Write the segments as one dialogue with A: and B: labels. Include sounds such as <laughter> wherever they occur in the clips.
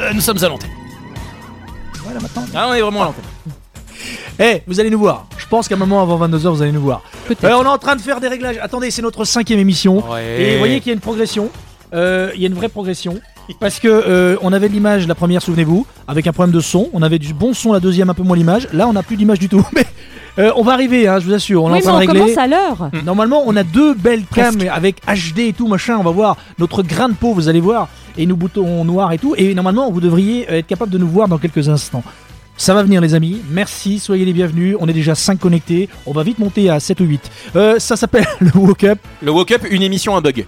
A: Euh, nous sommes à l'antenne.
B: Voilà, maintenant.
A: Ah, on est vraiment à l'antenne.
B: Eh, vous allez nous voir. Je pense qu'à un moment avant 22h, vous allez nous voir.
C: Peut-être.
B: Euh, on est en train de faire des réglages. Attendez, c'est notre cinquième émission.
A: Ouais.
B: Et vous voyez qu'il y a une progression. Euh, Il y a une vraie
C: <laughs>
B: progression. Parce que euh, on avait de l'image la première, souvenez-vous, avec un problème de son. On avait du bon son la deuxième, un peu moins l'image. Là, on n'a plus d'image du tout. <laughs> Mais euh, on va arriver, hein, je vous assure. On est
C: oui,
B: en
C: mais
B: train de
C: on
B: régler.
C: commence à l'heure.
B: Normalement, on a deux belles cams
C: Presque.
B: avec HD et tout machin. On va voir notre grain de peau, vous allez voir, et nos boutons noirs et tout. Et normalement, vous devriez euh, être capable de nous voir dans quelques instants. Ça va venir, les amis. Merci, soyez les bienvenus. On est déjà 5 connectés. On va vite monter à 7 ou 8. Euh, ça s'appelle <laughs> le Woke Up.
A: Le Woke Up, une émission, un
D: <laughs>
A: bug.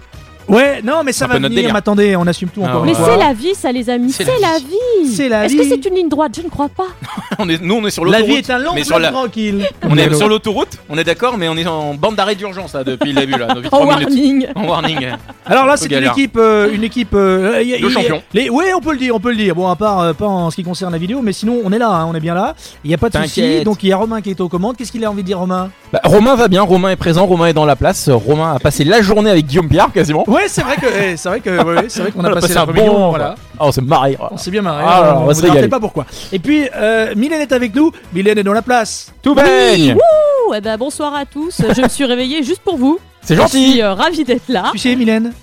B: Ouais, non, mais ça
A: Un peu
B: va
A: notre
B: venir.
A: délire.
B: Mais attendez, on assume tout
A: Ah
B: encore
A: ouais.
B: une
C: Mais
B: fois.
C: c'est la vie, ça, les amis.
A: C'est
C: C'est
A: la
C: la vie.
B: C'est la
C: Est-ce que
B: vie.
C: c'est une ligne droite Je ne crois
A: <laughs>
C: pas.
A: On est, nous, on est sur
B: La
A: l'autoroute.
B: vie est un long
A: mais
B: fleuve
A: sur la-
B: tranquille.
A: On est sur l'autoroute, on est d'accord, mais on est en bande d'arrêt d'urgence là, depuis le début. Là,
D: <laughs>
A: depuis
C: En
A: trois minutes.
C: warning.
A: En warning.
B: Alors là,
A: Peu
B: c'est une
A: galère.
B: équipe, euh, une équipe. Euh, y a-
A: De
B: y a-
A: champions.
B: Les, ouais, on peut le dire, on peut le dire. Bon, à part euh, pas en ce qui concerne la vidéo, mais sinon, on est là, hein, on est bien là. Il n'y a pas de souci.
A: T'inquiète.
B: Donc il y a Romain qui est aux commandes. Qu'est-ce qu'il a envie de dire, Romain
D: Bah, Romain va bien, Romain est présent, Romain est dans la place. euh, Romain a passé la journée avec Guillaume Pierre quasiment.
B: Ouais, c'est vrai que, eh, c'est vrai que, ouais, c'est vrai <laughs> qu'on a,
D: On a
B: passé,
D: passé
B: la
D: un
B: première,
D: bon moment,
B: voilà.
D: Ah, on s'est marré. voilà.
B: On s'est bien marré.
D: Ah,
B: on
D: on va
B: vous
D: se
B: racontez
D: régaler.
B: pas pourquoi. Et puis, euh, Mylène est avec nous. Mylène est dans la place.
D: Tout baigne
C: Ouh, eh ben, bonsoir à tous. Je me suis réveillée juste pour vous.
D: C'est
C: Je
D: gentil
C: suis euh, ravie d'être là.
B: Tu sais, Mylène,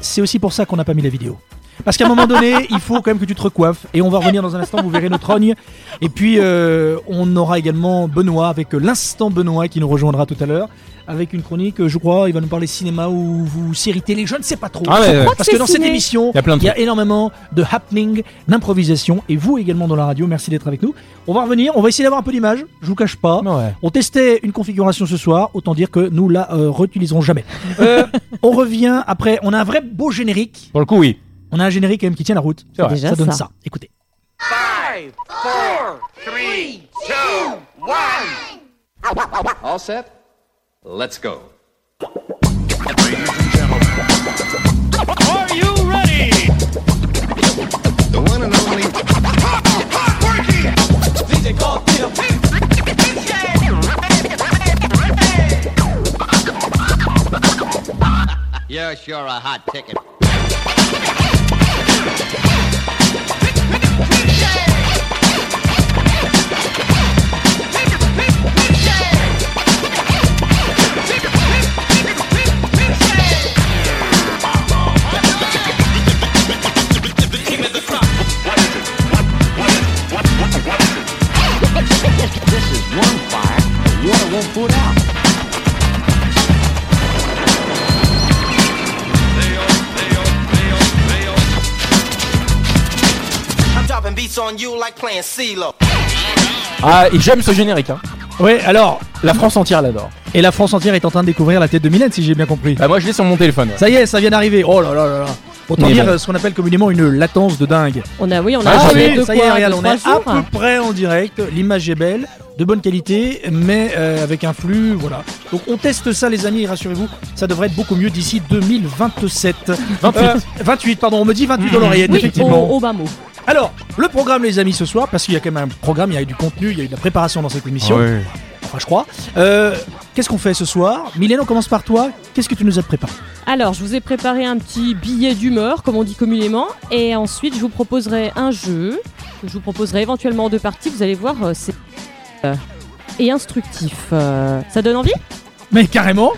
B: c'est aussi pour ça qu'on n'a pas mis la vidéo. Parce qu'à un moment <laughs> donné, il faut quand même que tu te recoiffes. Et on va revenir dans un instant, vous verrez nos trognes. Et puis, euh, on aura également Benoît, avec euh, l'instant Benoît qui nous rejoindra tout à l'heure. Avec une chronique, euh, je crois, il va nous parler cinéma ou, ou série télé, je ne sais pas trop.
D: Ah ouais, ouais.
B: Parce que dans cette
C: ciné.
B: émission,
D: Il y a plein de
B: il y a énormément de happening, d'improvisation. Et vous également dans la radio, merci d'être avec nous. On va revenir, on va essayer d'avoir un peu d'image, je vous cache pas.
D: Ouais.
B: On testait une configuration ce soir, autant dire que nous la euh, réutiliserons jamais. Euh, on revient après, on a un vrai beau générique.
D: Pour le coup, oui.
B: On a un générique quand même qui tient la route.
D: C'est vrai.
C: Déjà
B: ça donne
C: ça.
B: ça. Écoutez.
E: All set? Let's go. You're sure a hot ticket. This is one fire. The water won't put out.
F: I'm dropping beats on you like playing CeeLo.
D: Ah, et j'aime ce générique. Hein.
B: Ouais, alors,
D: La France entière l'adore.
B: et la France entière est en train de découvrir la tête de Mylène, si j'ai bien compris.
D: Bah, moi, je l'ai sur mon téléphone. ouais.
B: Ça y est, ça vient d'arriver. Oh là là là là. Autant
D: Mais
B: dire
D: bon.
B: euh, ce qu'on appelle communément une latence de dingue.
C: On a, oui, on a
D: Ah
C: un
D: oui,
C: de
B: ça
C: quoi
B: y est, regarde,
C: de
B: on
C: trois
B: est à
C: jours.
B: peu près en direct. L'image est belle, de bonne qualité, mais euh, avec un flux, voilà. Donc on teste ça, les amis, et rassurez-vous, ça devrait être beaucoup mieux d'ici 2027.
D: 28.
B: 28, Euh, pardon, on me dit 28 dans l'oreillette,
C: Oui, Oh,
B: effectivement.
C: au, au bas mot.
B: Alors, le programme, les amis, ce soir, parce qu'il y a quand même un programme, il y a eu du contenu, il y a eu de la préparation dans cette
D: Ah
B: émission, enfin, je crois. Euh, Qu'est-ce qu'on fait ce soir Mylène, on commence par toi. Qu'est-ce que tu nous as préparé
C: Alors, je vous ai préparé un petit billet d'humeur, comme on dit communément, et ensuite je vous proposerai un jeu que je vous proposerai éventuellement en deux parties. Vous allez voir, euh, c'est euh, et instructif. Euh, ça donne envie
B: Ah,
D: <laughs>
B: Mais carrément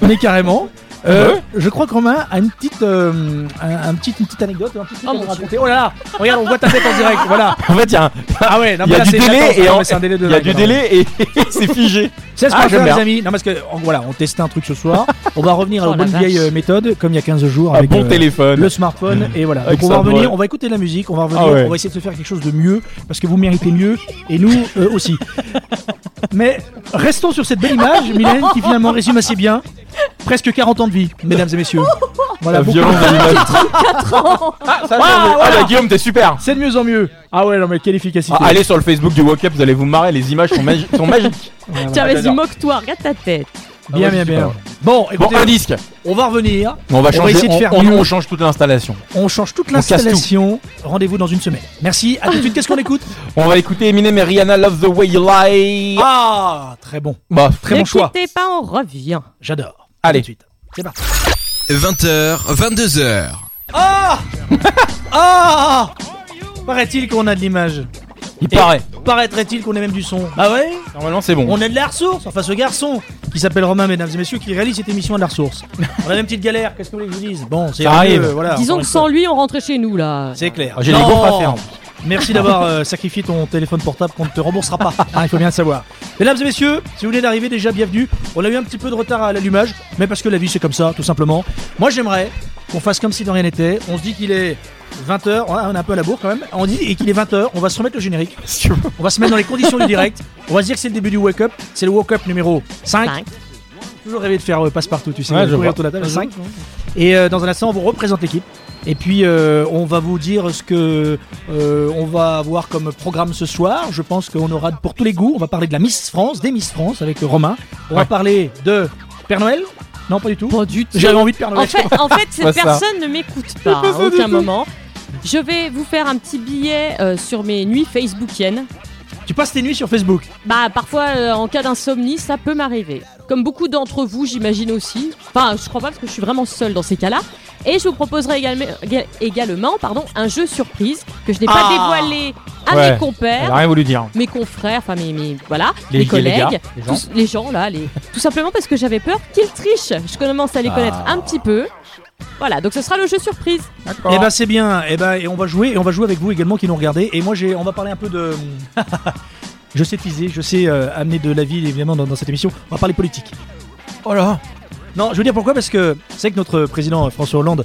B: Mais carrément Euh, Je crois que Romain a une petite, euh, un, un petit- une petite anecdote, un petit truc
C: Oh
B: à
C: mon
B: nous raconter. Oh là là Regarde, on voit ta tête en direct, voilà
D: <laughs> En fait, il y a, un-
B: Ah ouais, non,
D: il y a
B: mais là,
D: du
B: c'est
D: délai
B: latence,
D: et
B: non,
D: en-
B: mais c'est un délai de
D: il y a
B: dingue,
D: du
B: non.
D: délai et <laughs> c'est figé.
B: C'est ce qu'on
D: Ah,
B: va
D: j'aime
B: faire, les
D: bien.
B: amis Non, parce que, en- voilà, on testait un truc
D: <laughs>
B: ce soir, on va revenir à la
C: Oh la
B: bonne
C: vache.
B: vieille euh, méthode, comme il y a 15 jours,
D: Un
B: avec
D: bon
B: euh,
D: téléphone.
B: le smartphone, et voilà. Donc
D: Avec
B: on va
D: ça,
B: revenir,
D: Mm. ouais.
B: on va écouter de la musique, on va revenir,
D: Ah ouais.
B: on va essayer de se faire quelque chose de mieux, parce que vous méritez mieux, et nous euh,
D: <laughs>
B: aussi. Mais restons sur cette belle image, Mylène, qui finalement résume assez bien presque 40 ans de vie, mesdames et messieurs. Voilà,
D: La
B: beaucoup-
D: violence de l'image.
B: Ah, ça,
D: Ah,
B: j'aime.
D: ah, bah, Guillaume, t'es super.
B: C'est de mieux en mieux. Ah ouais, non, mais quelle efficacité.
D: Ah, allez sur le Facebook du Woke Up, vous allez vous marrer, les images sont, magi- sont magiques.
C: Tiens, vas-y,
D: j'adore.
C: moque-toi, regarde ta tête.
B: bien,
D: Ah ouais,
B: bien,
D: je sais
B: bien.
D: pas.
B: Bon,
D: Bon,
B: écoutez,
D: un disque.
B: on va revenir.
D: On va changer.
B: essayer de
D: on-
B: faire
D: on-
B: mieux.
D: on change toute l'installation.
B: On change toute
D: On casse tout.
B: l'installation. Rendez-vous dans une semaine. Merci. À tout de suite. Qu'est-ce qu'on écoute
D: On va écouter Eminem et Rihanna Love the Way You Lie.
B: Ah, très bon.
D: Bah,
B: Très bon choix.
C: N'écoutez pas, on revient.
B: J'adore.
D: Allez.
B: À tout de suite. C'est parti.
G: 20h, 22h.
B: Ah Ah Paraît-il qu'on a de l'image.
D: Il
B: Et
D: paraît.
B: Paraîtrait-il qu'on ait même du son.
D: Ah ouais Normalement, c'est bon.
B: On a de la ressource, enfin ce garçon qui s'appelle Romain, mesdames et messieurs, qui réalise cette émission à de la ressource. On a une petite galère, qu'est-ce que vous voulez que je vous dise Bon, c'est
D: Ça arrive.
B: euh, voilà,
C: Disons
B: encore
C: que
B: une fois.
C: sans lui, on rentrait chez nous là.
B: C'est clair.
D: J'ai les
B: Non
D: gaufres à faire.
B: Merci d'avoir euh, sacrifié ton téléphone portable qu'on ne te remboursera pas. Hein, il faut bien le savoir. Mesdames et messieurs, si vous venez d'arriver, déjà bienvenue. On a eu un petit peu de retard à l'allumage, mais parce que la vie c'est comme ça, tout simplement. Moi j'aimerais qu'on fasse comme si de rien n'était. On se dit qu'il est 20h, on est un peu à la bourre quand même. On dit et qu'il est 20h, on va se remettre le générique. On va se mettre dans les conditions du direct. On va se dire que c'est le début du wake up. C'est le wake up numéro 5.
C: Cinq.
B: Toujours rêvé de faire euh, passe-partout, tu sais,
D: Ouais, je
B: courir
D: vois.
B: autour de la
C: Ah,
B: table, cinq. Et euh, dans un instant, on vous représente l'équipe. Et puis, euh, on va vous dire ce que euh, on va avoir comme programme ce soir. Je pense qu'on aura pour tous les goûts. On va parler de la Miss France, des Miss France avec euh, Romain. On va
D: Ouais.
B: parler de Père Noël. Non, pas du tout.
C: Pas du tout.
B: J'avais envie de Père
C: En
B: Noël.
C: fait, en fait cette
D: Pas ça.
C: personne ne m'écoute pas à aucun moment. Je vais vous faire un petit billet euh, sur mes nuits facebookiennes.
B: Tu passes tes nuits sur Facebook.
C: Bah, parfois, euh, en cas d'insomnie, ça peut m'arriver. Comme beaucoup d'entre vous, j'imagine aussi. Enfin, je crois pas parce que je suis vraiment seule dans ces cas-là. Et je vous proposerai également, éga- également pardon, un jeu surprise que je n'ai pas dévoilé
D: Ah. Ouais.
C: à
D: Eh
C: mes
D: Elle
C: compères,
D: a rien voulu dire.
C: mes confrères, enfin mes, mes- voilà, mes
D: Les- les
C: collègues,
D: gars, les gens.
C: tous- les gens là, les... tout simplement parce que j'avais peur qu'ils trichent. Je commence
D: Ah.
C: à les connaître un petit peu. Voilà, donc ce sera le jeu surprise.
B: Eh ben c'est bien. Eh ben et on va jouer et on va jouer avec vous également qui nous regardez. Et moi j'ai, on va parler un
D: <laughs>
B: peu de. je sais teaser, je sais euh, amener de la vie évidemment dans- dans cette émission. On va parler politique.
D: Oh là
B: Non, je veux dire pourquoi Parce que c'est que notre président euh, François Hollande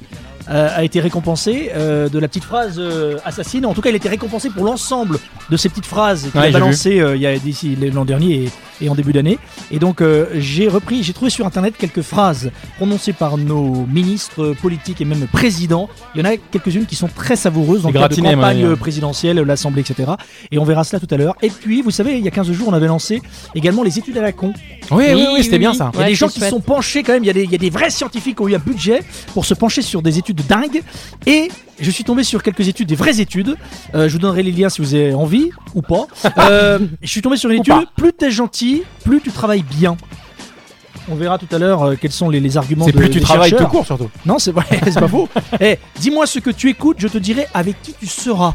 B: euh, a été récompensé euh, de la petite phrase euh, assassine. En tout cas, il a été récompensé pour l'ensemble de ces petites phrases qu'il
D: Ouais,
B: a
D: j'ai
B: balancées euh, il y a d'ici l'an dernier et, et en début d'année. Et donc, euh, j'ai repris, j'ai trouvé sur internet quelques phrases prononcées par nos ministres euh, politiques et même présidents. Il y en a quelques-unes qui sont très savoureuses dans
D: C'est
B: le cadre de
D: gratiné, à mon
B: campagne
D: avis, hein.
B: euh, présidentielle, l'Assemblée, etc. Et on verra cela tout à l'heure. Et puis, vous savez, il y a 15 jours, on avait lancé également les études à la con.
D: Oui, oui,
C: Oui,
D: oui,
C: oui,
D: c'était bien
C: oui.
D: ça.
B: Il y a
C: Ouais,
B: des gens
C: c'est
B: qui se
C: chouette.
B: sont penchés quand même, il y, a des, il y a des vrais scientifiques qui ont eu un budget pour se pencher sur des études dingues. Et je suis tombé sur quelques études, des vraies études. Euh, je vous donnerai les liens si vous avez envie ou pas.
D: <laughs>
B: Euh, je suis tombé sur une
D: Ou
B: étude,
D: pas.
B: plus t'es gentil, plus tu travailles bien. On verra tout à l'heure euh, quels sont les, les arguments.
D: C'est
B: de-
D: plus tu
B: des
D: travailles tout
B: chercheurs.
D: court surtout.
B: Non, c'est vrai, <laughs> c'est pas faux. Eh, dis-moi ce que tu écoutes, je te dirai avec qui tu seras.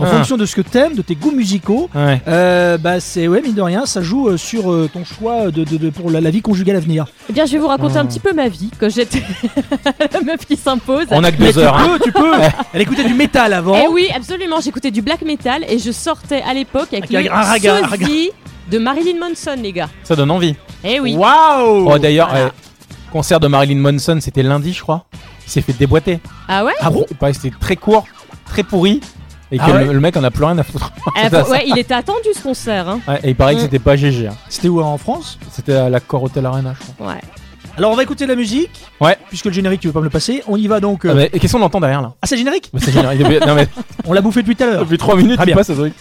B: En
D: Ah.
B: fonction de ce que t'aimes, de tes goûts musicaux,
D: Ouais.
B: euh, bah c'est ouais mine de rien ça joue euh, sur euh, ton choix de, de- de- pour la, la vie conjugale à venir.
C: Eh bien, je vais vous raconter un
D: Hmm.
C: petit peu ma vie quand j'étais <laughs> la meuf qui s'impose.
D: On a que
B: Mais
D: deux heures. hein.
B: tu peux, tu
D: <laughs>
B: peux. Elle écoutait du métal avant.
C: Eh oui, absolument. J'écoutais du black metal et je sortais à l'époque avec
B: Avec
C: le
B: un raga, un
C: sosie de Marilyn Manson, les gars.
D: Ça donne envie.
C: Eh oui.
B: Waouh.
D: Oh, d'ailleurs,
C: Voilà.
D: euh, concert de Marilyn Manson, c'était lundi, je crois. Il s'est fait déboîter.
C: Ah ouais.
D: Ah bon Pareil, c'était très court, très pourri. Et que
B: Ah ouais
D: le, le mec en a plus rien à foutre. <laughs>
C: Ah,
D: Ça,
C: faut- ouais, il était attendu ce concert. Hein.
D: Ouais, et il paraît que
C: Mm.
D: c'était pas GG. hein.
B: C'était où hein, en France
D: C'était à la Cor Hotel Arena, je crois.
C: Ouais.
B: Alors on va écouter de la musique.
D: Ouais.
B: Puisque le générique tu veux pas me le passer, on y va donc. euh,
D: Ah, mais- et qu'est-ce qu'on entend derrière là
B: Ah c'est le générique
D: Bah, c'est génial. Non, <laughs> mais
B: On l'a bouffé depuis tout à l'heure.
D: depuis 3 minutes,
B: Très
D: il
B: bien.
D: passe ce truc.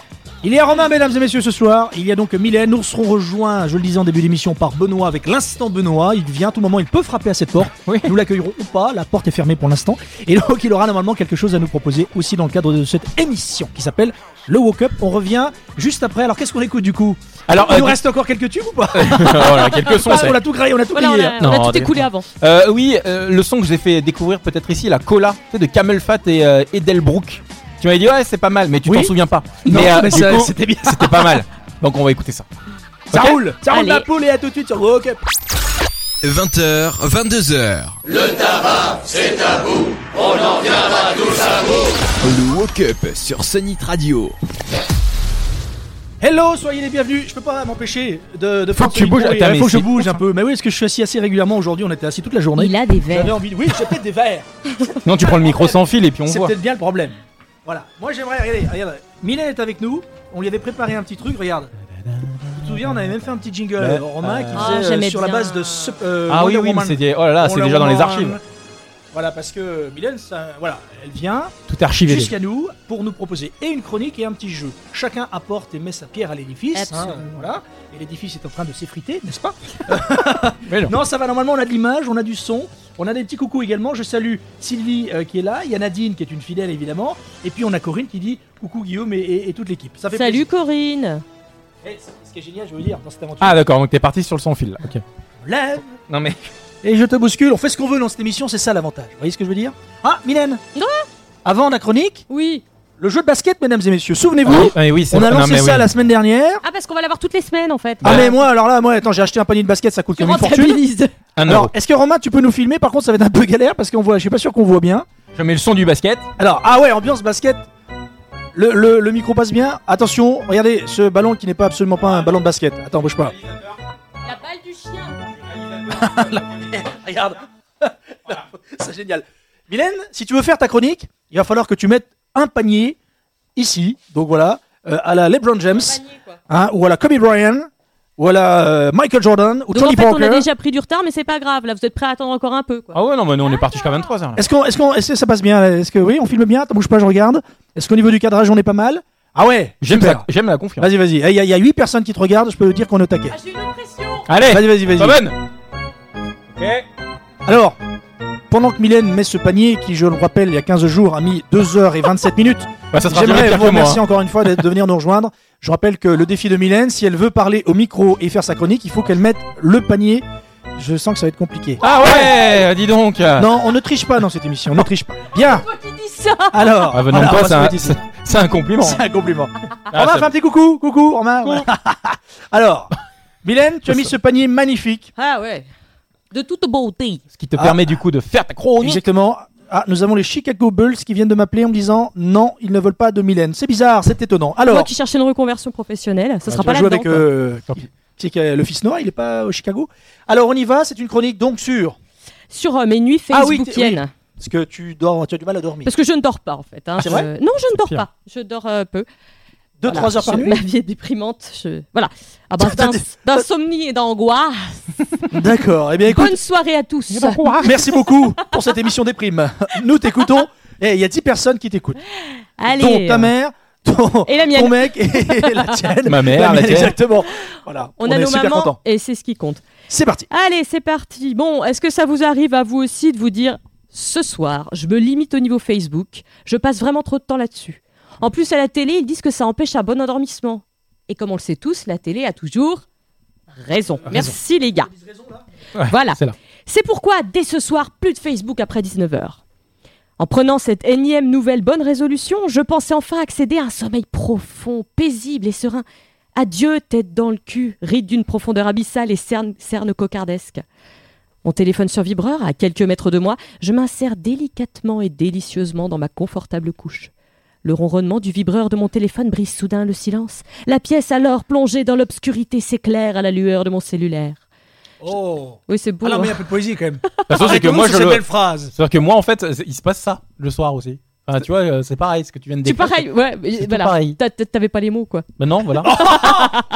B: Il est à Romain, mesdames et messieurs, ce soir. Il y a donc Mylène. Nous serons rejoints, je le disais en début d'émission, par Benoît avec l'instant Benoît. Il vient à tout moment, il peut frapper à cette porte.
D: Oui.
B: Nous l'accueillerons ou pas. La porte est fermée pour l'instant. Et donc, il aura normalement quelque chose à nous proposer aussi dans le cadre de cette émission qui s'appelle le Woke Up. On revient juste après. Alors, qu'est-ce qu'on écoute du coup
D: Alors,
B: Il nous
D: euh, <laughs>
B: reste encore quelques tubes ou pas
D: voilà,
B: <laughs>
D: quelques sons.
B: Parce
D: c'est-
B: qu'on a tout grillé, on a tout
C: Voilà, on
B: grillé.
C: a,
D: Non,
C: on a tout
D: désolé.
C: écoulé avant.
D: Euh, oui, euh, le son que j'ai fait découvrir peut-être ici, la Cola, tu sais, de Camel Fat et euh, Edelbrook. Tu m'avais dit ouais, c'est pas mal, mais tu
B: Oui.
D: t'en souviens pas.
B: Non,
D: mais euh,
B: mais
D: du
B: ça-
D: coup,
B: c'était bien.
D: c'était pas mal. Donc on va écouter ça.
B: Ça
D: Ok
B: roule, ça roule
C: Allez.
B: la poule et à tout de suite sur le Woke Up.
G: 20h, 22h. Le tabac, c'est tabou. On en viendra tous à bout. Le Woke Up sur Sunnit Radio.
B: Hello, soyez les bienvenus. Je peux pas m'empêcher de, de faire
D: que
B: ce
D: tu
B: micro
D: bouges.
B: et-
D: Attends,
B: ouais,
D: mais
B: faut que je
D: c'est-
B: bouge un peu. Mais oui, parce que je suis assis assez régulièrement aujourd'hui. On était assis toute la journée.
C: a des
B: J'avais envie de... Oui, j'ai peut-être des verres.
D: Non, tu prends le micro sans fil et puis on
B: C'est
D: voit.
B: peut-être bien le problème. Voilà. Moi, j'aimerais. Regardez, regarde. Mylène est avec nous. On lui avait préparé un petit truc. Regarde. Tu te souviens, on avait même fait un petit jingle
D: Ouais.
B: euh, Romain qui
C: Ah,
B: faisait euh,
C: j'aimais
B: sur la
C: bien.
B: base de. ce- euh,
D: Ah oui,
B: Wonder
D: oui, mais
B: Woman.
D: c'est des- oh là là, c'est
B: Wonder
D: déjà dans les
B: Woman.
D: archives.
B: Voilà, parce que Mylène, ça, voilà, elle vient
D: Tout est archivé. déjà.
B: jusqu'à nous pour nous proposer et une chronique et un petit jeu. Chacun apporte et met sa pierre à l'édifice.
C: Absolument.
B: hein, voilà. Et l'édifice est en train de s'effriter, n'est-ce pas
D: Mais non.
B: <laughs> Non, ça va normalement, on a de l'image, on a du son, on a des petits coucous également. Je salue Sylvie euh, qui est là, il y a Nadine qui est une fidèle évidemment, et puis on a Corinne qui dit coucou Guillaume et, et- et toute l'équipe. Ça fait
C: Salut Corinne.
B: plaisir. Eh, ce qui est génial, je veux dire, dans cette aventure.
D: Ah d'accord, donc t'es parti sur le sans fil. là, Ok.
B: Je me lève
D: Non mais
B: et je te bouscule, on fait ce qu'on veut dans cette émission, c'est ça l'avantage. Vous voyez ce que je veux dire Ah, Mylène
C: Ouais.
B: Avant la chronique,
C: Oui.
B: Le jeu de basket, mesdames et messieurs, souvenez-vous,
D: Ah oui, c'est
B: on a
D: non,
B: lancé
D: mais
B: ça
D: oui. Bah.
B: la semaine dernière.
C: Ah, parce qu'on va l'avoir toutes les semaines en fait.
B: Ah mais moi alors là moi attends j'ai acheté un panier de basket ça coûte
C: tu
B: comme une fortune.
C: rentabilises.
D: Un
B: Alors
D: euro.
B: est-ce que Romain tu peux nous filmer par contre ça va être un peu galère parce qu'on voit je suis pas sûr qu'on voit bien.
D: Je mets le son du basket.
B: Alors ah ouais ambiance basket. Le, le- le micro passe bien. Attention regardez ce ballon qui n'est pas absolument pas un ballon de basket. Attends bouge pas.
C: La balle du chien.
B: Regarde <laughs> c'est génial. Mylène si tu veux faire ta chronique il va falloir que tu mettes un panier ici donc voilà euh, à la LeBron James hein, ou à la Kobe Bryant ou à la euh, Michael Jordan ou
C: Donc en
B: Tony
C: fait, on a
B: Parker.
C: déjà pris du retard, mais c'est pas grave. Là, vous êtes prêts à attendre encore un peu. Quoi.
D: Ah ouais, non, mais nous on est parti jusqu'à hein. 23h.
B: Est-ce qu'on, est-ce qu'on, est-ce que ça passe bien là Est-ce que oui, on filme bien Attends, bouge pas, je regarde. Est-ce qu'au niveau du cadrage, on est pas mal Ah ouais,
D: J'aime
B: super.
D: la- j'aime la confiance.
B: Vas-y, vas-y. Eh, Il y, a- il y a 8 personnes qui te regardent. Je peux dire qu'on est au taquet.
C: Ah, j'ai une impression.
D: Allez,
B: Vas-y, vas-y,
D: pas
B: vas-y.
D: bonne. Ok.
B: Alors, pendant que Mylène met ce panier, qui je le rappelle, il y a 15 jours a mis 2h27 minutes,
D: Bah, ça sera jamais
B: j'aimerais
D: pire
B: vous
D: que moi.
B: remercier encore une fois d'être- de venir nous rejoindre. Je rappelle que le défi de Mylène, si elle veut parler au micro et faire sa chronique, il faut qu'elle mette le panier. Je sens que ça va être compliqué.
D: Ah ouais, dis donc.
B: Non, on ne triche pas dans cette émission, on ne triche pas.
D: <laughs>
B: Bien,
C: Toi qui dis <laughs> ça.
B: alors.
D: Ah, bah, non,
B: voilà, on
D: toi,
B: va
D: c'est
B: se
D: un-
B: mettre ici.
D: c'est c'est un compliment.
B: C'est un compliment.
D: Ah,
B: Romain,
D: ça-
B: fais un petit coucou, coucou, Romain. Voilà. <laughs> Alors, Mylène, tu as mis ce panier magnifique.
C: Ah ouais. De toute beauté.
D: Ce qui te
B: Ah.
D: permet du coup de faire ta chronique.
B: Exactement. Ah, nous avons les Chicago Bulls qui viennent de m'appeler en me disant non, ils ne veulent pas de Mylène. C'est bizarre, c'est étonnant.
C: Moi
B: Alors, Ah,
C: qui cherchais une reconversion professionnelle, ça sera
B: tu
D: Ah,
C: pas
B: vas jouer
C: là-dedans.
B: avec euh,
C: quoi.
B: qui- c'est que le fils Noah, il est pas au Chicago. Alors on y va, c'est une chronique donc sur
C: Sur euh, mes nuits
B: Ah oui,
C: facebookiennes.
B: ce que tu dors, tu as du mal à dormir.
C: Parce que je ne dors pas en fait. hein.
B: Ah, c'est vrai
C: Je- Non, je ne dors
D: pire.
C: pas. Je dors euh, peu.
B: 2
C: Voilà.
B: 3 heures par
C: Je-
B: nuit.
C: Ma vie est déprimante. Je... Voilà. Ah, bah, À base
B: T'as
C: d'ins-
B: des-
C: d'insomnie et d'angoisse.
B: D'accord.
C: <laughs>
B: Eh bien écoute,
C: Bonne soirée à tous.
B: merci beaucoup pour cette émission des primes. Nous t'écoutons et il y a 10 personnes qui t'écoutent.
C: Allez. euh,
B: Dont ta mère, ton,
C: Et la mienne.
B: ton mec et la tienne.
D: Ma mère, la
B: mienne,
D: tienne.
B: Exactement. Voilà.
C: On, a
B: est
C: nos
B: super
C: mamans
B: contents.
C: et c'est ce qui compte.
B: C'est parti.
C: Allez, c'est parti. Bon, est-ce que ça vous arrive à vous aussi de vous dire ce soir, je me limite au niveau Facebook, je passe vraiment trop de temps là-dessus. En plus, à la télé, ils disent que ça empêche un bon endormissement. Et comme on le sait tous, la télé a toujours raison. Merci les gars.
D: Ouais,
C: Voilà.
D: C'est là.
C: C'est pourquoi, dès ce soir, plus de Facebook après 19h. En prenant cette énième nouvelle bonne résolution, je pensais enfin accéder à un sommeil profond, paisible et serein. Adieu, tête dans le cul, ride d'une profondeur abyssale et cerne, cerne cocardesque. Mon téléphone sur vibreur, à quelques mètres de moi, je m'insère délicatement et délicieusement dans ma confortable couche. Le ronronnement du vibreur de mon téléphone brise soudain le silence. La pièce, alors plongée dans l'obscurité, s'éclaire à la lueur de mon cellulaire.
B: Oh.
C: Oui, c'est beau. hein.
B: un peu de poésie quand même.
D: La chose, c'est que moi, je le.
B: phrase.
D: C'est-à-dire que moi, en fait, c'est- il se passe ça le soir aussi. Enfin, tu vois, euh, c'est pareil ce que tu viens de
C: C'est
D: dire.
C: pareil, ouais, mais
D: tout
C: voilà.
D: pareil.
C: T'a- t'a- T'avais pas les mots, quoi.
D: Maintenant, <laughs> voilà.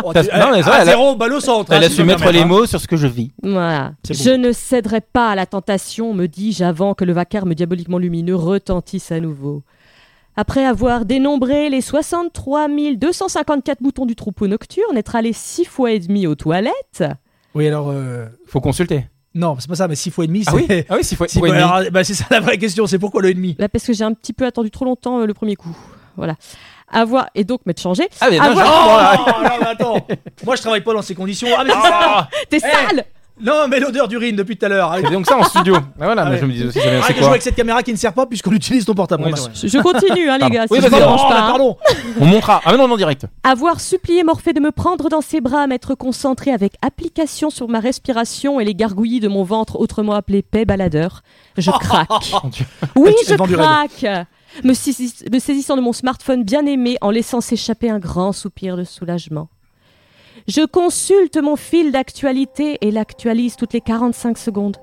B: Oh,
D: Ça-
B: tu-
D: non, mais
B: eh,
D: ça, elle a-
B: balle au centre.
D: Elle
B: hein,
D: a
B: si
D: su
B: je peux
D: mettre
B: me
D: les
B: permettre,
D: mots sur ce que je vis.
C: Voilà.
B: C'est beau.
C: Je ne céderai pas à la tentation, me dis-je, avant que le vacarme diaboliquement lumineux retentisse à nouveau. Après avoir dénombré les 63 254 moutons du troupeau nocturne, être allé six fois et demi aux toilettes,
B: hein. Oui, alors. euh,
D: Faut consulter.
B: Non, c'est pas ça, mais 6 fois et demi, c'est. <laughs>
D: Ah oui, ah oui, s'il faut.
B: Six
D: faut
B: fois-
D: aimer.
B: alors, bah, c'est ça la vraie question, c'est pourquoi le et <laughs> demi
C: bah, parce que j'ai un petit peu attendu trop longtemps euh, le premier coup. Voilà. Avoir et donc m'être changé.
D: Ah, mais non,
C: avoir-
D: je-
B: Oh, non, mais attends Moi je travaille pas dans ces conditions. Ah, mais c'est ça
D: Ah
C: T'es
B: Eh,
C: sale
B: Non, mais l'odeur d'urine depuis tout à l'heure.
D: C'est donc ça en studio. Ah, voilà,
B: Ah
D: mais
B: ouais.
D: je me disais aussi, jamais,
B: Arrête
D: c'est
B: de jouer
D: quoi
B: avec cette caméra qui ne sert pas puisqu'on utilise ton portable.
D: Oui,
B: Bon,
D: c'est
B: bah,
C: Je je continue, hein, les
D: Pardon.
C: gars.
D: Oui,
C: si ça
D: vas-y,
C: vous
D: pardon.
C: dérange pas, hein.
B: pardon. <laughs>
D: On montera. Ah, mais non, on est en direct.
C: Avoir supplié Morphée de me prendre dans ses bras, m'être concentré avec application sur ma respiration et les gargouillis de mon ventre, autrement appelé paix baladeur,
B: Oh,
C: je craque.
D: Mon Dieu.
C: Oui,
B: Elle
C: je
B: vend du
C: craque me, saisis- me saisissant de mon smartphone bien aimé en laissant s'échapper un grand soupir de soulagement. Je consulte mon fil d'actualité et l'actualise toutes les 45 secondes.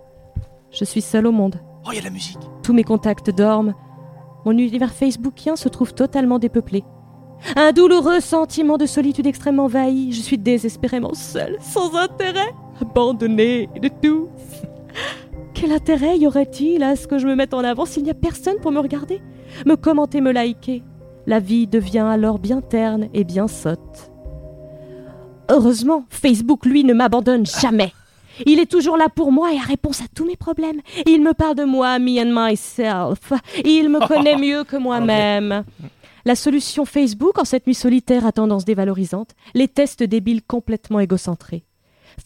C: Je suis seule au monde.
B: Oh, il y a de la musique.
C: Tous mes contacts dorment. Mon univers facebookien se trouve totalement dépeuplé. Un douloureux sentiment de solitude extrêmement envahi. Je suis désespérément seule, sans intérêt, abandonnée de tous. Quel intérêt y aurait-il à ce que je me mette en avant s'il n'y a personne pour me regarder, me commenter, me liker La vie devient alors bien terne et bien sotte. Heureusement, Facebook, lui, ne m'abandonne jamais. Il est toujours là pour moi et a réponse à tous mes problèmes. Il me parle de moi, me and myself. Il me connaît mieux que moi-même. La solution Facebook en cette nuit solitaire à tendance dévalorisante, les tests débiles complètement égocentrés.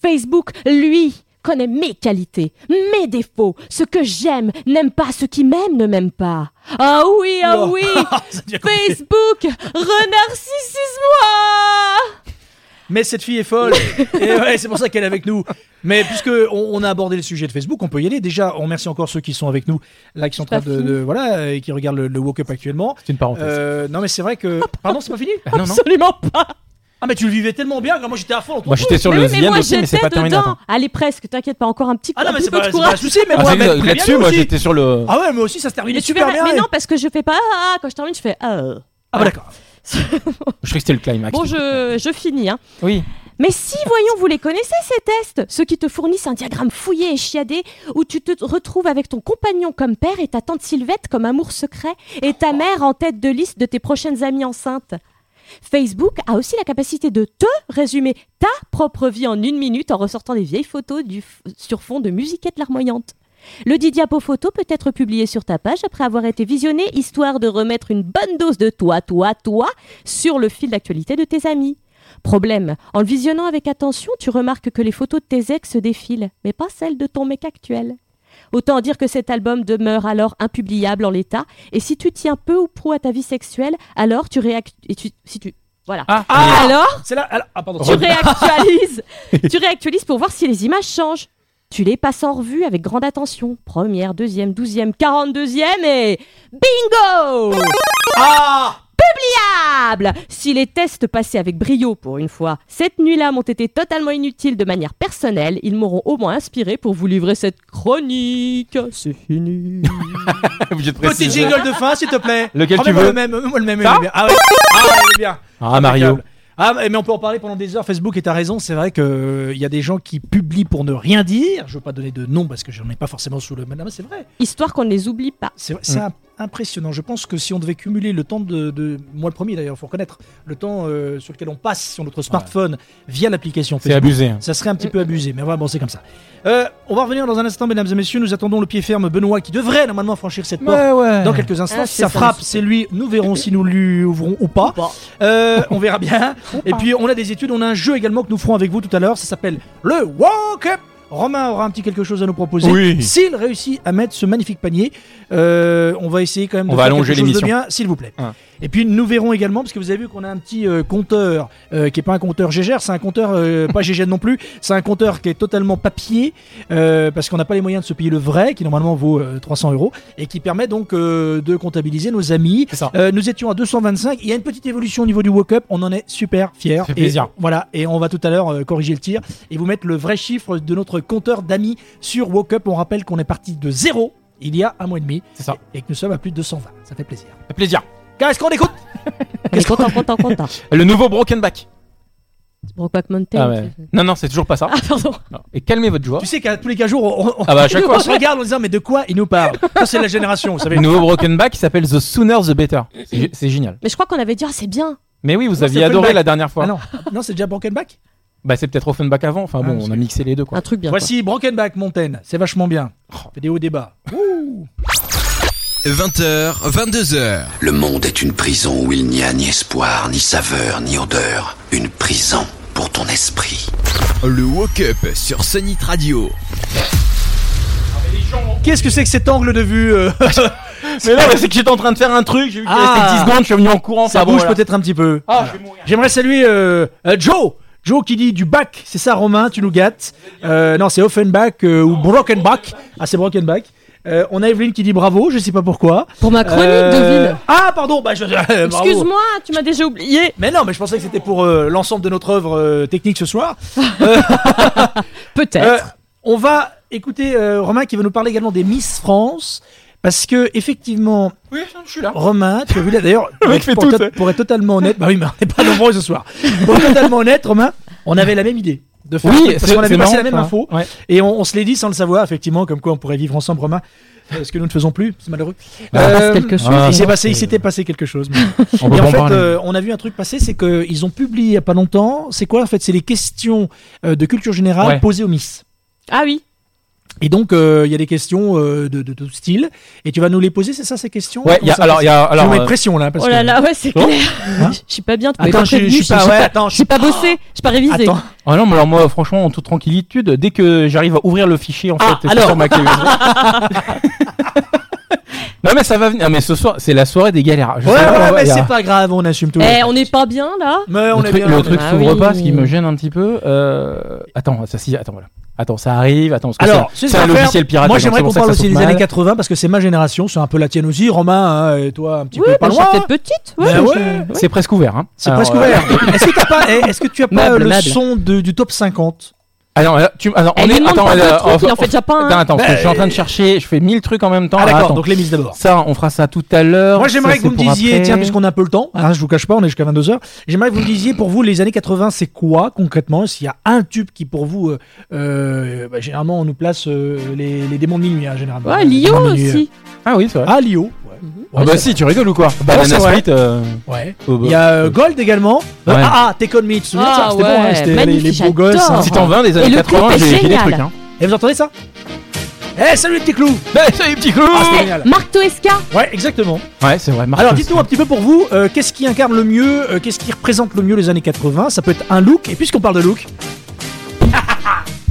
C: Facebook, lui, connais mes qualités, mes défauts, ce que j'aime, n'aime pas, ce qui m'aime, ne m'aime pas. Ah oui, ah
B: Wow.
C: oui
B: Ça devient compliqué.
C: Facebook, renarcissise-moi
B: Mais cette fille est folle. Et ouais, c'est pour ça qu'elle est avec nous. Mais puisque on, on a abordé le sujet de Facebook, on peut y aller. Déjà, on remercie encore ceux qui sont avec nous, là, qui sont en train
C: pas
B: de,
C: fini.
B: de- voilà, et qui regardent le, le Woke Up actuellement.
D: C'est une parenthèse.
B: Euh, non, mais c'est vrai
C: <laughs>
B: que. Pardon, c'est pas fini.
D: non, non.
C: Absolument pas Bah,
B: Ah, mais tu le vivais tellement bien que moi j'étais à fond. dans ton
D: Moi, j'étais sur
C: Mais
D: le
C: oui, mais
D: deuxième
C: moi
D: aussi, mais c'est
C: j'étais
D: pas terminé.
C: dedans
D: attends.
C: Allez presque, t'inquiète pas, encore un petit,
B: Ah non,
C: un
B: mais
C: petit
B: c'est
C: peu
B: pas,
C: de
B: c'est pas un
C: courage
B: souci, mais
D: Ah,
B: moi,
D: c'est-
B: mais- mais bien
D: Là-dessus,
B: nous
D: moi,
B: aussi.
D: j'étais sur le.
B: Ah ouais, moi aussi, ça se terminait
C: Mais tu
B: super
C: verras-
B: bien.
C: mais
B: et-
C: non, parce que je fais pas ah, ah, quand je termine, je fais ah. euh.
B: Ah bah d'accord.
D: Je crois que c'était le climax.
C: Bon, je, je finis. Hein.
B: <laughs>
D: Oui.
C: Mais si, voyons, vous les connaissez ces tests Ceux qui te fournissent un diagramme fouillé et chiadé où tu te retrouves avec ton compagnon comme père et ta tante Sylvette comme amour secret et ta mère en tête de liste de tes prochaines amies enceintes. Facebook a aussi la capacité de te résumer ta propre vie en une minute en ressortant des vieilles photos du f- sur fond de musiquette larmoyante. Le dit diapo photo peut être publié sur ta page après avoir été visionné, histoire de remettre une bonne dose de toi, toi, toi sur le fil d'actualité de tes amis. Problème, en le visionnant avec attention, tu remarques que les photos de tes ex se défilent, mais pas celles de ton mec actuel. Autant dire que cet album demeure alors impubliable en l'état, et si tu tiens peu ou prou à ta vie sexuelle, alors tu réactualises... Si tu... Voilà.
D: Ah,
C: alors,
B: C'est là. alors- Ah, pardon.
C: tu réactualises, tu réactualises pour voir si les images changent. Tu les passes en revue avec grande attention. Première, deuxième, douzième, quarante-deuxième et... Bingo Publiable Si les tests passés avec brio pour une fois, cette nuit-là m'ont été totalement inutiles de manière personnelle, ils m'auront au moins inspiré pour vous livrer cette chronique. C'est fini.
D: obligé de
B: Petit
D: préciser.
B: jingle de fin, s'il te plaît.
D: Lequel tu
B: Remets-moi
D: veux
B: le même, moi le même. il
D: Ça
B: est bien. Ah ouais. Ah, il est bien.
D: Ah, Mario.
B: Impeccable. Ah, mais on peut en parler pendant des heures. Facebook, et t'as raison, c'est vrai qu'il y a des gens qui publient pour ne rien dire. Je veux pas donner de nom parce que j'en ai pas forcément sous le. Mais non, mais c'est vrai.
C: Histoire qu'on ne les oublie pas.
B: C'est vrai, c'est imp- impressionnant. Je pense que si on devait cumuler le temps de. de- moi, le premier d'ailleurs, faut reconnaître. Le temps euh, sur lequel on passe sur notre smartphone via l'application
D: C'est
B: Facebook.
D: abusé. hein.
B: Ça serait un petit peu abusé, mais voilà, bon, c'est comme ça. Euh, on va revenir dans un instant, mesdames et messieurs. Nous attendons le pied ferme Benoît qui devrait normalement franchir cette porte
D: ouais.
B: dans quelques instants.
C: Ah,
B: si
C: c'est
B: ça
C: ça,
B: frappe, c'est
C: monsieur.
B: lui. Nous verrons si nous lui ouvrons ou pas. Euh, on verra bien. Et puis, on a des études. On a un jeu également que nous ferons avec vous tout à l'heure. Ça s'appelle le Walk Up. Romain aura un petit quelque chose à nous proposer.
D: Oui.
B: S'il réussit à mettre ce magnifique panier, euh, on va essayer quand même de
D: On va
B: faire
D: allonger
B: quelque chose de
D: l'émission.
B: bien, s'il vous plaît.
D: Hein.
B: Et puis nous verrons également, parce que vous avez vu qu'on a un petit euh, compteur euh, qui est pas un compteur Gégère, c'est un compteur euh, pas Gégère non plus, c'est un compteur qui est totalement papier, euh, parce qu'on n'a pas les moyens de se payer le vrai, qui normalement vaut euh, 300 euros, et qui permet donc euh, de comptabiliser nos amis.
D: C'est ça.
B: Euh, nous étions à 225, il y a une petite évolution au niveau du walk-up, on en est super fiers.
D: fait
B: Et
D: plaisir.
B: voilà, et on va tout à l'heure euh, corriger le tir et vous mettre le vrai chiffre de notre compteur d'amis sur Wokup. On rappelle qu'on est parti de zéro il y a un mois et demi
D: C'est ça.
B: et que nous sommes à plus de 220. Ça fait plaisir.
D: Fait plaisir.
B: Qu'est-ce qu'on écoute
C: On est content, content, content.
D: Le nouveau Broken Back.
C: Brokeback Mountain.
D: Ah ouais. Non, non, c'est toujours pas ça.
C: Ah, pardon.
D: Et calmez votre joie.
B: Tu sais qu'à tous les 15 jours, on, on-
D: Ah bah, à chaque
B: <laughs> on
D: fois.
B: se regarde en disant mais de quoi il nous parle Ça c'est la génération, vous savez.
D: Le nouveau Broken Back qui s'appelle The Sooner the Better. C'est gé- C'est génial.
C: Mais je crois qu'on avait dit, ah, c'est bien.
D: Mais oui, vous
B: Non,
D: aviez
B: c'est
D: adoré
B: Offenbach.
D: la dernière fois.
B: Ah non, non c'est déjà Broken Back
D: Bah, c'est peut-être Offenbach avant. Enfin
B: Ah,
D: bon,
B: parce
D: on a
B: que-
D: mixé les deux quoi.
C: Un truc bien. quoi.
B: Voici Broken Back Mountain, c'est vachement bien.
D: Oh.
B: Vidéo débat.
G: 20h, 22h.
E: Le monde est une prison où il n'y a ni espoir, ni saveur, ni odeur. Une prison pour ton esprit.
G: Le Woke Up sur Sonic Radio.
B: Qu'est-ce que c'est que cet angle de vue euh,
D: <laughs>
B: <laughs>
D: Mais non, mais c'est que j'étais en train de faire un truc. J'ai vu qu'il
B: Ah.
D: restait 10 secondes. Je suis venu en courant.
B: Ça
D: enfin, bon,
B: bouge
D: voilà.
B: peut-être un petit peu.
D: Ah, je vais
B: J'aimerais saluer euh, euh, Joe. Joe qui dit du bac, c'est ça Romain, tu nous gâtes. Euh, non, c'est Offenbach euh, ou Brokenbach. Ah, c'est Brokenbach. Euh, on a Evelyne qui dit bravo, je sais pas pourquoi.
C: Pour ma chronique
B: Euh,
C: de ville.
B: Ah, pardon, bah, je, <laughs> euh, bravo.
C: Excuse-moi, tu m'as déjà oublié.
B: Mais non, mais je pensais que c'était pour euh, l'ensemble de notre œuvre euh, technique ce soir.
C: Peut-être.
B: Euh, on va écouter euh, Romain qui va nous parler également des Miss France. Parce que, effectivement,
D: Oui, je suis là.
B: Romain, tu as vu là
D: <laughs>
B: d'ailleurs,
D: Le
B: pour,
D: mec fait
B: pour
D: tout,
B: to-
D: hein.
B: pour être totalement honnête, bah oui, mais on n'est pas nombreux
D: <laughs>
B: ce soir. Pour être totalement honnête, Romain, on avait la même idée de faire un
D: Oui,
B: truc, parce
D: c'est
B: qu'on avait
D: c'est
B: passé
D: marrant,
B: la même
D: ça.
B: info
D: Ouais.
B: et on, on se l'est dit sans le savoir, effectivement, comme quoi on pourrait vivre ensemble, Romain. Euh, Ce que nous ne faisons plus, c'est malheureux. Euh,
C: quelque chose.
B: il s'est
D: Ah.
B: passé, il s'était passé quelque chose. mais-
D: On peut
B: et en
D: pas en
B: fait,
D: parler.
B: euh, on a vu un truc passer, c'est qu'ils ont publié il n'y a pas longtemps. C'est quoi en fait C'est les questions euh, de culture générale
D: Ouais.
B: posées aux Miss.
C: Ah oui.
B: Et donc, euh, il y a des questions euh, de, de tout style. Et tu vas nous les poser, c'est ça ces questions
D: Ouais, il y a-
B: Comment ça
D: alors, il y a.
B: Je vais
D: Alors,
B: vous mets
D: euh,
B: pression là. Parce
C: Oh là
B: que-
C: là, ouais, c'est
D: Bon.
C: clair.
B: Hein
C: <laughs> Je suis pas bien. tu m'as
B: Attends,
C: pas
B: je, je
C: prévenu,
B: suis pas.
C: j'ai
B: ouais,
C: pas-
B: attends, je
C: j'ai pas bossé, j'ai pas révisé.
B: Attends.
D: ah non, mais alors moi, franchement, en toute tranquillitude, dès que j'arrive à ouvrir le fichier, en
C: Ah,
D: fait,
C: alors.
D: sur ma clé
B: <laughs>
D: USB. non, mais ça va venir. Ah, mais ce soir, c'est la soirée des galères. Je
B: Ouais,
D: sais
B: ouais,
D: pas, on va-
B: mais
D: il y a-
B: c'est pas grave, on assume tout.
C: Eh, on n'est pas bien là
B: Mais on
D: le
B: est
D: truc,
B: bien.
D: le
B: on est
D: truc
B: bien.
C: Ah
D: s'ouvre
C: oui.
D: pas, ce qui me gêne un petit peu. euh, Attends, ça, si, attends, voilà. Attends, ça arrive. Attends, parce que
B: Alors,
D: c'est
B: c'est ce
D: c'est un
B: qu'on va faire.
D: logiciel pirate.
B: Moi,
D: donc
B: j'aimerais
D: c'est
B: qu'on
D: pour ça
B: parle
D: que ça
B: aussi
D: saute
B: des
D: mal.
B: années 80 parce que c'est ma génération, c'est un peu la tienne aussi. Romain, hein, et toi, un petit
C: Oui,
B: peu pas
C: bah,
B: loin.
C: j'étais petite. Ouais, Eh,
B: Bah
C: je-
B: ouais.
D: C'est presque ouvert. Hein.
B: C'est
D: Alors,
B: presque
D: euh,
B: ouvert. Est-ce que t'as pas, eh, est-ce que tu as pas
C: Meuble,
B: euh, le
C: meuble.
B: son de- du top 50
D: Ah non, alors, tu, ah non,
C: Eh,
D: on
C: lui
D: est.
C: demande
D: Attends,
C: pas
D: euh,
C: deux trucs,
D: on-
C: il en fait déjà pas hein. un.
D: Attends, attends, parce que je suis en train de chercher, je fais mille trucs en même temps.
B: Bah, Ah d'accord,
D: attends.
B: donc les mises d'abord.
D: Ça, on fera ça tout à l'heure.
B: Moi, j'aimerais
D: Ça,
B: que vous
D: c'est
B: me
D: pour
B: disiez,
D: après.
B: tiens, puisqu'on a un peu le temps, hein, je vous cache pas, on est jusqu'à 22h, j'aimerais que vous me disiez, pour vous, les années 80, c'est quoi concrètement S'il y a un tube qui, pour vous, euh, euh, bah, généralement, on nous place euh, les, les démons de minuit, hein, généralement.
C: Ouais,
B: Les
C: Lio
B: démons de minuit,
C: aussi. Mhm.
D: Ah oui, c'est
B: euh.
D: vrai.
B: Ah, Lio. Ouais.
D: Ah, bah si, tu rigoles ou quoi Banana
B: c'est vrai.
D: Split, euh,
B: Ouais.
D: oh, bah.
B: Il y a euh, Gold également.
D: Ouais.
B: Ah, ah, Take On Me, tu te souviens de ça
C: Ah
B: C'était bon,
C: ouais,
B: hein, c'était les,
C: magnifique,
B: les beaux gosses.
C: j'adore.
B: hein.
D: Si t'en veux un des années
C: le
D: 80,
C: clip est
D: j'ai j'ai des
C: génial.
D: trucs. Hein.
B: Et vous entendez ça Eh, salut les petits clous
D: Bah, salut, petit clou
B: Ah, c'était
C: Eh,
B: génial.
C: Marc Toesca
B: Ouais, exactement.
D: Ouais, c'est vrai. Marc
B: Alors
D: aussi.
B: dites-nous un petit peu pour vous, euh, qu'est-ce qui incarne le mieux, euh, qu'est-ce qui représente le mieux les années 80 Ça peut être un look, et puisqu'on parle de look,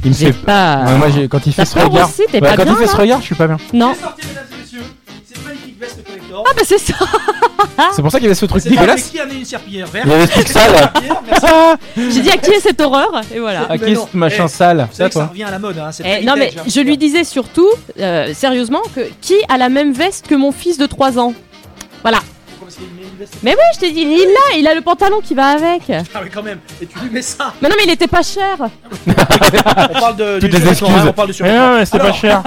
D: Il me
C: J'ai
D: fait. Ouais,
C: pas.
D: moi, j'ai- quand il fait
C: T'as
D: ce
C: peur
D: regard.
C: aussi,
D: Ouais,
C: t'es pas hein.
D: Quand
C: bien
D: il fait
C: là
D: ce regard, je suis pas bien.
C: Non. <laughs>
B: sorti, mesdames et messieurs, cette magnifique veste collector.
C: Ah bah c'est ça. Ah.
D: C'est pour ça qu'il y avait ce truc
B: C'est avec
D: dégueulasse.
B: qui amener une serpillière verte
D: Il y avait ce truc sale.
B: Ah,
C: J'ai dit à qui est cette horreur Et voilà.
D: À
B: Mais
D: qui
B: non.
D: ce machin
B: Eh,
D: sale
B: Vous
D: C'est à
B: savez que ça
D: toi.
B: revient à la mode, hein, c'est
C: Eh,
B: très
C: non mais
B: vintage, hein.
C: je lui disais surtout, euh, sérieusement, que qui a la même veste que mon fils de 3 ans Voilà.
B: Pourquoi Parce qu'il met une veste-
C: Mais oui, je t'ai dit, il l'a, il a le pantalon qui va avec. Mais
B: Ah mais quand même, et tu lui mets ça
C: non mais il était pas cher.
B: On parle de...
D: Toutes
B: du
D: les
B: survêtement,
D: excuses.
B: hein, on parle de
D: Mais
B: survêtement.
D: non, mais c'était pas
B: Alors,
D: cher.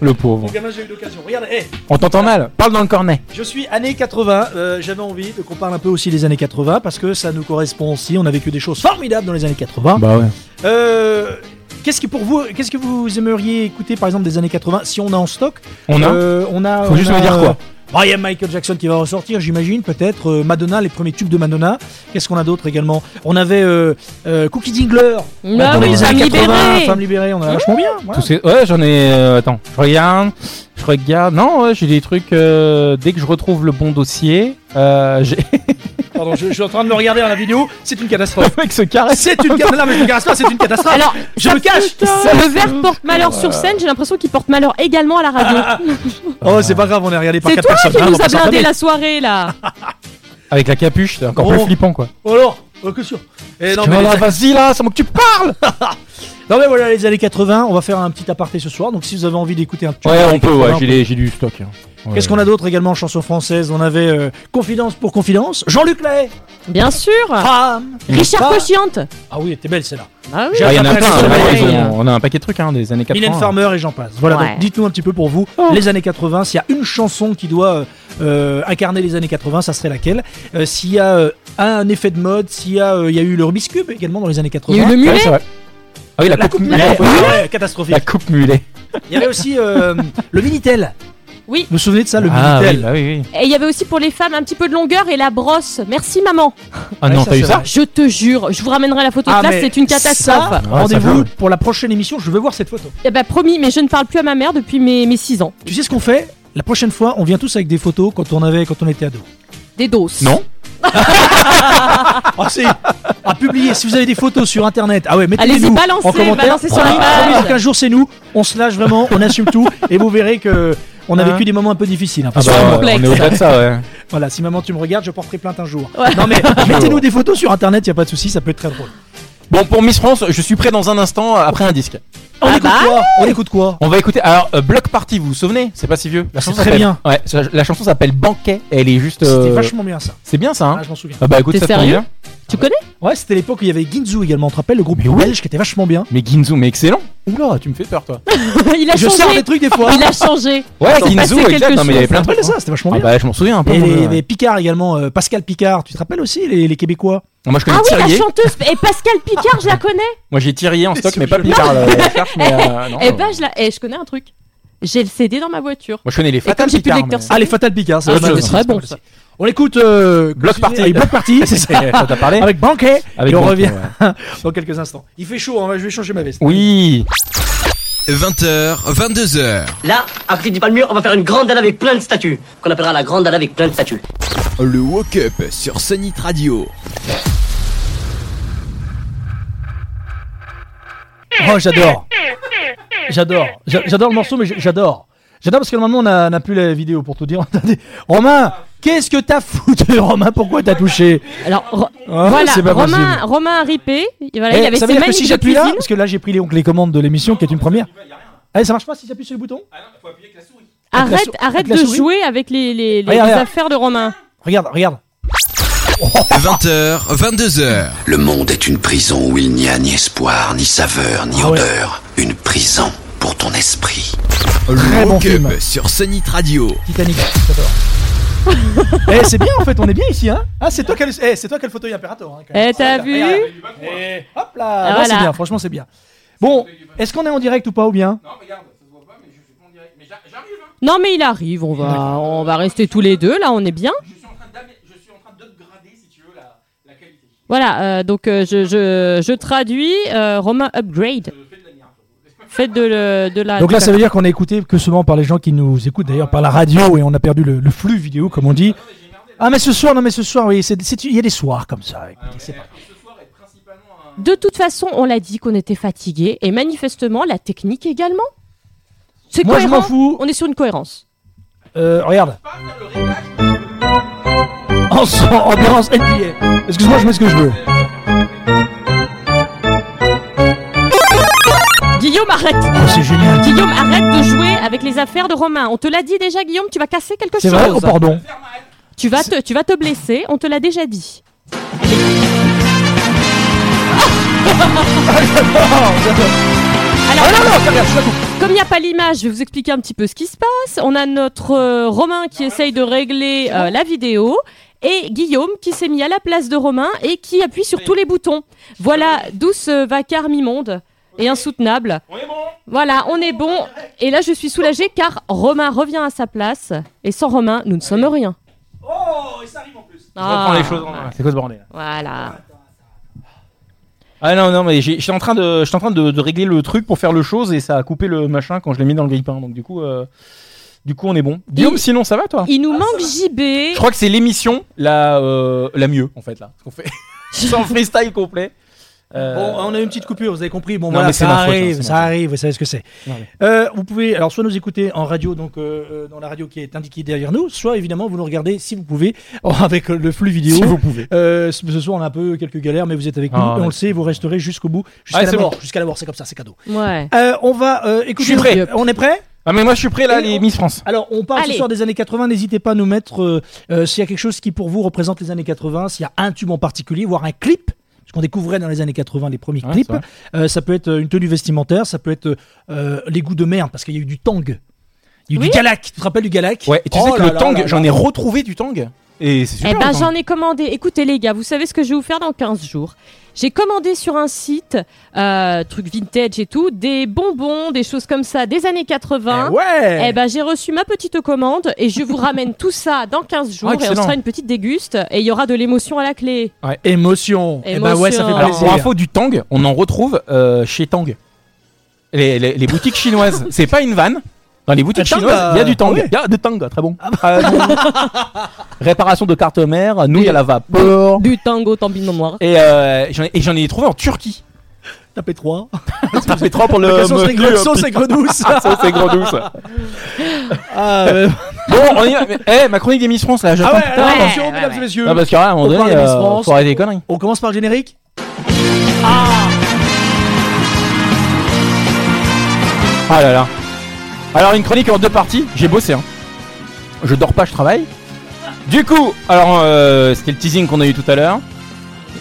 D: Le pauvre.
B: Mon gamin, j'ai eu l'occasion. Regarde, eh,
D: On t'entend mal. Parle dans le cornet.
B: Je suis années 80, euh, j'avais envie de qu'on parle un peu aussi des années 80 parce que ça nous correspond aussi, on a vécu des choses formidables dans les années 80.
D: Bah ouais.
B: Euh, qu'est-ce qui pour vous qu'est-ce que vous aimeriez écouter par exemple des années 80 si on a en stock
D: On a.
B: Euh, on a
D: Faut
B: on
D: juste
B: a,
D: me dire
B: euh,
D: quoi.
B: bah, il y a Michael Jackson qui va ressortir, j'imagine, peut-être. euh, Madonna, les premiers tubes de Madonna. Qu'est-ce qu'on a d'autre également On avait euh, euh, Cookie Dingler.
C: Non,
B: dans
C: mais
B: les Hein
C: femme
B: années 80,
C: libérée.
B: Femme libérée, on a vachement Euh, bien. voilà.
D: Tous ces- Ouais, j'en ai. euh, attends, je regarde. Je regarde. Non, ouais, j'ai des trucs. euh, dès que je retrouve le bon dossier, euh, <laughs> j'ai.
B: Pardon, je, je suis en train de le regarder dans la vidéo. C'est une <laughs> catastrophe.
D: mec se caresse.
B: C'est une catastrophe. Non, mais je me caresse pas, c'est une catastrophe.
C: Alors,
B: je me cache.
C: le vert porte malheur sur scène, j'ai l'impression qu'il porte malheur également à la radio.
B: Oh, c'est pas grave, on est regardé par
C: C'est
B: quatre
C: toi
B: personnes.
C: qui
B: hein, on
C: nous
B: va
C: a
B: pas s'entamer.
C: blindé la soirée là.
B: Ah.
D: Avec la capuche, c'est encore
B: Bon.
D: plus flippant quoi.
B: Oh alors, oh, que sûr. Eh, non,
D: Tu
B: mais
D: vois, là, Vas-y là, ça moi que tu parles
B: non, mais voilà, les années 80, on va faire un petit aparté ce soir. Donc, si vous avez envie d'écouter un tube
D: Ouais,
B: des
D: on
B: années
D: peut,
B: 80,
D: ouais, j'ai des- j'ai du stock. hein. Ouais.
B: Qu'est-ce qu'on a d'autre également en chanson française On avait euh, Confidence pour Confidence, Jean-Luc Lahaye,
C: Bien
B: Ah.
C: sûr.
B: Pam,
C: Richard
B: Pam.
C: Cochiante.
B: Ah oui, elle était belle celle-là.
C: Ah oui.
B: J'ai-
D: Ah, il y en a
B: Après,
D: plein,
B: c'est
D: vraiment,
C: vrai,
D: ils
C: hein.
D: ont- on a un paquet de trucs hein, des années 80.
B: Mylène
D: hein.
B: Farmer et j'en passe. Voilà,
C: Ouais.
B: donc dites-nous un petit peu pour vous, les années 80, s'il y a une chanson qui doit euh, euh, incarner les années 80, ça serait laquelle Euh, S'il y a euh, un effet de mode, s'il y, a, euh, il y a eu le Rubik's Cube également dans les années 80.
C: Il y a eu le
D: Ouais,
C: mulet.
D: c'est vrai. Ah oui, la,
B: La
D: coupe,
B: coupe
D: mulet.
B: mulet, ouais, catastrophique.
D: La coupe mulet.
B: Il y avait aussi euh, le Minitel.
C: Oui.
B: Vous vous souvenez de ça, le
D: ah, oui,
B: Minitel
D: bah oui, oui.
C: Et il y avait aussi pour les femmes un petit peu de longueur et la brosse. Merci maman.
D: Ah
B: Ouais,
D: non,
B: ça,
D: t'as eu
B: c'est
D: ça
B: vrai.
C: Je te jure, je vous ramènerai la photo de
B: Ah,
C: classe,
B: mais
C: c'est une catastrophe.
B: ça,
D: ça
B: Rendez-vous
D: vole.
B: pour la prochaine émission, je veux voir cette photo.
C: Eh ben promis, mais je ne parle plus à ma mère depuis mes, mes 6 ans.
B: Tu sais ce qu'on fait La prochaine fois, on vient tous avec des photos quand on avait quand on était ado.
C: Des doses.
D: Non.
B: Ah si <laughs> À publier si vous avez des photos sur internet. Ah ouais, mettez-les
C: Allez-y,
B: nous
C: balancez,
B: en commentaire.
C: balancez sur la
B: Promis,
C: page.
B: promis, dans 15 jours, c'est nous. On se lâche vraiment, on assume tout et vous verrez que on a vécu des moments un peu difficiles.
D: Ah
B: hein, parce que
D: bah,
B: moi,
D: on est au-delà de ça, ouais.
B: Voilà, si maman tu me regardes, je porterai plainte un jour.
C: Ouais.
D: <laughs>
B: Non mais mettez-nous des photos sur internet, y a pas de souci, ça peut être très drôle.
A: Bon, pour Miss France, je suis prêt dans un instant après un disque.
B: On
C: Ah
B: écoute
C: bah
B: quoi On écoute quoi
D: On va écouter. Alors, euh, Block Party, vous vous souvenez C'est pas si vieux. La
B: C'est
D: chanson
B: très
D: s'appelle-
B: bien.
D: Ouais, la, la chanson s'appelle Banquet. et Elle est juste. euh,
B: C'était vachement bien ça.
D: C'est bien ça, hein
B: Ah, je m'en souviens.
D: Ah bah écoute,
C: T'es
D: ça tombe
C: sérieux
D: bien.
C: Tu connais
B: Ouais, c'était l'époque où il y avait Ginzu également, on te rappelle le groupe
D: Mais oui.
B: belge qui était vachement bien.
D: Mais Ginzu, mais excellent. Oula, tu me fais peur, toi.
C: Il
B: <laughs>
C: a
B: Je sers
C: changé.
B: des trucs des fois.
C: Il a changé.
D: Ouais,
C: Attends,
D: Ginzu,
C: passez
D: exact.
C: quelque
D: Non, mais il y avait plein
B: Tu
C: chose.
D: de
B: te rappelles de
D: trucs.
B: ça, c'était vachement
D: Ah
B: bien.
D: bah je m'en souviens un peu.
B: hein. Et
D: moi,
B: les,
D: euh.
B: les Picard également, euh, Pascal Picard, tu te rappelles aussi les, les Québécois
D: Moi je connais
C: Ah oui, la
D: Thierry.
C: chanteuse. Et Pascal Picard, je la connais.
D: Moi j'ai Thierry en stock,
B: Sur
D: mais pas
B: le-
D: Picard. là, je cherche, mais, euh,
B: Oh.
D: non.
C: Eh ben je la. Eh, je connais un truc. J'ai le CD dans ma voiture.
D: Moi je connais les
C: Et
D: Fatal
C: comme j'ai plus de
D: Picard.
C: lecteur
B: Ah, les Fatal Picard, c'est
C: Ah,
B: vrai,
C: c'est
B: c'est
C: très bon,
B: pas possible. On écoute euh,
D: Bloc Party.
B: avec Bloc Party, <laughs> c'est
D: <laughs>
B: ça,
D: mais- Ça t'a parlé
B: avec Banquet,
D: Avec
B: et on
D: Banquet,
B: <laughs> revient
D: ouais.
B: dans quelques instants. Il fait chaud, hein, je vais changer ma veste.
D: Oui.
G: 20h, 22h.
H: Là, à côté du palmier, on va faire une grande dalle avec plein de statues. Qu'on appellera la grande dalle avec plein de statues.
G: Le Woke Up sur Sunnit Radio.
B: Oh, j'adore. J'adore. J'a- J'adore le morceau, mais j'- j'adore. J'adore parce que normalement, on n'a on n'a plus la vidéo pour tout dire. <laughs> Attendez. Romain, qu'est-ce que t'as foutu, Romain Pourquoi t'as touché
C: Alors, Ro-
B: Ah,
C: voilà,
B: c'est pas
C: Romain,
B: possible.
C: Romain a ripé. Et voilà, il
B: Eh,
C: avait
B: ça veut
C: ses
B: dire que
C: magnifiques
B: si j'appuie là,
C: cuisines.
B: parce que là, j'ai pris les, donc, les commandes de l'émission qui est une première. Allez, ça marche pas si j'appuie sur le bouton avec la
C: Arrête,
B: sou- avec
C: arrête
B: la
C: de
B: souris.
C: jouer avec les, les,
B: Regarde,
C: les-
B: Ah,
C: les
B: regarde.
C: affaires de Romain.
B: Regarde, regarde.
G: 20h, 22h.
E: Le monde est une prison où il n'y a ni espoir, ni saveur, ni
B: Ah ouais.
E: odeur. Une prison pour ton esprit.
B: Très
G: Le
B: bon
G: Woke
B: film.
G: Up sur Sunnit Radio.
B: Titanic, j'adore.
C: <laughs>
B: eh, c'est bien en fait, on est bien ici, hein. Ah, c'est toi qui as le, eh, c'est toi qui as le fauteuil impérator. Hein, quand même.
C: Eh, t'as
B: Regarde,
C: vu
B: regarde. Eh, Hop là,
C: Ah,
B: Ouais, c'est
C: voilà.
B: bien, franchement, c'est bien. Bon, est-ce qu'on est en direct ou pas, ou bien
C: Ah, Non, mais il arrive. On va, on va rester tous les deux. Là, on est bien. Voilà, euh, donc euh, je, je, je traduis euh, Romain Upgrade. Faites de, le- de la.
B: Donc là,
C: de
B: ça veut dire qu'on est écouté que seulement par les gens qui nous écoutent, d'ailleurs par la radio, et on a perdu le, le flux vidéo, comme on dit. Ah, mais ce soir, non, mais ce soir, oui, c'est- c'est- il y a des soirs comme ça. écoutez, c'est pas-
C: la- de toute façon, on l'a dit qu'on était fatigué et manifestement la technique également. C'est
B: Moi, je
C: cohérent.
B: m'en fous.
C: On est sur une cohérence.
B: Euh, regarde. En son ambiance NBA. Excuse-moi, je mets ce que je veux.
C: Guillaume, arrête.
B: Oh, c'est génial.
C: Guillaume, arrête de jouer avec les affaires de Romain. On te l'a dit déjà, Guillaume. Tu vas casser quelque
B: C'est
C: chose.
B: vrai Oh, pardon.
C: Tu vas te, tu vas te blesser, on te l'a déjà dit. Alors,
D: Ah
C: comme il n'y a pas l'image, je vais vous expliquer un petit peu ce qui se passe. On a notre euh, Romain qui essaye de régler euh, la vidéo et Guillaume qui s'est mis à la place de Romain et qui appuie sur tous les boutons. Voilà, douce euh, vacarme immonde et insoutenable. Voilà, on est bon. Et là, je suis soulagée car Romain revient à sa place et sans Romain, nous ne sommes rien. Oh, et ça
D: On
C: arrive en
D: reprend
C: plus.
D: les choses en main. C'est quoi ce bordel
C: Voilà.
D: Ah non, non, mais j'ai- j'étais en train, de, j'étais en train de, de régler le truc pour faire le chose et ça a coupé le machin quand je l'ai mis dans le grille-pain. Donc du coup, euh, du coup, on est bon. Guillaume,
C: Il-
D: sinon ça va toi
C: Il nous manque
D: Je
C: JB.
D: crois que c'est l'émission la, euh, la mieux en fait là. Ce qu'on fait <laughs> sans freestyle complet. Euh,
B: on a eu une petite coupure, vous avez compris. Bon,
D: Non,
B: voilà,
D: mais c'est
B: ça
D: ma faute, hein,
B: arrive,
D: c'est ma
B: ça
D: faute.
B: arrive, vous savez ce que c'est.
D: Non, mais-
B: Euh, vous pouvez alors soit nous écouter en radio, donc euh, euh, dans la radio qui est indiquée derrière nous, soit évidemment vous nous regardez si vous pouvez <laughs> oh, avec euh, le flux vidéo.
D: Si vous pouvez.
B: Euh, ce ce soir on a un peu quelques galères, mais vous êtes avec
D: Ah,
B: nous, et on
D: ouais.
B: le sait, vous resterez jusqu'au bout, jusqu'à
D: Allez,
B: la
D: c'est
B: mort, jusqu'à la mort, c'est comme ça, c'est cadeau.
C: Ouais.
B: Euh, on va euh, écouter.
D: Je suis prêt.
B: On est prêt
D: Ah mais moi je suis prêt là
B: Et
D: les
B: on-
D: Miss France.
B: Alors, on parle
C: Allez.
B: ce soir des années 80. N'hésitez pas à nous mettre euh, euh, s'il y a quelque chose qui pour vous représente les années 80, s'il y a un tube en particulier, voire un clip. Parce qu'on découvrait dans les années 80 les premiers
D: Ouais,
B: clips.
D: c'est vrai.
B: Euh, ça peut être euh, une tenue vestimentaire, ça peut être euh, les goûts de merde, parce qu'il y a eu du tang. Il y a eu du
C: Oui.
B: galac. Tu te rappelles du galac
D: Ouais. Et tu
B: Oh
D: sais que
B: là
D: le
B: là
D: tang,
B: là là.
D: j'en ai retrouvé du tang. Et c'est super.
C: Eh
D: le
C: ben,
D: Tang.
C: j'en ai commandé. Écoutez, les gars, vous savez ce que je vais vous faire dans 15 jours. J'ai commandé sur un site, euh, truc vintage et tout, des bonbons, des choses comme ça, des années 80.
B: Eh ouais
C: Eh ben, j'ai reçu ma petite commande et je vous ramène tout ça dans 15 jours
D: Ah,
C: et on
D: excellent.
C: sera une petite déguste et il y aura de l'émotion à la clé.
B: Émotion. Eh ben
C: Émotion.
B: ouais, ça fait
D: Alors, pour
B: plaisir.
D: info du Tang, on en retrouve euh, chez Tang. Les, les- les boutiques
B: <laughs>
D: chinoises, c'est pas une vanne. Dans les boutiques
B: Un Tang, Ah
D: chinoises, il y a
B: euh,
D: du Tang. Il
B: oui.
D: y a du Tang, très bon.
B: bah. <laughs>
D: Euh, réparation de carte mère, nouilles à la vapeur.
C: Du tango tambino noir.
D: Et, euh, j'en ai- et j'en ai trouvé en Turquie. <laughs>
B: Tapez 3.
D: Ça fait trop pour le.
B: La sauce
D: me-
B: est gre-
D: le-
B: sauce est grenousse.
D: Sauce et gros douce.
B: Ah, euh,
D: Bon, on y va. Mais, eh, ma chronique des Miss France là,
B: ah
D: j'attends.
B: ouais, alors,
C: Ouais,
B: attention,
C: ouais,
B: mesdames et
C: ouais.
B: messieurs.
D: Non, parce qu'à un moment
B: On
D: donné,
B: parle des Miss
D: euh,
B: France.
D: faut arrêter les conneries.
B: Ah bah, On commence par le générique
D: Ah là là. Alors une chronique en deux parties, j'ai bossé hein. Je dors pas, je travaille. Du coup, alors euh, c'était le teasing qu'on a eu tout à l'heure.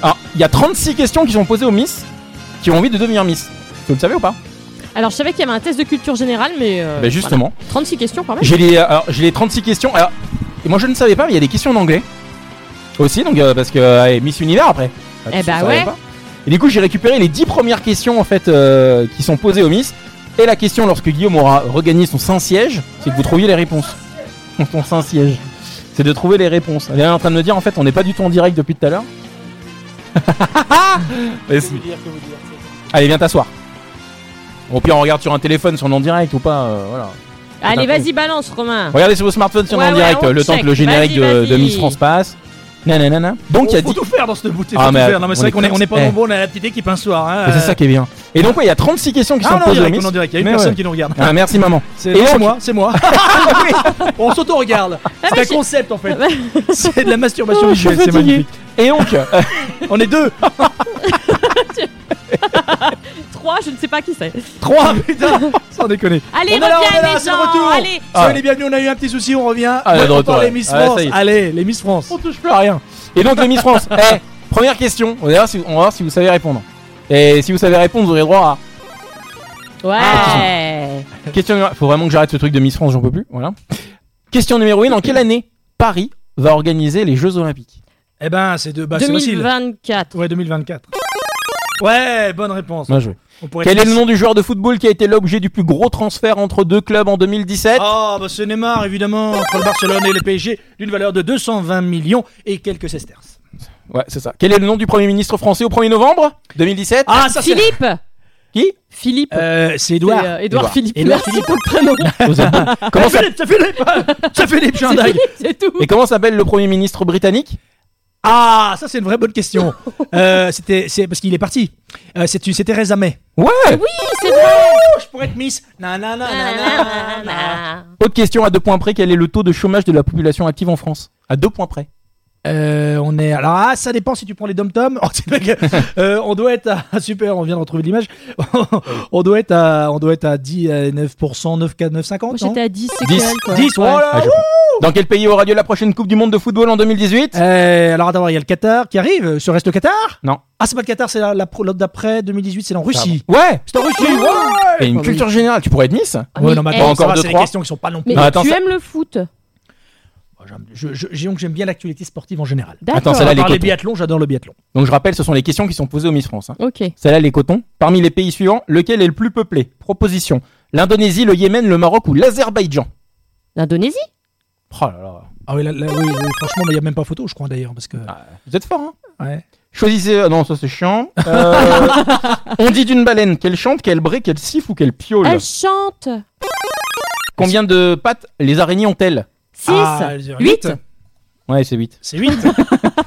D: Alors, il y a 36 questions qui sont posées aux Miss qui ont envie de devenir Miss. Vous le savez ou pas
C: Alors, je savais qu'il y avait un test de culture générale, mais. euh,
B: Ben,
D: Bah justement,
C: voilà. 36 questions quand même.
D: j'ai les, euh, alors, j'ai les 36 questions. Alors, et moi je ne savais pas, mais il y a des questions en anglais aussi, donc euh, parce que euh, et Miss Univers après.
C: Eh
D: Attention,
C: bah
D: ça va
C: ouais.
D: pas. Et du coup, j'ai récupéré les 10 premières questions en fait euh, qui sont posées aux Miss. Et la question, lorsque Guillaume aura regagné son saint siège, c'est que vous trouviez les réponses. <laughs> Son saint siège, c'est de trouver les réponses. Elle est en train de me dire en fait, on n'est pas du tout en direct depuis tout à l'heure. Mais si. Allez, viens t'asseoir. Au pire, on regarde sur un téléphone si on est en direct ou pas. euh, voilà.
C: Allez,
D: Putain,
C: vas-y, balance, Romain.
D: Regardez sur vos smartphones si on est
C: Ouais,
D: en
C: ouais,
D: direct.
C: on
D: le temps
C: check.
D: que le générique de,
C: Vas-y,
D: de Miss
C: vas-y.
D: France passe. Nananana. Donc, il y a
B: faut
D: dix-
B: tout faire dans cette boutique.
D: Ah,
B: faut
D: mais
B: tout faire. Non, mais c'est
D: on
B: vrai qu'on
D: est
B: est, on est pas
D: eh.
B: nombreux, on a la petite équipe, un soir. Hein,
D: Mais C'est ça qui est bien. Et donc, ouais, il y a 36 questions qui
B: Ah,
D: sont
B: on est en
D: posées.
B: direct,
D: au
B: on est en
D: Miss.
B: direct. Il y a une
D: Mais
B: personne
D: ouais.
B: qui nous regarde.
D: Ah, merci, maman.
B: C'est
D: Et
B: non,
D: donc- <laughs>
B: c'est
D: Ah,
B: moi, c'est moi. on s'auto-regarde. C'est un concept en fait. C'est de la masturbation
D: Ah, bah. Oh, je suis
B: visuelle, c'est
D: fatigué.
B: magnifique.
D: Et donc,
B: <laughs>
D: euh,
B: On est deux,
C: 3, je ne sais pas qui c'est.
D: <laughs>
B: trois, putain, sans déconner.
C: Allez,
B: on est là, on est
C: reviens,
B: là,
C: les
B: c'est le
C: gens.
B: retour.
C: Allez.
B: Soyez les bienvenus, on a eu un petit souci, on revient.
D: Ah, de
B: on
D: retour,
B: parle
D: ouais.
B: les Miss
D: Ouais, ça
B: France.
D: y est.
B: Allez, les Miss France.
D: on touche plus à rien. Et donc, le Miss
B: <laughs>
D: France. Eh, première question. On va, voir si, on va voir si vous savez répondre. Et si vous savez répondre, vous aurez droit
B: Ah,
C: Ouais.
D: à. Question numéro. Faut vraiment que j'arrête ce truc de Miss France, j'en peux plus. Voilà. Question numéro 1. En quelle année Paris va organiser les Jeux Olympiques
B: Eh ben, c'est de bah, c'est facile.
C: 2024.
B: Ouais, 2024. Ouais, bonne réponse.
D: Moi, je vais.
B: On pourrait
D: Quel
B: être
D: est le nom du joueur de football qui a été l'objet du plus gros transfert entre deux clubs en 2017
B: Oh, bah c'est Neymar, évidemment, entre le Barcelone et le PSG, d'une valeur de 220 millions et quelques sesterces.
D: Ouais, c'est ça. Quel est le nom du Premier ministre français au 1er novembre 2017
B: Ah, ça c'est.
C: Philippe.
D: Qui
C: Philippe.
B: Euh, c'est
C: Edouard.
B: Edouard.
D: Édouard.
C: Philippe.
B: Édouard
C: Merci
B: Philippe.
C: pour le prénom.
D: <laughs> Vous êtes bon. Comment ça-
B: Philippe, c'est Philippe C'est Philippe, je suis un
C: C'est
B: dingue.
C: Philippe, <laughs> C'est tout.
D: Et comment s'appelle le Premier ministre britannique
B: <laughs> Ah, ça c'est une vraie bonne <laughs> question. Euh, c'était, c'est parce qu'il est parti. Euh, c'est, c'est Theresa May.
D: Ouais
C: Oui, c'est vrai.
B: Oh, je pourrais être Miss. Nanana,
C: Ah,
B: nanana, nanana.
C: Nanana.
D: Autre question à deux points près, quel est le taux de chômage de la population active en France À deux points près.
B: Euh, on est alors ah, ça dépend si tu prends les Oh, dom tom <laughs> euh, on doit être à super on vient de retrouver l'image <laughs> on doit être à on doit être à euh, 10 à 9% 9 4 9
C: Moi,
B: 50 non
C: j'étais à 10
D: Dix.
C: séquelles, quoi.
B: 10 oh
C: Ouais.
B: là
D: Ah, je- Dans quel pays aura lieu la prochaine Coupe du Monde de football en 2018
B: Euh, alors attends, il y a le Qatar qui arrive. euh, Ce reste le Qatar
D: Non.
B: Ah, c'est pas le Qatar, c'est la, la pro- l'autre d'après 2018, c'est en Russie.
D: Ouais
B: C'est en Russie.
D: Et
B: Ouais.
D: une culture générale, tu pourrais être Nice
C: Ah, mais
B: non, mais
C: eh,
B: attends,
D: Encore
B: ça va,
D: deux,
B: c'est des
D: trois.
B: questions qui sont pas non plus.
C: Mais
D: Non, attends,
C: tu
D: ça-
C: aimes le foot
B: Moi, j'aime- je- je- j'ai- donc, J'aime bien l'actualité sportive en général.
D: Attends,
C: D'accord.
D: celle-là,
B: À
D: elle est
B: part les
D: coton.
B: biathlons, j'adore le biathlon.
D: Donc je rappelle, ce sont les questions qui sont posées au Miss France. hein.
C: Ok.
D: Celle-là, les cotons. Parmi les pays suivants, lequel est le plus peuplé Proposition. L'Indonésie, le Yémen, le Maroc ou l'Azerbaïdjan
C: L'Indonésie
D: Oh là là.
B: Ah oui, là- là, oui, oui, franchement, il n'y a même pas photo, je crois d'ailleurs, parce que.
D: Vous êtes fort, hein
B: Ouais.
D: Choisissez. ah Non, ça c'est chiant. <laughs> Euh, on dit d'une baleine qu'elle chante, qu'elle brée, qu'elle siffle ou qu'elle piaule.
C: Elle chante.
D: Combien de pattes les araignées ont-elles
C: 6.
B: Ah,
C: 8.
D: Ouais, c'est 8.
B: C'est <laughs> 8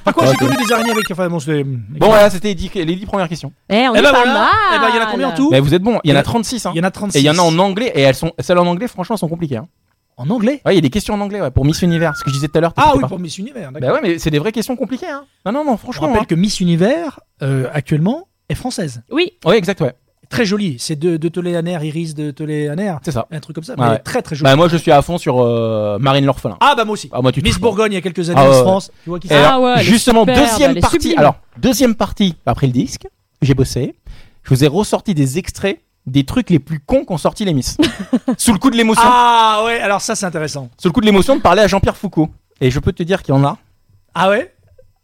B: Par contre, j'ai
D: Ok.
B: connu des araignées avec. Enfin, bon, c'est.
D: Bon, voilà, c'était les dix- les 10 premières questions.
C: Eh, on
B: Eh
C: est
B: ben
C: pas
B: voilà.
C: mal.
B: Eh ben, il y en a combien en tout
D: Mais vous êtes bon, il y en
B: Il y
D: a
B: a-
D: 36. Hein.
B: Il y en a 36.
D: Et il y en a en anglais, et elles sont, celles en anglais, franchement, elles sont compliquées. Hein.
B: En anglais
D: Ouais, il y a des questions en anglais, ouais, pour Miss Univers, ce que je disais tout à l'heure.
B: Ah oui,
D: t'écoutais
B: pour Miss Univers,
D: pas.
B: d'accord.
D: Bah ouais, mais c'est des vraies questions compliquées. Hein. Non, non, non,
B: Je
D: franchement.
B: rappelle que Miss Univers, euh, actuellement, est française.
C: Oui.
D: hein. Ouais, exact, ouais.
B: Très jolie. C'est de, de Toléaner, Iris de Toléaner,
D: C'est ça.
B: un truc comme ça.
D: Ouais.
B: Mais elle est très très jolie.
D: Bah, moi, je suis à fond sur euh, Marine l'orphelin.
B: ah bah moi aussi.
D: Ah, moi, tu
B: Miss
D: touches pas.
B: Bourgogne il y a quelques années
D: Ah,
B: Miss
D: ouais.
B: France. Tu vois qui
D: Et
B: c'est
C: Ah
D: alors,
C: ouais, elle est
D: justement,
C: superbe, elle
D: deuxième
C: est
D: partie.
C: sublime.
D: Alors, deuxième partie, après le disque, j'ai bossé. Je vous ai ressorti des extraits des trucs les plus cons qu'ont sorti les
C: <laughs>
D: Miss. sous le coup de l'émotion,
B: Ah ouais, alors ça c'est intéressant.
D: sous le coup de l'émotion de parler à Jean-Pierre Foucault. Et je peux te dire qu'il y en a.
B: Ah ouais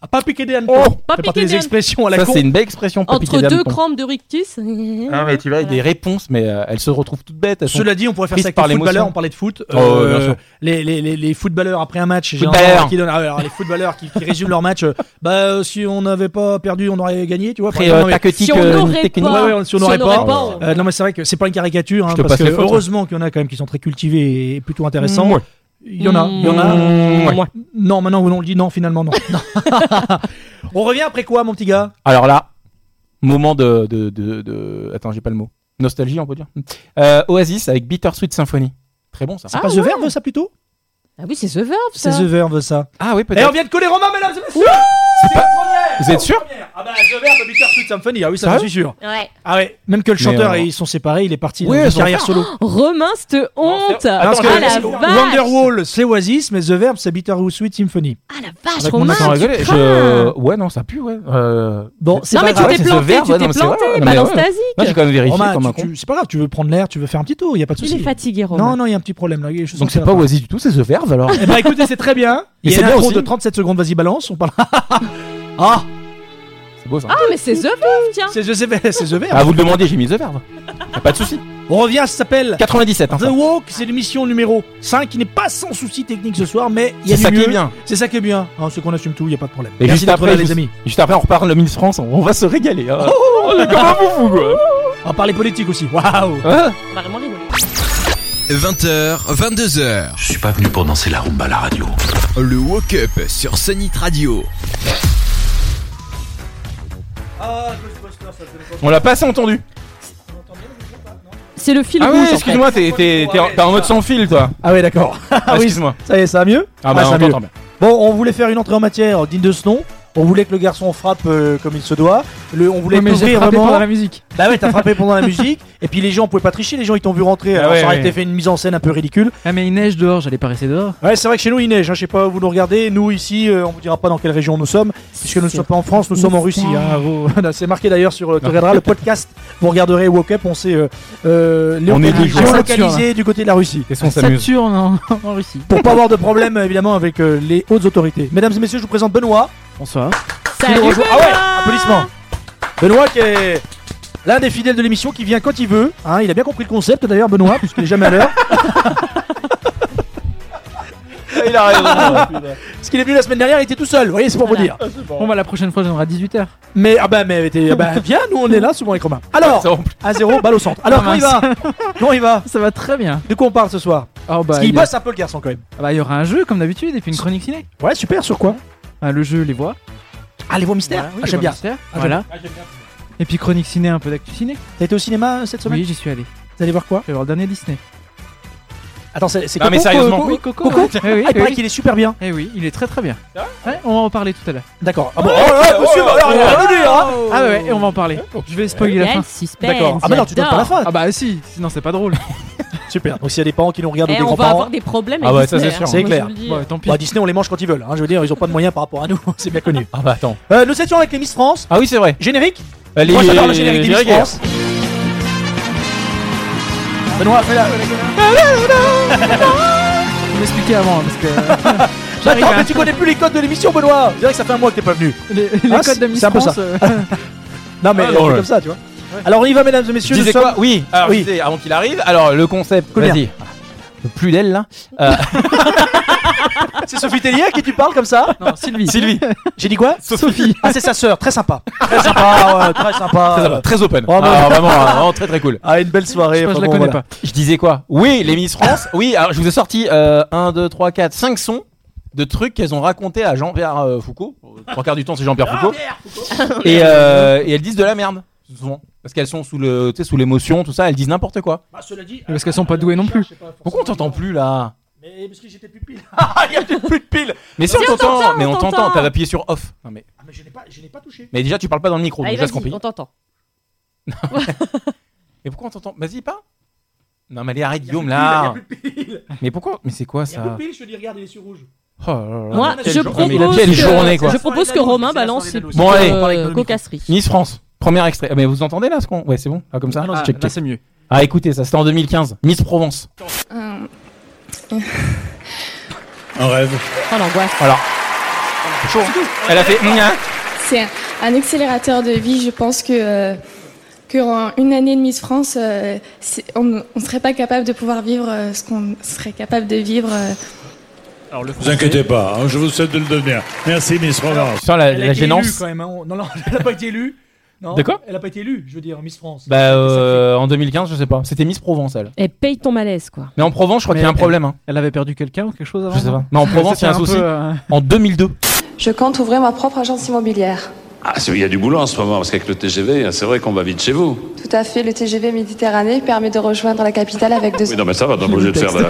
B: Ah, Pas piqué des hannetons.
D: Oh,
B: Ça fait
C: pas piquer
B: partie
C: des
B: des
C: hannetons.
B: expressions à la
D: Ça,
B: con.
D: c'est une belle expression. pas piquer
C: Entre
D: des
C: deux
D: hannetons.
C: crampes de rictus.
D: Ah, mais tu vois, des réponses, mais euh, elles se retrouvent toutes bêtes. elles sont-
B: Cela dit, on pourrait faire
D: Prise
B: ça avec
D: par
B: les footballeurs.
D: l'émotion.
B: On parlait de foot. Euh,
D: Oh, bien sûr.
B: les, les, les, les footballeurs après un match, généralement,
D: Footballeurs.
B: qui donnent- ah ouais, alors, les footballeurs qui, qui résument leur match. euh, bah euh, si on n'avait pas perdu, on aurait gagné, tu vois. par
D: Très euh,
B: exemple. Non, mais-
D: tactique,
C: Si on
D: euh,
C: n'aurait
D: technique.
C: pas-
B: Ouais, ouais, on- si on n'aurait pas.
C: pas,
B: Euh, non mais c'est vrai que c'est pas une caricature, hein,
D: Je te
B: parce
D: passe
B: que
D: les fautes,
B: heureusement qu'il y en a quand même qui sont très cultivés et plutôt intéressants. Il y en a, il y en a.
D: Mmh, ouais.
C: Moi.
B: Non, maintenant on le dit, non, finalement non. <laughs> Non. on revient après quoi, mon petit gars
D: Alors là, moment de. de, de, de- Attends, j'ai pas le mot. Nostalgie, on peut dire. Euh, Oasis avec Bittersweet Symphony. Très bon ça.
B: C'est
C: Ah
B: pas The
C: ouais.
B: Verve ça plutôt
C: Ah oui, c'est The Verve,
B: C'est
C: ça.
B: The Verve ça.
D: Ah oui,
B: Et on
D: peut-être.
B: vient de coller Romain, mesdames et messieurs
D: C'est pas-
B: Première
D: Vous êtes sûr
B: Ah bah The Verve, Bittersweet Symphony, ah oui, ça
D: Sérieux
B: je suis sûr.
C: Ouais.
B: Ah ouais, même que le
D: Mais euh,
B: chanteur,
D: alors-
B: ils sont séparés, il est parti
D: Oui,
B: dans une
D: ils sont
B: carrière
D: en-
B: solo.
C: Romain, cette Oh, honte.
D: Attends,
B: Parce
D: Ah,
B: que
C: ah,
D: c'est-
C: la vache.
B: Wonderwall, c'est Oasis, mais The Verve, c'est Bittersweet Symphony.
C: Ah la vache,
D: Avec mon
C: Romain.
D: accent
C: tu
D: anglais,
C: crains.
D: je- Ouais, non, ça pue, ouais. Euh,
B: Bon, c'est
C: Non,
B: pas
C: mais tu
B: grave.
D: ouais,
C: t'es
D: c'est The
C: planté,
D: Verve,
C: tu
D: ouais, non,
C: t'es
D: mais c'est vrai,
C: planté.
D: non, mais
C: Balance
D: ouais.
C: ta
D: Non, j'ai
C: zic.
D: quand même vérifié
B: Romain,
D: comme un
B: tu-
D: con.
B: tu- c'est pas grave, tu veux prendre l'air, tu veux faire un petit tour, il y a pas de
C: Il
B: souci.
C: est fatigué, Romain.
B: Non, non, il y a un petit problème là. je suis
D: Donc c'est
B: sorti
D: pas
B: là-bas.
D: Oasis du tout, c'est The Verve alors.
B: Eh bah écoutez, c'est très bien. Il
D: Mais
B: y a
D: c'est
B: une
D: bien
B: intro
D: aussi.
B: de 37 secondes, vas-y, balance, on parle. <laughs> ah
D: C'est beau ça.
C: Ah, mais c'est The Verve, tiens.
B: C'est je sais pas, c'est The Verve.
D: Ah, vous le demandiez, j'ai mis The Verve. Y a pas de souci.
B: On revient, ça s'appelle
D: 97, hein,
B: The
D: ça.
B: Walk, c'est l'émission numéro 5 qui n'est pas sans souci technique ce soir, mais il y a
D: C'est
B: du
D: ça qui est
B: mieux.
D: bien.
B: C'est ça qui est bien. Ah, c'est qu'on assume tout, il n'y a pas de problème.
D: Et
B: Merci
D: juste
B: d'être
D: après,
B: là,
D: je
B: les
D: vous-
B: amis.
D: Juste après, on repart le Miss France, on va se régaler. hein. On est comme un foufou, Ah, quoi.
B: On va parler politique aussi. Waouh
D: Ah,
C: On va vraiment rigoler.
G: 20h, 22h,
E: Je suis pas venu pour danser la rumba à la radio.
G: le Woke Up sur Sonic Radio.
D: on l'a pas assez entendu.
C: C'est le fil
D: Ah
C: rouge.
D: oui,
C: en fait.
D: excuse-moi, t'es t'es- t'es en t'es en mode sans fil, toi.
B: Ah ouais, d'accord.
D: Ah,
B: oui.
D: Excuse-moi.
B: Ça y est, ça va mieux
D: Ah bah,
B: ça va
D: on
B: mieux.
D: t'entend bien.
B: Bon, on voulait faire une entrée en matière digne de ce nom. On voulait que le garçon frappe euh, comme il se doit. Le, on voulait
I: Ouais, mais j'ai
B: couvrir
I: frappé
B: vraiment.
I: pendant la musique.
B: Bah ouais, t'as frappé pendant la musique. Et puis les gens pouvaient pas tricher. Les gens ils t'ont vu rentrer.
D: Ah
B: Alors
D: ouais,
B: ça aurait
D: ouais.
B: été fait une mise en scène un peu ridicule.
I: Ah, mais il neige dehors, j'allais pas rester dehors.
B: Ouais, c'est vrai que chez nous il neige. hein, Je sais pas où vous nous regardez. Nous ici, euh, on vous dira pas dans quelle région nous sommes, puisque nous ne sommes pas en France, nous sommes en Russie. hein, vous- <laughs> voilà, c'est marqué d'ailleurs sur. euh, Tu regarderas le podcast. Vous regarderez Woke Up. On s'est euh, euh,
D: On est
B: géolocalisé
D: des
B: géolocalisé du côté de la Russie.
D: Qu'est-ce qu'on s'amuse
I: Saturne en, <laughs> en Russie.
B: Pour pas avoir de problème évidemment avec euh, les hautes autorités. Mesdames et messieurs, je vous présente Benoît.
I: Bonsoir.
C: Salut,
B: Qui nous rejoint- Ah ouais,
C: Benoît
B: applaudissements. Benoît qui est l'un des fidèles de l'émission qui vient quand il veut. hein. il a bien compris le concept d'ailleurs, Benoît, puisqu'il est jamais à l'heure.
A: Il a raison.
B: <laughs> Parce qu'il est venu la semaine dernière, il était tout seul. Vous voyez, c'est pour vous dire.
I: Bon, bah, la prochaine fois, j'aimerais à 18h.
B: Mais ah bah mais t'es- ah bah, viens, nous on est là souvent avec Romain. Alors
D: Ça, on-
B: à zéro, balle au centre. Alors comment il va Comment il va
I: Ça va très bien.
B: De quoi on parle ce soir
I: Oh, bah,
B: Parce qu'il
I: il y, a-
B: bosse un peu le garçon quand même.
I: ah, bah, il y aura un jeu, comme d'habitude, et puis une chronique ciné.
B: Ouais, super. Sur quoi
I: Ah, le jeu, les voix.
B: Ah les voix mystères.
I: Voilà, oui,
B: Ah,
I: les
B: J'aime
I: voix
B: bien.
I: mystères,
B: j'aime
I: voilà. Et puis chronique ciné, un peu d'actu ciné.
B: T'as été au cinéma euh, cette semaine
I: Oui, j'y suis allé.
B: Vous allez voir quoi
I: Je vais voir le dernier Disney.
B: Attends, c'est c'est
D: Non, mais
B: Coco,
D: sérieusement.
B: Coco
I: Oui, Coco.
B: Coco
I: ouais. Eh oui,
B: Ah, il
I: eh
B: paraît
I: oui.
B: qu'il est super bien.
I: Eh oui, il est très très bien. Ouais, on va en parler tout à l'heure.
B: D'accord. Ah bon. Oh là là, monsieur, alors, il a rien dit, hein.
I: Ah ouais, et on va en parler. Je vais spoiler la
C: Quel
I: fin.
C: suspense.
B: D'accord. Ah bah non, tu donnes pas la fin.
I: Ah bah si, sinon c'est pas drôle.
B: Super. Donc s'il y a des parents qui nous regardent ou
C: Eh,
B: des
C: on va
B: grands-parents,
C: avoir des problèmes
D: Ah
C: avec
D: ouais,
C: Disney,
D: ça, c'est
C: hein,
D: sûr.
B: C'est
C: je vous
B: clair.
C: le dis.
I: Bon, tant pis.
B: bah, Disney on les mange quand ils veulent. hein. Je veux dire, ils ont pas de moyens par rapport à nous. <laughs> C'est bien connu.
D: Ah bah attends. Bah,
B: Euh, nous étions avec les Miss France.
D: Ah oui, c'est vrai.
B: Générique.
D: Elle
B: Moi
D: est-
B: j'adore le générique des Miss
D: elle est-
B: France. Benoît fais la.
I: Vous m'expliquez avant, hein, parce <laughs> que J'arrive,
B: Attends, mais
I: hein.
B: tu connais plus les codes de l'émission, Benoît. Je dirais que ça fait un mois que t'es pas venu.
I: les, les
B: Ah,
I: codes de Miss
B: c'est un peu
I: France,
B: ça.
I: <laughs> euh,
B: Non mais
D: Ah, non,
B: on fait
D: ouais.
B: comme ça, tu vois. Alors on y va, mesdames et
D: Je
B: messieurs.
D: disais
B: nous sommes-
D: quoi Oui, alors
B: Oui.
D: je disais, avant qu'il arrive, alors le concept,
B: Combien
D: vas-y. Plus d'elle là Euh.
B: <laughs> C'est Sophie Tellier à qui tu parles comme ça
I: non, Sylvie.
D: <laughs> Sylvie,
B: J'ai dit quoi
D: Sophie,
B: Ah c'est sa sœur. Très sympa. Très sympa.
D: Ah,
B: ouais, Très
D: Très
B: sympa.
D: sympa, très open.
B: Oh, bah.
D: Ah, vraiment, ah, vraiment très très cool.
B: Ah une belle
I: Je,
B: soirée.
I: sais pas, je
B: enfin,
I: la
B: bon,
I: connais
B: voilà.
I: pas.
D: Je disais quoi Oui, les Miss France. oui, alors je vous ai sorti euh, 1, 2, 3, 4, 5 sons de trucs qu'elles ont raconté à Jean-Pierre euh, Foucault. Trois quarts du temps, c'est Jean-Pierre Foucault. et,
C: Ah
D: euh, et elles disent de la merde, souvent. Parce qu'elles sont sous le, tu sais, sous l'émotion, tout ça, elles disent n'importe quoi.
B: Bah,
I: Parce qu'elles sont
B: euh,
I: pas douées non plus.
D: Pourquoi on t'entend plus là
B: Mais parce que j'étais <laughs> pupille.
D: Mais si on
C: Si, on
D: t'entend,
C: t'entend,
D: mais on
C: on
D: t'entend,
C: t'entend.
D: t'as appuyé sur off. Non, mais,
B: Ah, mais je n'ai pas, je n'ai pas touché.
D: mais déjà tu parles pas dans le micro, donc
C: Allez,
D: déjà ce qu'on
C: vas-y,
D: pille.
C: on t'entend.
D: Mais pourquoi on t'entend Vas-y, pas Non, mais allez, arrête Guillaume là
B: Ah,
D: Mais pourquoi Mais c'est quoi ça
B: pile, je te dis, regarde, il est sur rouge.
D: Oh là là.
C: Moi,
B: quelle
C: je
B: jour-
C: propose,
D: mais quelle
C: que,
D: journée, quoi.
C: je propose que Romain balance ses
D: Bon, allez.
C: euh, cocasseries.
D: Miss France, premier extrait. Ah, Mais vous entendez là ce qu'on Ouais, c'est bon. Ah, comme ça
I: Ah,
D: check,
I: là
D: check.
I: c'est mieux.
D: Ah, écoutez, ça c'était en 2015. Miss Provence.
J: Un rêve.
C: Oh l'angoisse.
D: Alors. Chaud. Elle a fait. Gna.
J: C'est un- un accélérateur de vie. Je pense que, euh, que en une année de Miss France, euh, c'est- on ne serait pas capable de pouvoir vivre euh, ce qu'on serait capable de vivre. euh,
I: Alors le
J: français. inquiétez pas, hein, je vous souhaite de le devenir. Merci Miss
B: Provence.
D: Putain, la, la gênance.
B: quand même, hein. Non, <laughs> non, elle a pas été élue. Non,
D: De quoi
B: Elle a pas été élue, je veux dire, Miss France.
D: Bah, euh, en 2015, je sais pas. C'était Miss Provence, elle.
C: Et paye ton malaise, quoi.
D: Mais en Provence, je crois
I: Mais
D: qu'il y a un
I: elle-
D: problème. hein.
I: Elle avait perdu quelqu'un ou quelque chose avant
D: Je sais pas.
I: non
D: Mais en Provence, il y a un
I: C'était
D: souci.
I: peu, euh,
D: En 2002.
J: Je compte ouvrir ma propre agence immobilière.
E: Ah, c'est- il y a du boulot en ce moment, parce qu'avec le TGV, c'est vrai qu'on va vite chez vous.
J: Tout à fait, le TGV Méditerranée permet de rejoindre la capitale avec deux.
E: Oui, non, mais ça va,
J: <laughs>
E: t'as pas obligé de faire de-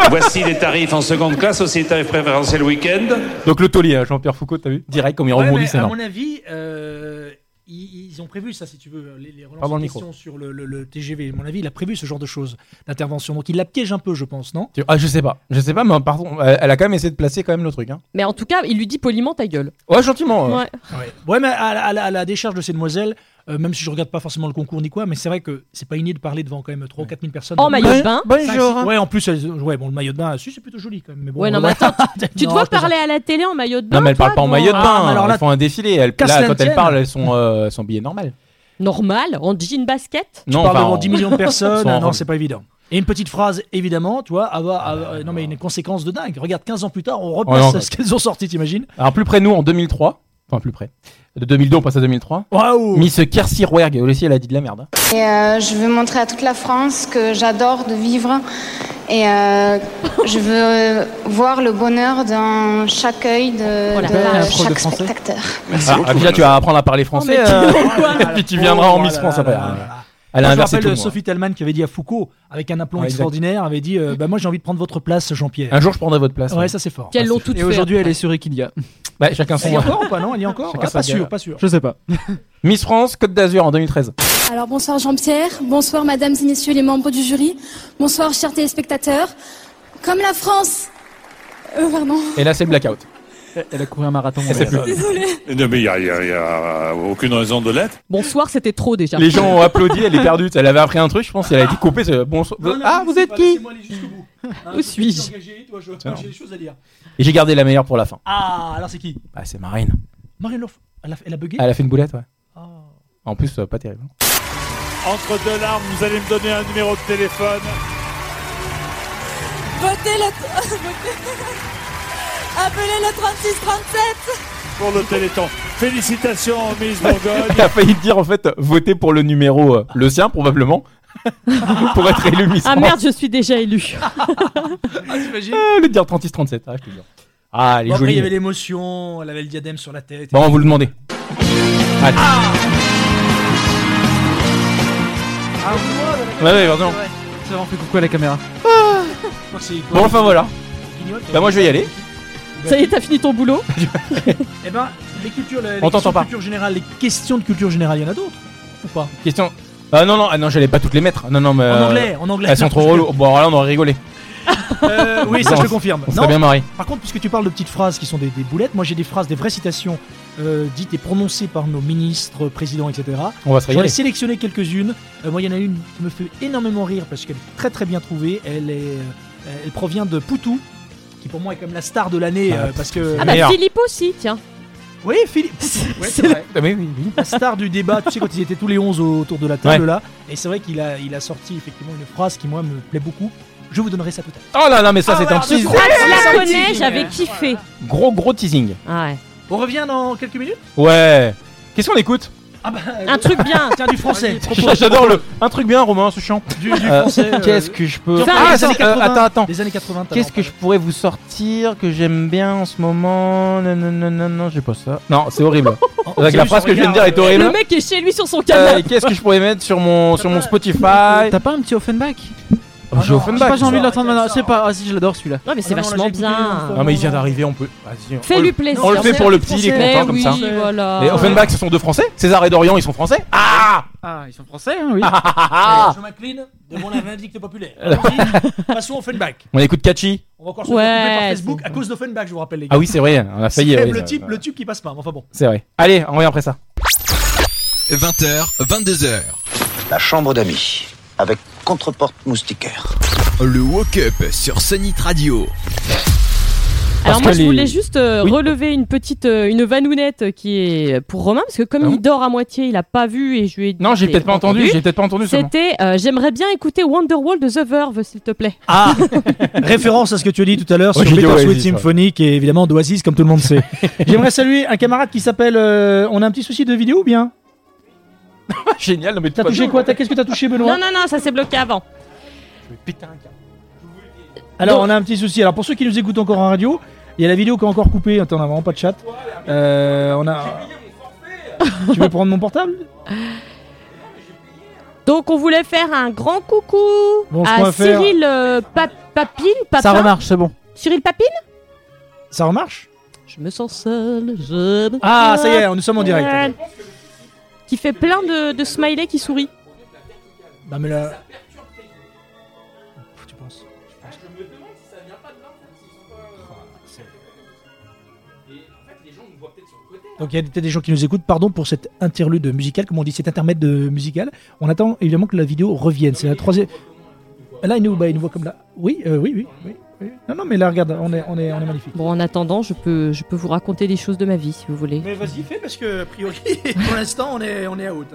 J: Ah,
E: Voici les tarifs en seconde classe, aussi les tarifs préférentiels week-end.
D: Donc le taulier, hein, Jean-Pierre Foucault, t'as vu Direct, comme il
B: Ouais,
D: rebondit,
B: mais
D: c'est
B: à
D: énorme.
B: mon avis, euh, ils, ils ont prévu ça, si tu veux, les, les relances
D: Pardon,
B: de
D: le micro.
B: questions sur le, le- le TGV. À mon avis, il a prévu ce genre de choses d'intervention. Donc il la piège un peu, je pense, non
D: Tu- Ah, je sais pas. Je sais pas, mais pardon. Elle elle a quand même essayé de placer quand même le truc. Hein.
C: Mais en tout cas, il lui dit poliment ta gueule.
D: Ouais, gentiment. euh.
C: Ouais.
B: Ouais, mais à, la- à la- à la décharge de ces demoiselles, euh, même si je regarde pas forcément le concours ni quoi, mais c'est vrai que c'est pas inné de parler devant quand même 3 ou 4 000 personnes.
C: En
B: Donc,
C: maillot de bain.
B: Cinq, six- Ouais, en plus, elles- ouais, bon, le maillot de bain, si, c'est plutôt joli quand même. Mais bon,
C: Ouais, non,
B: voilà.
C: mais attends, Tu te
B: Non,
C: vois
B: je plaisante.
C: parler à la télé en maillot de bain
D: Non, mais elle parle pas
C: toi,
D: en
C: dans-
D: maillot de bain.
B: Ah, mais alors là,
D: elles font un défilé. Elles,
B: qu'à
D: là,
B: cela ne
D: quand elles
B: tienne.
D: parlent, elles sont, euh, elles sont habillées normal.
C: Normal, en jean basket.
B: Tu
D: non,
B: parles
D: enfin,
B: devant
D: en-
B: 10 millions de personnes,
D: Sans
B: euh, non,
D: robe.
B: c'est pas évident. Et une petite phrase, évidemment, tu vois, avoir, avoir- euh, non mais une conséquence de dingue. Regarde, 15 ans plus tard, on
D: bah, Ouais,
B: repasse
D: non.
B: ce qu'elles ont sorti, t'imagines
D: Alors plus près de nous en 2003, Enfin, plus près. De 2002, on passe à 2003.
B: Waouh
D: Miss Kersi Rouergue, elle aussi, elle a dit de la merde. hein.
K: Et euh, je veux montrer à toute la France que j'adore de vivre et euh, je veux voir le bonheur dans chaque œil de, de
B: Euh,
K: chaque spectateur.
D: Ah, ah, puis là, tu vas apprendre à parler français.
B: Oh, mais
D: euh,
B: tu-
D: et <laughs> puis tu viendras
B: Oh
D: en
B: là
D: Miss
B: là
D: France
B: là
D: après.
B: là là
D: Elle a
B: Moi, je me
D: inversé
B: rappelle
D: tout. moi.
B: Sophie Tallman qui avait dit à Foucault, avec un aplomb
D: Ouais, exact.
B: extraordinaire, avait dit euh, bah, Moi j'ai envie de prendre votre place, Jean-Pierre.
D: Un jour, je prendrai votre place.
B: Ouais, ça c'est fort.
I: Puis elles
B: Ça,
I: l'ont
B: c'est
I: toutes
B: fort.
I: fait, après.
B: sur Equidia.
D: Bah, chacun son.
B: Elle y est encore ou pas Non, elle y est encore
D: Chacun
B: Ah,
D: sa
B: Pas
D: gueule.
B: sûr, pas sûr.
D: Je sais pas. Miss France, Côte d'Azur en 2013.
L: Alors bonsoir Jean-Pierre, bonsoir mesdames et messieurs les membres du jury, bonsoir chers téléspectateurs. Comme la France... Euh, pardon.
D: Et là, c'est le blackout.
I: Elle a couru un marathon.
D: Elle sait plus.
B: euh,
M: Non, mais il n'y a, y a- y a Euh, aucune raison de l'être.
C: Bonsoir, c'était trop déjà.
D: Les gens ont applaudi, elle est perdue. Elle avait appris un truc, je pense, et elle a dit couper. c'est- Bon, ah, vous êtes qui
B: Où
D: suis-je Tiens.
B: J'ai des choses à dire.
D: Et j'ai gardé la meilleure pour la fin.
B: Ah, alors c'est qui
D: Bah, c'est Marine.
B: Marine Le Pen. Elle a, elle a bugué
D: Elle a fait une boulette, ouais. En plus, euh, pas terrible.
M: Entre deux larmes, vous allez me donner un numéro de téléphone.
N: Votez le... <laughs> Appelez le 3637
M: Pour le Téléthon. Félicitations, Miss Bourgogne.
D: <laughs> Elle a failli dire, en fait, voter pour le numéro, euh, le sien, probablement, <laughs> pour être élu Miss
C: Ah
D: France.
C: merde, je suis déjà élu.
D: Ah, Euh, le dire 36-37, ah, je te jure. Ah, elle est
B: Bon, après, il
D: jolie.
B: y avait l'émotion, elle avait le diadème sur la tête.
D: Bon, vous le demandez. Allez.
B: Ah,
D: Ouais, ouais, pardon.
I: C'est vraiment fait coucou à la caméra.
B: Merci.
D: Bon, enfin voilà. Bah, moi je vais y aller.
C: <laughs> Ça y est, t'as fini ton boulot
D: Ah,
B: Eh ben, les cultures, les, les
D: On t'entend
B: questions de
D: pas.
B: culture générale, les questions de culture générale, il y en a d'autres ou pas
D: Question. Ah non, non, ah, non, j'allais pas toutes les mettre. Non, non, mais.
B: En
D: euh,
B: anglais, en anglais.
D: Elles sont trop relou. Bon, alors là, on aurait rigolé.
B: Euh, oui, ça
D: Non,
B: je
D: on
B: le
D: s-
B: confirme.
D: on
B: Non,
D: serait bien marré.
B: Par contre, puisque tu parles de petites phrases qui sont des, des boulettes, moi j'ai des phrases, des vraies citations euh, dites et prononcées par nos ministres, présidents, etc.
D: On va se
B: J'en ai
D: régaler.
B: sélectionné quelques-unes. Euh, moi, il y en a une qui me fait énormément rire parce qu'elle est très très bien trouvée. Elle est, euh, elle provient de Poutou, qui pour moi est comme la star de l'année
D: Ah,
B: euh, parce que.
C: Ah bah Philippe aussi, tiens.
B: Oui, Philippe. Ouais, c'est vrai.
D: Ah,
B: La star du débat, tu sais, quand ils étaient tous les 11 autour de la table
D: Ouais.
B: là. Et c'est vrai qu'il a, il a sorti effectivement une phrase qui, moi, me plaît beaucoup. Je vous donnerai ça tout à l'heure.
D: Oh là là, mais ça, c'est un
B: voilà,
D: teasing.
B: je crois que
C: Je
B: c'est
C: Ah, la
B: un
C: connais,
B: teasing.
C: j'avais kiffé. Ah,
D: Gros, gros teasing.
C: Ouais.
B: On revient dans quelques minutes
D: Ouais. Qu'est-ce qu'on
B: <laughs>
D: écoute
B: Ah bah,
C: Un truc
D: <laughs>
C: bien.
B: Tiens, du français.
D: J'adore le. Un truc bien, Romain, ce chant.
B: Du, du
D: Euh,
B: français. euh,
D: <laughs> Qu'est-ce que je peux.
B: tiens, les
D: ça,
B: années
D: euh,
B: 80,
D: attends, attends.
B: Les années 80. t'as
D: Qu'est-ce que je pourrais vous sortir que j'aime bien en ce moment Non, non, non, non, non, j'ai pas ça. Non, c'est <laughs> horrible.
B: c'est
D: la
B: juste
D: phrase
B: son
D: que je viens de dire
B: regard,
D: est
B: euh,
D: horrible.
C: Le mec est chez lui sur son
D: Euh,
C: canapé.
D: Qu'est-ce que je pourrais mettre sur mon, sur mon Spotify
I: T'as pas un petit Offenbach
D: Oh, J'ai
I: Je sais
D: Offenbach.
I: pas, j'ai envie de l'entendre maintenant. C'est pas. Ah si, je l'adore celui-là.
C: Non, mais c'est vachement bien.
D: Non mais il vient d'arriver, on peut. Vas-y, on-
C: Fais-lui
D: on-
C: plaisir.
D: On le fait pour le petit, il est
C: Mais
D: content comme
C: Eh oui,
D: ça.
C: voilà.
D: Et Offenbach, ce sont deux Français. César et Dorian, ils sont Français. Ah
I: Ah, ils sont français, hein, oui.
B: Alors, Je m'incline devant la vindicte <laughs> populaire. Allons-y, Passons au Funback.
D: On écoute Kachi.
B: On va encore se faire
C: Ouais,
B: couper par Facebook à cause d'Offenbach, je vous rappelle les gars.
D: Ah oui, c'est vrai, on a failli.
B: C'est
D: oui,
B: le,
D: ça-
B: type, le type qui passe pas, mais enfin bon.
D: C'est vrai. Allez, on revient après ça.
G: 20h, 22h.
E: La chambre d'amis, avec contreporte moustiquaire.
G: Le Woke Up sur Sunnit Radio.
C: Alors
G: Parce
C: moi
G: que
C: je
G: les-
C: voulais juste euh, relever une petite euh, une vanounette euh, qui est pour Romain parce que comme il dort à moitié, il a pas vu et je lui ai dit
D: Ah Non, j'ai peut-être pas entendu, j'ai peut-être pas entendu seulement.
C: C'était euh, j'aimerais bien écouter Wonderwall de The Verve s'il te plaît.
B: Ah <laughs> Référence à ce que tu as dit tout à l'heure
D: Ouais,
B: sur
D: j'ai dit
B: Peter
D: Oasis,
B: Sweet
D: ouais.
B: Symphonique et évidemment d'Oasis, comme tout le monde sait. <laughs> J'aimerais saluer un camarade qui s'appelle. euh, on a un petit souci de vidéo ou bien
D: Génial, non mais
B: T'as touché quoi T'as- Qu'est-ce que t'as touché, Benoît
C: Non non non, ça s'est bloqué avant.
B: Alors, on a un petit souci. Alors, pour ceux qui nous écoutent encore en radio, il y a la vidéo qui est encore coupée. Attends, on n'a vraiment pas de chat. Euh, on a. tu veux prendre mon portable
C: Donc on voulait faire un grand coucou
B: Bon, ce qu'on va
C: à
B: faire-
C: Cyril euh, Pa- Papine, Papin.
I: Ça remarche, c'est bon.
C: Cyril Papine
B: Ça remarche
C: Je me sens seul, je me
B: Ah,
C: sens
B: ça y est, nous sommes en direct.
C: seul. Qui fait plein de, de smileys qui sourit.
B: Non, Bah, mais là. Pff, Tu penses euh, Ah, bah, Donc il y a peut-être des gens qui nous écoutent, pardon pour cette interlude musicale, comme on dit, cet intermède de musical. On attend évidemment que la vidéo revienne. C'est la troisième. Là, hein. il nous, bah, il nous voit comme là. Oui, euh, oui, oui, oui, oui. Non, non, mais là, regarde, on est, on est, on est magnifique.
C: Bon, en attendant, je peux, je peux vous raconter des choses de ma vie si vous voulez.
B: vas-y, fais parce que, a priori, <laughs> pour l'instant, on est, hein. on est à haute.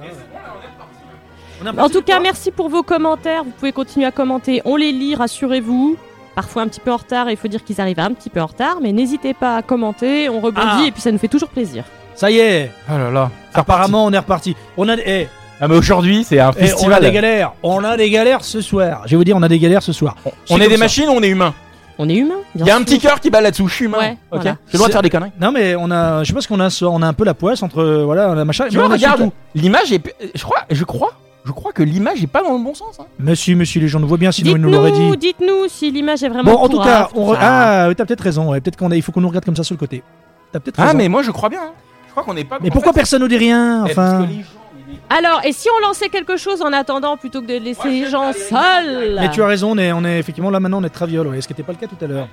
C: En tout cas, merci pour vos commentaires. Vous pouvez continuer à commenter. On les lit, rassurez-vous. Parfois un petit peu en retard, il faut dire qu'ils arrivent un petit peu en retard, mais n'hésitez pas à commenter, on rebondit
B: Ah.
C: et puis ça nous fait toujours plaisir.
B: Ça y est.
D: Oh là là.
B: Apparemment, on est reparti. On a. eh,
D: Ah, mais aujourd'hui, c'est un
B: eh, on a
D: festival.
B: des galères. On a des galères ce soir. Je vais vous dire, on a des galères ce soir.
D: On est des machines ou on est humains
C: On est humain.
D: Il y a un petit cœur qui bat là-dessous. Je suis humain.
C: Ouais,
D: ok.
C: voilà.
D: J'ai le droit de faire des conneries.
B: Non mais on a, je sais pas ce qu'on a ce soir. On a un peu la poisse entre euh, voilà la machin.
D: Tu
B: mais
D: vois,
B: on a
D: regarde,
B: surtout-
D: l'image est. Je crois, je crois, je crois que l'image est pas dans le bon sens. hein.
B: Monsieur, monsieur, les gens nous voient bien. Sinon, ils nous l'auraient
C: Dites-nous,
B: dit.
C: dites-nous si l'image est vraiment.
B: Bon, en tout cas,
C: pourrave.
B: on re- ah, oui, t'as peut-être raison. ouais. Peut-être qu'on a, il faut qu'on nous regarde comme ça sur le côté. T'as peut-être
D: Ah,
B: raison.
D: mais moi, je crois bien. hein. Je crois qu'on est pas. en
B: Mais pourquoi
D: fait,
B: personne ne dit rien
D: Eh, parce
B: Enfin.
D: que les gens-
C: Alors, et si on lançait quelque chose en attendant plutôt que de laisser les gens seuls
B: Mais tu as raison, on est, on est effectivement là maintenant, on est traviole, ouais, ce qui n'était pas le cas tout à l'heure.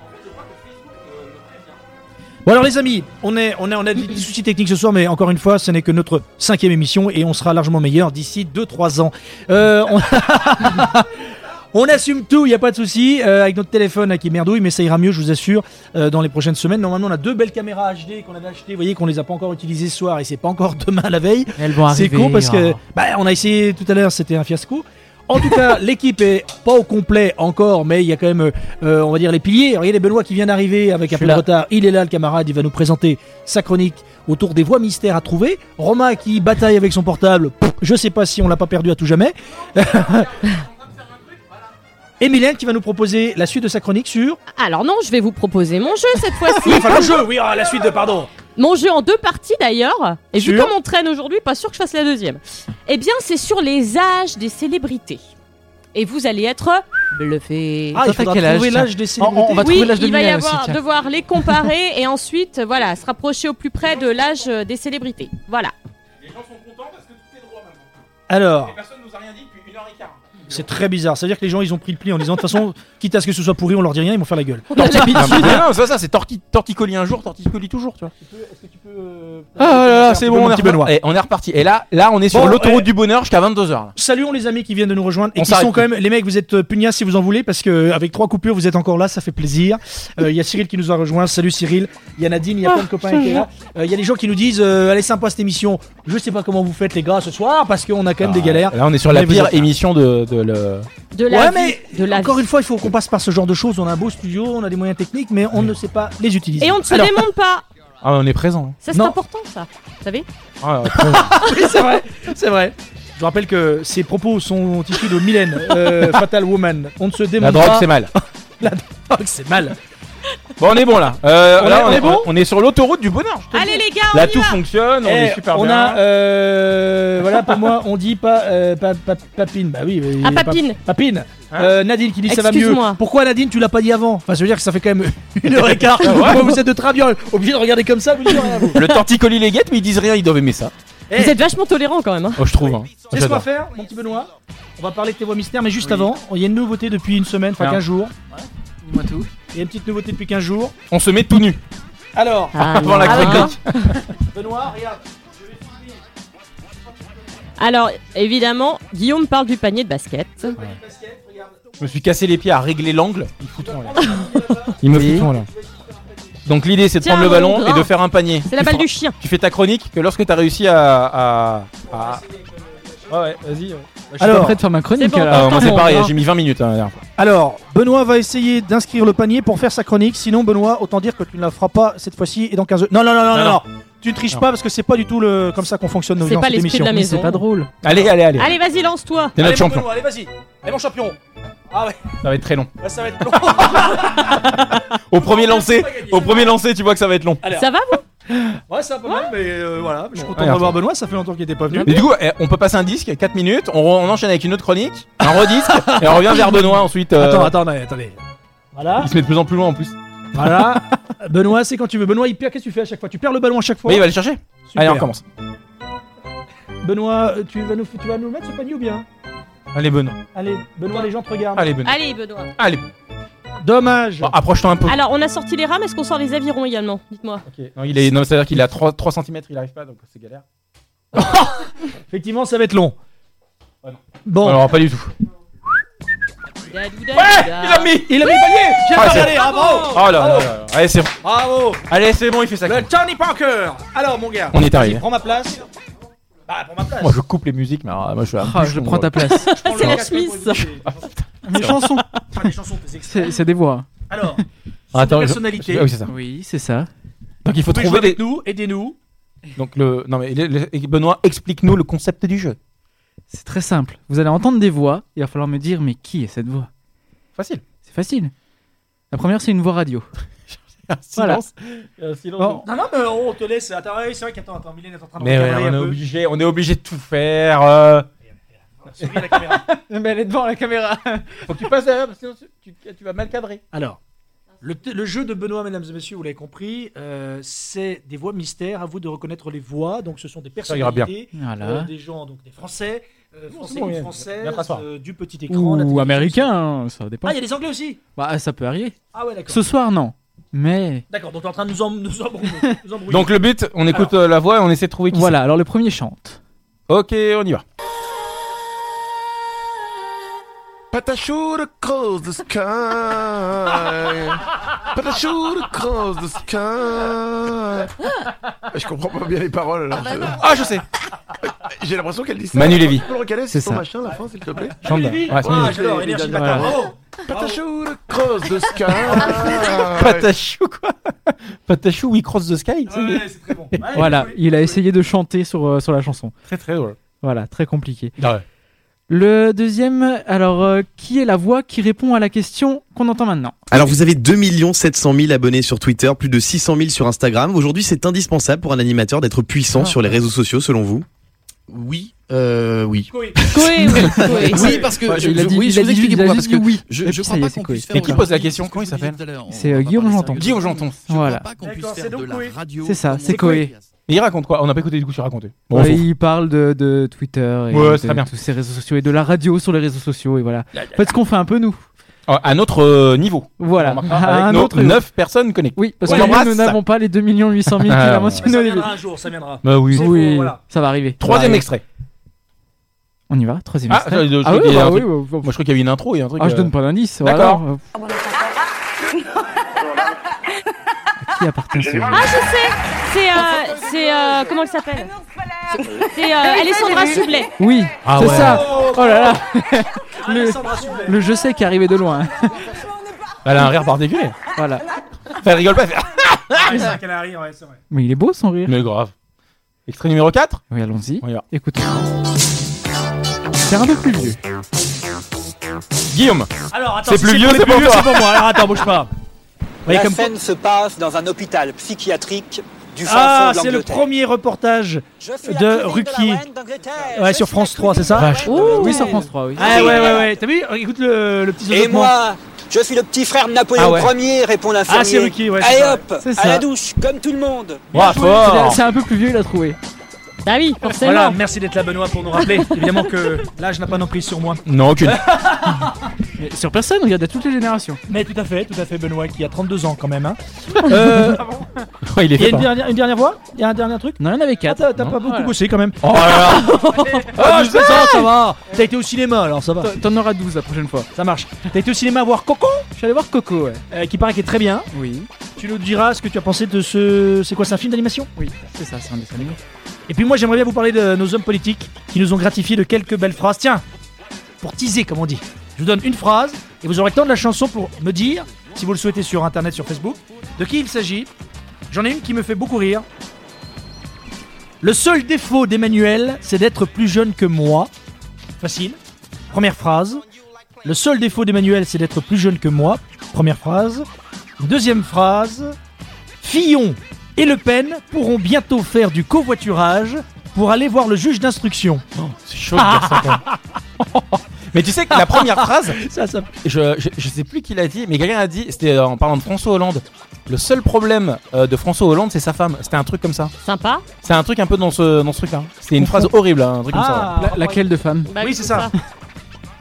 B: Bon alors les amis, on, est, on, a, on a des soucis techniques ce soir, mais encore une fois, ce n'est que notre cinquième émission et on sera largement meilleur d'ici 2-3 ans. Euh, on... <laughs> on assume tout, il n'y a pas de souci, euh, avec notre téléphone là, qui merdouille, mais ça ira mieux, je vous assure, euh, dans les prochaines semaines. Normalement, on a deux belles caméras HD qu'on avait achetées, vous voyez qu'on les a pas encore utilisées ce soir et c'est pas encore demain la veille.
I: Elles vont
B: C'est
I: arriver,
B: con parce que
I: oh.
B: bah, on a essayé tout à l'heure, c'était un fiasco. En tout cas, <laughs> l'équipe est pas au complet encore, mais il y a quand même, euh, on va dire, les piliers. Regardez Benoît qui vient d'arriver avec un peu de
I: là.
B: retard. Il est là, le camarade. Il va nous présenter sa chronique autour des voies mystères à trouver. Roma qui bataille avec son portable. Pff, Je sais pas si on l'a pas perdu à tout jamais. <laughs> Emilien qui va nous proposer la suite de sa chronique sur.
C: Alors non, je vais vous proposer mon jeu
B: <laughs>
C: cette fois-ci.
B: Enfin, le jeu, oui, ah, la suite de, pardon.
C: Mon jeu en deux parties d'ailleurs. Et vu
B: Sur
C: comme on traîne aujourd'hui, pas sûr que je fasse la deuxième. Eh bien, c'est sur les âges des célébrités. Et vous allez être bluffé.
B: Ah, il faudra trouver l'âge des célébrités.
C: oui, il va y avoir devoir
B: <laughs>
C: les comparer et ensuite, voilà, se rapprocher au plus près de l'âge euh, des célébrités. Voilà.
B: Alors.
A: Personne nous a rien dit depuis une heure et
D: <laughs>
A: quart.
B: C'est très bizarre. Ça veut dire que les gens, ils ont pris le pli en disant de toute façon, quitte à ce que ce soit pourri, on leur dit rien, ils vont faire la gueule.
D: Torticolis. Ah, non, non, ça, ça, c'est torti- torticolis un jour, torticolis toujours, tu vois. Ah là là, c'est bon, on est,
B: Petit Benoît.
D: reparti. Eh, on est reparti. Et là, là, on est sur
B: Bon,
D: l'autoroute
B: eh.
D: du bonheur jusqu'à 22h.
B: Saluons les amis qui viennent de nous rejoindre et
D: On
B: qui
D: s'arrête
B: sont quand
D: plus.
B: même les mecs. Vous êtes euh, pugnaces si vous en voulez parce que euh, avec trois coupures, vous êtes encore là, ça fait plaisir. Euh, Il y a Cyril qui nous a rejoint. Salut Cyril. Il y a Nadine,
D: Ah,
B: il y a plein de copains qui est là. Euh, Il y a des gens qui nous disent euh, allez sympa cette émission. Je sais pas comment vous faites les gars ce soir parce qu'on a quand
D: Ah,
B: même des galères.
D: Là, on est sur la
B: Mais vous
D: pire
B: êtes là.
D: émission de, de le.
C: De
B: ouais,
C: la vie,
B: mais
C: de la
B: encore une fois, il faut qu'on passe par ce genre de choses. On a un beau studio, on a des moyens techniques, mais on ne sait pas les utiliser.
C: Et on ne se
B: Alors-
C: démonte pas.
D: Ah, on est présent.
C: Ça c'est
B: Non.
C: important ça. Vous savez
D: Ah,
B: Oui, <laughs> c'est vrai, c'est vrai. Je vous rappelle que ces propos sont issus de Mylène, euh, Fatal Woman. On ne se
D: La
B: démonte
D: drogue,
B: pas.
D: c'est mal.
B: La drogue, c'est mal.
D: Bon, on est bon là. Euh,
B: On
D: là,
B: est- on est bon
D: on est sur l'autoroute du bonheur. je te
C: Allez les gars, on
D: Là,
C: y
D: tout
C: va.
D: fonctionne, on
B: Eh,
D: est super
B: on
D: bien.
B: a, euh, voilà, pour moi, on dit pas, euh, pa- pa- papine. Bah oui. oui,
C: Ah,
B: pa-
C: papine.
B: papine.
D: Hein
B: Euh, Nadine qui dit ça va mieux.
C: Excuse-moi.
B: Pourquoi Nadine, tu l'as pas dit avant Enfin, je veux dire que ça fait quand même <laughs> une heure et quart.
D: Ah ouais.
B: Pourquoi vous êtes de traviole Obligé de regarder comme ça, vous dites
D: <laughs>
B: rien. vous.
D: Le torticolis les guette, mais ils disent rien, ils doivent aimer ça.
B: Eh.
C: Vous êtes vachement tolérants quand même. hein.
D: Oh, je trouve. hein.
B: Tu sais ce qu'on va
D: J'adore.
B: faire, mon petit Benoît On va parler de tes voix mystères, mais juste avant, il y a une nouveauté depuis une semaine, enfin
D: Ah.
B: 15 jours.
I: Dis-moi tout.
B: Il y a une petite nouveauté depuis 15 jours.
D: On se met tout nu.
B: Alors, <laughs>
D: Avant
C: Ah,
D: la chronique.
B: Benoît, regarde.
C: Alors évidemment, Guillaume parle du panier de basket.
D: Je me suis cassé les pieds à régler l'angle. Ils foutent en l'air. <laughs> Ils me foutent en l'air. Donc l'idée c'est de
C: Tiens,
D: prendre le
C: mon
D: ballon et
C: grand.
D: de faire un panier.
C: C'est la
D: Tu
C: balle
D: feras-
C: du chien.
D: Tu fais ta chronique que lorsque t'as réussi à. à, à- Ouais, ouais, Bah, vas-y.
I: Je suis pas prêt de faire ma chronique euh,
C: C'est bon,
I: alors.
D: Ah, moi c'est pareil, j'ai mis 20 minutes hein, la dernière fois.
B: Alors, Benoît va essayer d'inscrire le panier pour faire sa chronique. Sinon, Benoît, autant dire que tu ne la feras pas cette fois-ci et dans 15 Non, non, non, non, non,
D: Non,
B: non. Tu ne triches
D: Non.
B: pas parce que c'est pas du tout le... comme ça qu'on fonctionne dans
C: C'est pas
B: cette
C: l'esprit
B: émission.
C: de la
I: Mais c'est
C: maison.
I: pas drôle.
D: Allez, allez, allez.
C: Allez, vas-y, lance-toi.
D: T'es notre champion.
B: allez, vas-y. Allez, mon champion. Ah ouais,
D: Ça va être très long.
B: là, ça
D: <laughs>
B: va être long.
D: Au premier lancer, au premier lancer, tu vois que ça va être long.
B: Alors,
C: Ça va vous
B: ouais, ça va pas mal, mais euh, voilà. Je suis content de
D: regarde.
B: revoir Benoît, ça fait longtemps qu'il n'était pas venu.
D: Et du coup, eh, on peut passer un disque, 4 minutes, on, re- on enchaîne avec une autre chronique, un redisque, et on revient vers Benoît ensuite. euh,
B: Attends, attends, attendez, attendez. Voilà,
D: Il se met de plus en plus loin en plus.
C: <laughs>
B: voilà. Benoît, c'est quand tu veux. Benoît, il perd. Qu'est-ce que tu fais à chaque fois Tu perds le ballon à chaque fois.
D: Mais il va aller chercher.
B: Super.
D: Allez, on commence.
B: Benoît, euh, tu vas nous, tu vas nous mettre ce panier ou bien
D: Allez, Benoît.
B: Allez, Benoît, les gens te regardent.
D: Allez, Ah. Benoît.
C: Allez, Benoît.
D: Allez.
B: Dommage.
D: Bon, Approche-toi un peu.
C: Alors, on a sorti les rames, est-ce qu'on sort les avirons également Dites-moi.
D: Ok. Non, il est, non, c'est-à-dire qu'il a 3, 3 cm, il arrive pas, donc c'est galère.
B: Effectivement, ça va être long.
D: Ouais, non.
B: Bon.
D: Alors, pas du tout.
C: Ouais, il
D: mis
B: Il a mis le panier J'ai
D: Ah,
B: pas
D: c'est-
B: regardé, ah, bravo
D: Oh là là là là. Allez, c'est bon.
B: Bravo
D: Allez, c'est bon, il fait ça.
B: Le Tony Parker Alors mon gars,
D: On est arrivé.
B: vas-y, prends ma place. Bah prends ma place.
D: Moi, je coupe les musiques, mais alors, moi, je suis un
I: Ah,
D: bouchon,
I: je prends
D: moi.
I: ta place.
B: Je prends
C: c'est
B: le
C: la
B: casque pour
C: chemise.
B: écouter.
I: Mes chansons.
B: Enfin, les chansons, des extraits.
I: C'est c'est des voix.
B: Alors,
D: Ah, Attends, je-
B: personnalité.
D: Ah oui, c'est ça.
I: Oui, c'est ça.
D: Donc, il faut
B: Vous pouvez jouer
D: trouver
B: avec
D: des.
B: nous, aidez-nous.
D: Donc le non mais le- le- Benoît, explique-nous le concept du jeu.
I: C'est très simple. Vous allez entendre des voix. Il va falloir me dire, mais qui est cette voix
D: Facile.
I: C'est facile. La première, c'est une voix radio.
D: Ah, silence. Euh,
I: Bon.
B: Non, non, mais on te laisse. Attends, ouais, c'est vrai qu'attends, attends, Mylène est en train de
D: Mais ouais, on
B: regarder
D: est
B: un peu.
D: obligé, on est obligé de tout faire. euh.
B: Souris à la caméra.
I: <laughs> mais elle est devant la caméra.
D: Faut que tu passes derrière, parce que sinon tu, tu vas mal cadrer.
B: Alors, le, t- le jeu de Benoît, mesdames et messieurs, vous l'avez compris, euh, c'est des voix mystères. À vous de reconnaître les voix. Donc, ce sont des
D: Ça ira bien.
B: personnalités,
I: Voilà.
B: euh, des gens, donc des Français, euh, français
D: bon,
B: ou
D: bien.
B: françaises,
D: Viens t'asseoir.
B: euh, du petit écran. de la
I: Ou américain, hein, ça
B: télévision.
I: dépend.
B: Ah, il y a des Anglais
I: <laughs>
B: aussi.
I: Bah, ça peut arriver.
B: Ah ouais, d'accord.
I: Ce soir, non. Mais.
B: D'accord. Donc, t'es en train de nous, em- nous
I: <laughs>
B: embrouiller. nous embrouiller.
D: Donc le but, on écoute euh, la voix et on essaie de trouver qui.
I: Voilà, alors le premier chante.
D: c'est. Ok, on y va.
O: But I shoot across the sky. But I shoot across the sky. Je comprends pas bien les paroles alors.
D: Ah, je sais.
O: J'ai l'impression qu'elle dit ça.
D: Manu Lévy.
O: Tu peux le recaler
D: C'est
O: c'est ton
D: ça.
O: machin à la fin, s'il te plaît
D: Chante. Manu Lévy. Ouais, c'est Manu Lévy.
O: j'adore,
D: Voilà.
O: énergie,
D: Voilà.
O: bâtard. Bravo. But I shoot across the sky.
D: Patachou quoi Patachou We Cross the Sky c'est-
I: voilà, il a essayé de chanter sur, euh, sur la chanson.
D: Très très drôle.
I: Voilà, très compliqué.
D: Ah ouais.
I: Le deuxième, alors, euh, qui est la voix qui répond à la question qu'on entend maintenant
P: Alors vous avez 2 700 000 abonnés sur Twitter, plus de 600 000 sur Instagram. Aujourd'hui, c'est indispensable pour un animateur d'être puissant
I: Ah.
P: sur les réseaux sociaux, selon vous Oui, euh, oui.
C: Coé, oui.
B: <laughs>
C: Coé.
P: Oui, parce que
D: Ouais,
P: je-
D: il a
P: je-
D: dit-
P: oui,
D: il
P: je
D: a
P: vous
D: dit-
P: explique
D: il a
P: pourquoi,
D: juste
P: parce que
D: dit oui.
P: je-
D: Et
P: je
D: puis
P: crois
D: ça y
P: pas
D: est, c'est
P: qu'on
D: quoi
P: puisse faire
D: Mais qui pose la
P: aujourd'hui
D: question Comment il s'appelle
I: C'est euh, Guillaume Janton.
D: Guillaume Janton. Voilà.
P: D'accord, c'est donc oui.
I: C'est ça, c'est Coé.
D: Mais il raconte quoi On n'a pas écouté du coup, tu raconté. Bon, on
I: Ouais,
D: s'en fout.
I: il parle de, de Twitter et
D: Ouais, c'est
I: de
D: très bien.
I: tous ces réseaux sociaux et de la radio sur les réseaux sociaux et voilà.
D: Là, là,
I: En fait, ce qu'on fait un peu nous.
D: Ah, à notre euh, niveau.
I: Voilà. Ah,
D: On remarquera
I: À
D: avec
I: un
D: nos
I: autre niveau.
D: 9 personnes connectées.
I: Oui, parce
D: On
I: que nous,
D: l'embrasse.
I: nous n'avons pas les 2 800 000 qu'il
D: Ah,
I: a
D: ouais.
I: mentionnés
B: Ça
I: au début.
B: viendra un jour, ça
I: <laughs>
B: viendra.
D: Bah oui.
I: Oui,
D: Oui, voilà.
I: ça va arriver. Ça
D: Troisième
I: va
D: extrait.
I: arriver. On y va, troisième
D: Ah,
I: extrait.
D: je- je- je-
I: ah,
D: il y
I: oui,
D: a
I: bah
D: un
I: oui,
D: truc-
I: bah,
D: Moi je crois qu'il y avait une intro, il y a un truc.
I: Ah, je
D: euh,
I: donne pas d'indice.
D: D'accord.
I: alors, euh, qui appartient ce
C: Ah, je sais C'est. euh, c'est euh, comment elle s'appelle C'est euh,
N: Ah oui,
C: Alessandra
N: j'ai vu.
C: Sublet.
I: Oui,
D: Ah
I: c'est
D: ouais.
I: ça. Oh là là. le, le je sais qui est arrivé de loin. <laughs>
D: Elle a un rire particulier.
I: Voilà.
D: Enfin, elle rigole pas. elle fait- ah.
B: Ouais, c'est vrai qu'elle arrive, ouais, c'est vrai.
I: Mais il est beau son rire.
D: Mais grave. Extrait numéro 4
I: Oui, allons-y.
D: On y va.
I: Écoutons. C'est un peu plus vieux.
D: Guillaume.
B: Alors, attends,
D: C'est
B: si
D: plus vieux,
B: pour les
D: c'est
B: plus
D: pour
B: vieux,
D: toi.
B: c'est pour moi. Alors, attends, bouge pas. Voyez
Q: La
B: comme-
Q: scène se passe dans un hôpital psychiatrique du fin
B: Ah,
Q: fond de
B: c'est le
Q: l'Angleterre.
B: premier reportage de Ruquier. Ouais, sur France 3, c'est ça
I: Vache. Oui, sur France 3, oui.
B: Ah, ouais, ouais, ouais. T'as vu Écoute le, le petit
Q: Et
B: zozotement.
Q: moi, je suis le petit frère de Napoléon
B: Ah ouais.
Q: Ier, répond l'infirmier.
B: Ah, c'est Ruquier, ouais, c'est
Q: Allez
B: ça, ouais.
Q: hop,
B: C'est
Q: à
B: ça.
Q: la douche, comme tout le monde.
D: Ouah, fort.
I: C'est un peu plus vieux, il a trouvé.
C: Bah oui, forcément.
B: Voilà, merci d'être là, Benoît, pour nous <laughs> rappeler. Évidemment que l'âge n'a pas d'emprise sur moi.
D: Non, aucune.
I: Mais Sur personne, regarde, à toutes les générations.
B: Mais tout à fait, tout à fait, Benoît, qui a 32 ans quand même. Hein.
D: <laughs>
B: Euh,
D: il est
B: il y a
D: fait
B: une
D: par-
B: dernière, une dernière voix Il y a un dernier truc Ah,
I: Non, il y en avait 4.
B: T'as pas beaucoup bossé quand même.
D: Oh là là.
B: Ah, je sais ça, ça va T'as été au cinéma alors, ça va
I: T'en auras 12 la prochaine fois.
B: Ça marche. T'as été au cinéma voir Coco
I: Je suis allé voir Coco, ouais.
B: euh, Qui paraît qu'il est très bien.
I: Oui,
B: Tu nous diras ce que tu as pensé de ce. C'est quoi, c'est un film d'animation
I: oui, c'est ça, c'est un dessin animé.
B: Et puis moi, j'aimerais bien vous parler de nos hommes politiques qui nous ont gratifié de quelques belles phrases. Tiens, pour teaser, comme on dit, je vous donne une phrase et vous aurez le temps de la chanson pour me dire, si vous le souhaitez sur internet, sur Facebook, de qui il s'agit. J'en ai une qui me fait beaucoup rire. Le seul défaut d'Emmanuel, c'est d'être plus jeune que moi. Facile. Première phrase. Le seul défaut d'Emmanuel, c'est d'être plus jeune que moi. Première phrase. Deuxième phrase. Fillon et Le Pen pourront bientôt faire du covoiturage pour aller voir le juge d'instruction.
D: C'est chaud de dire ça, quand
B: <laughs>
D: même. Mais tu sais que la première phrase,
B: Ça, ça-
D: je, je, je sais plus qui l'a dit, mais quelqu'un a dit, c'était euh, en parlant de François Hollande. Le seul problème euh, de François Hollande, c'est sa femme. C'était un truc comme ça.
C: Sympa.
D: C'est un truc un peu dans ce, dans ce truc-là. C'est une phrase horrible, hein, un truc
B: Ah.
D: comme ça.
I: La- laquelle de femme
C: Bah
B: Oui, c'est ça.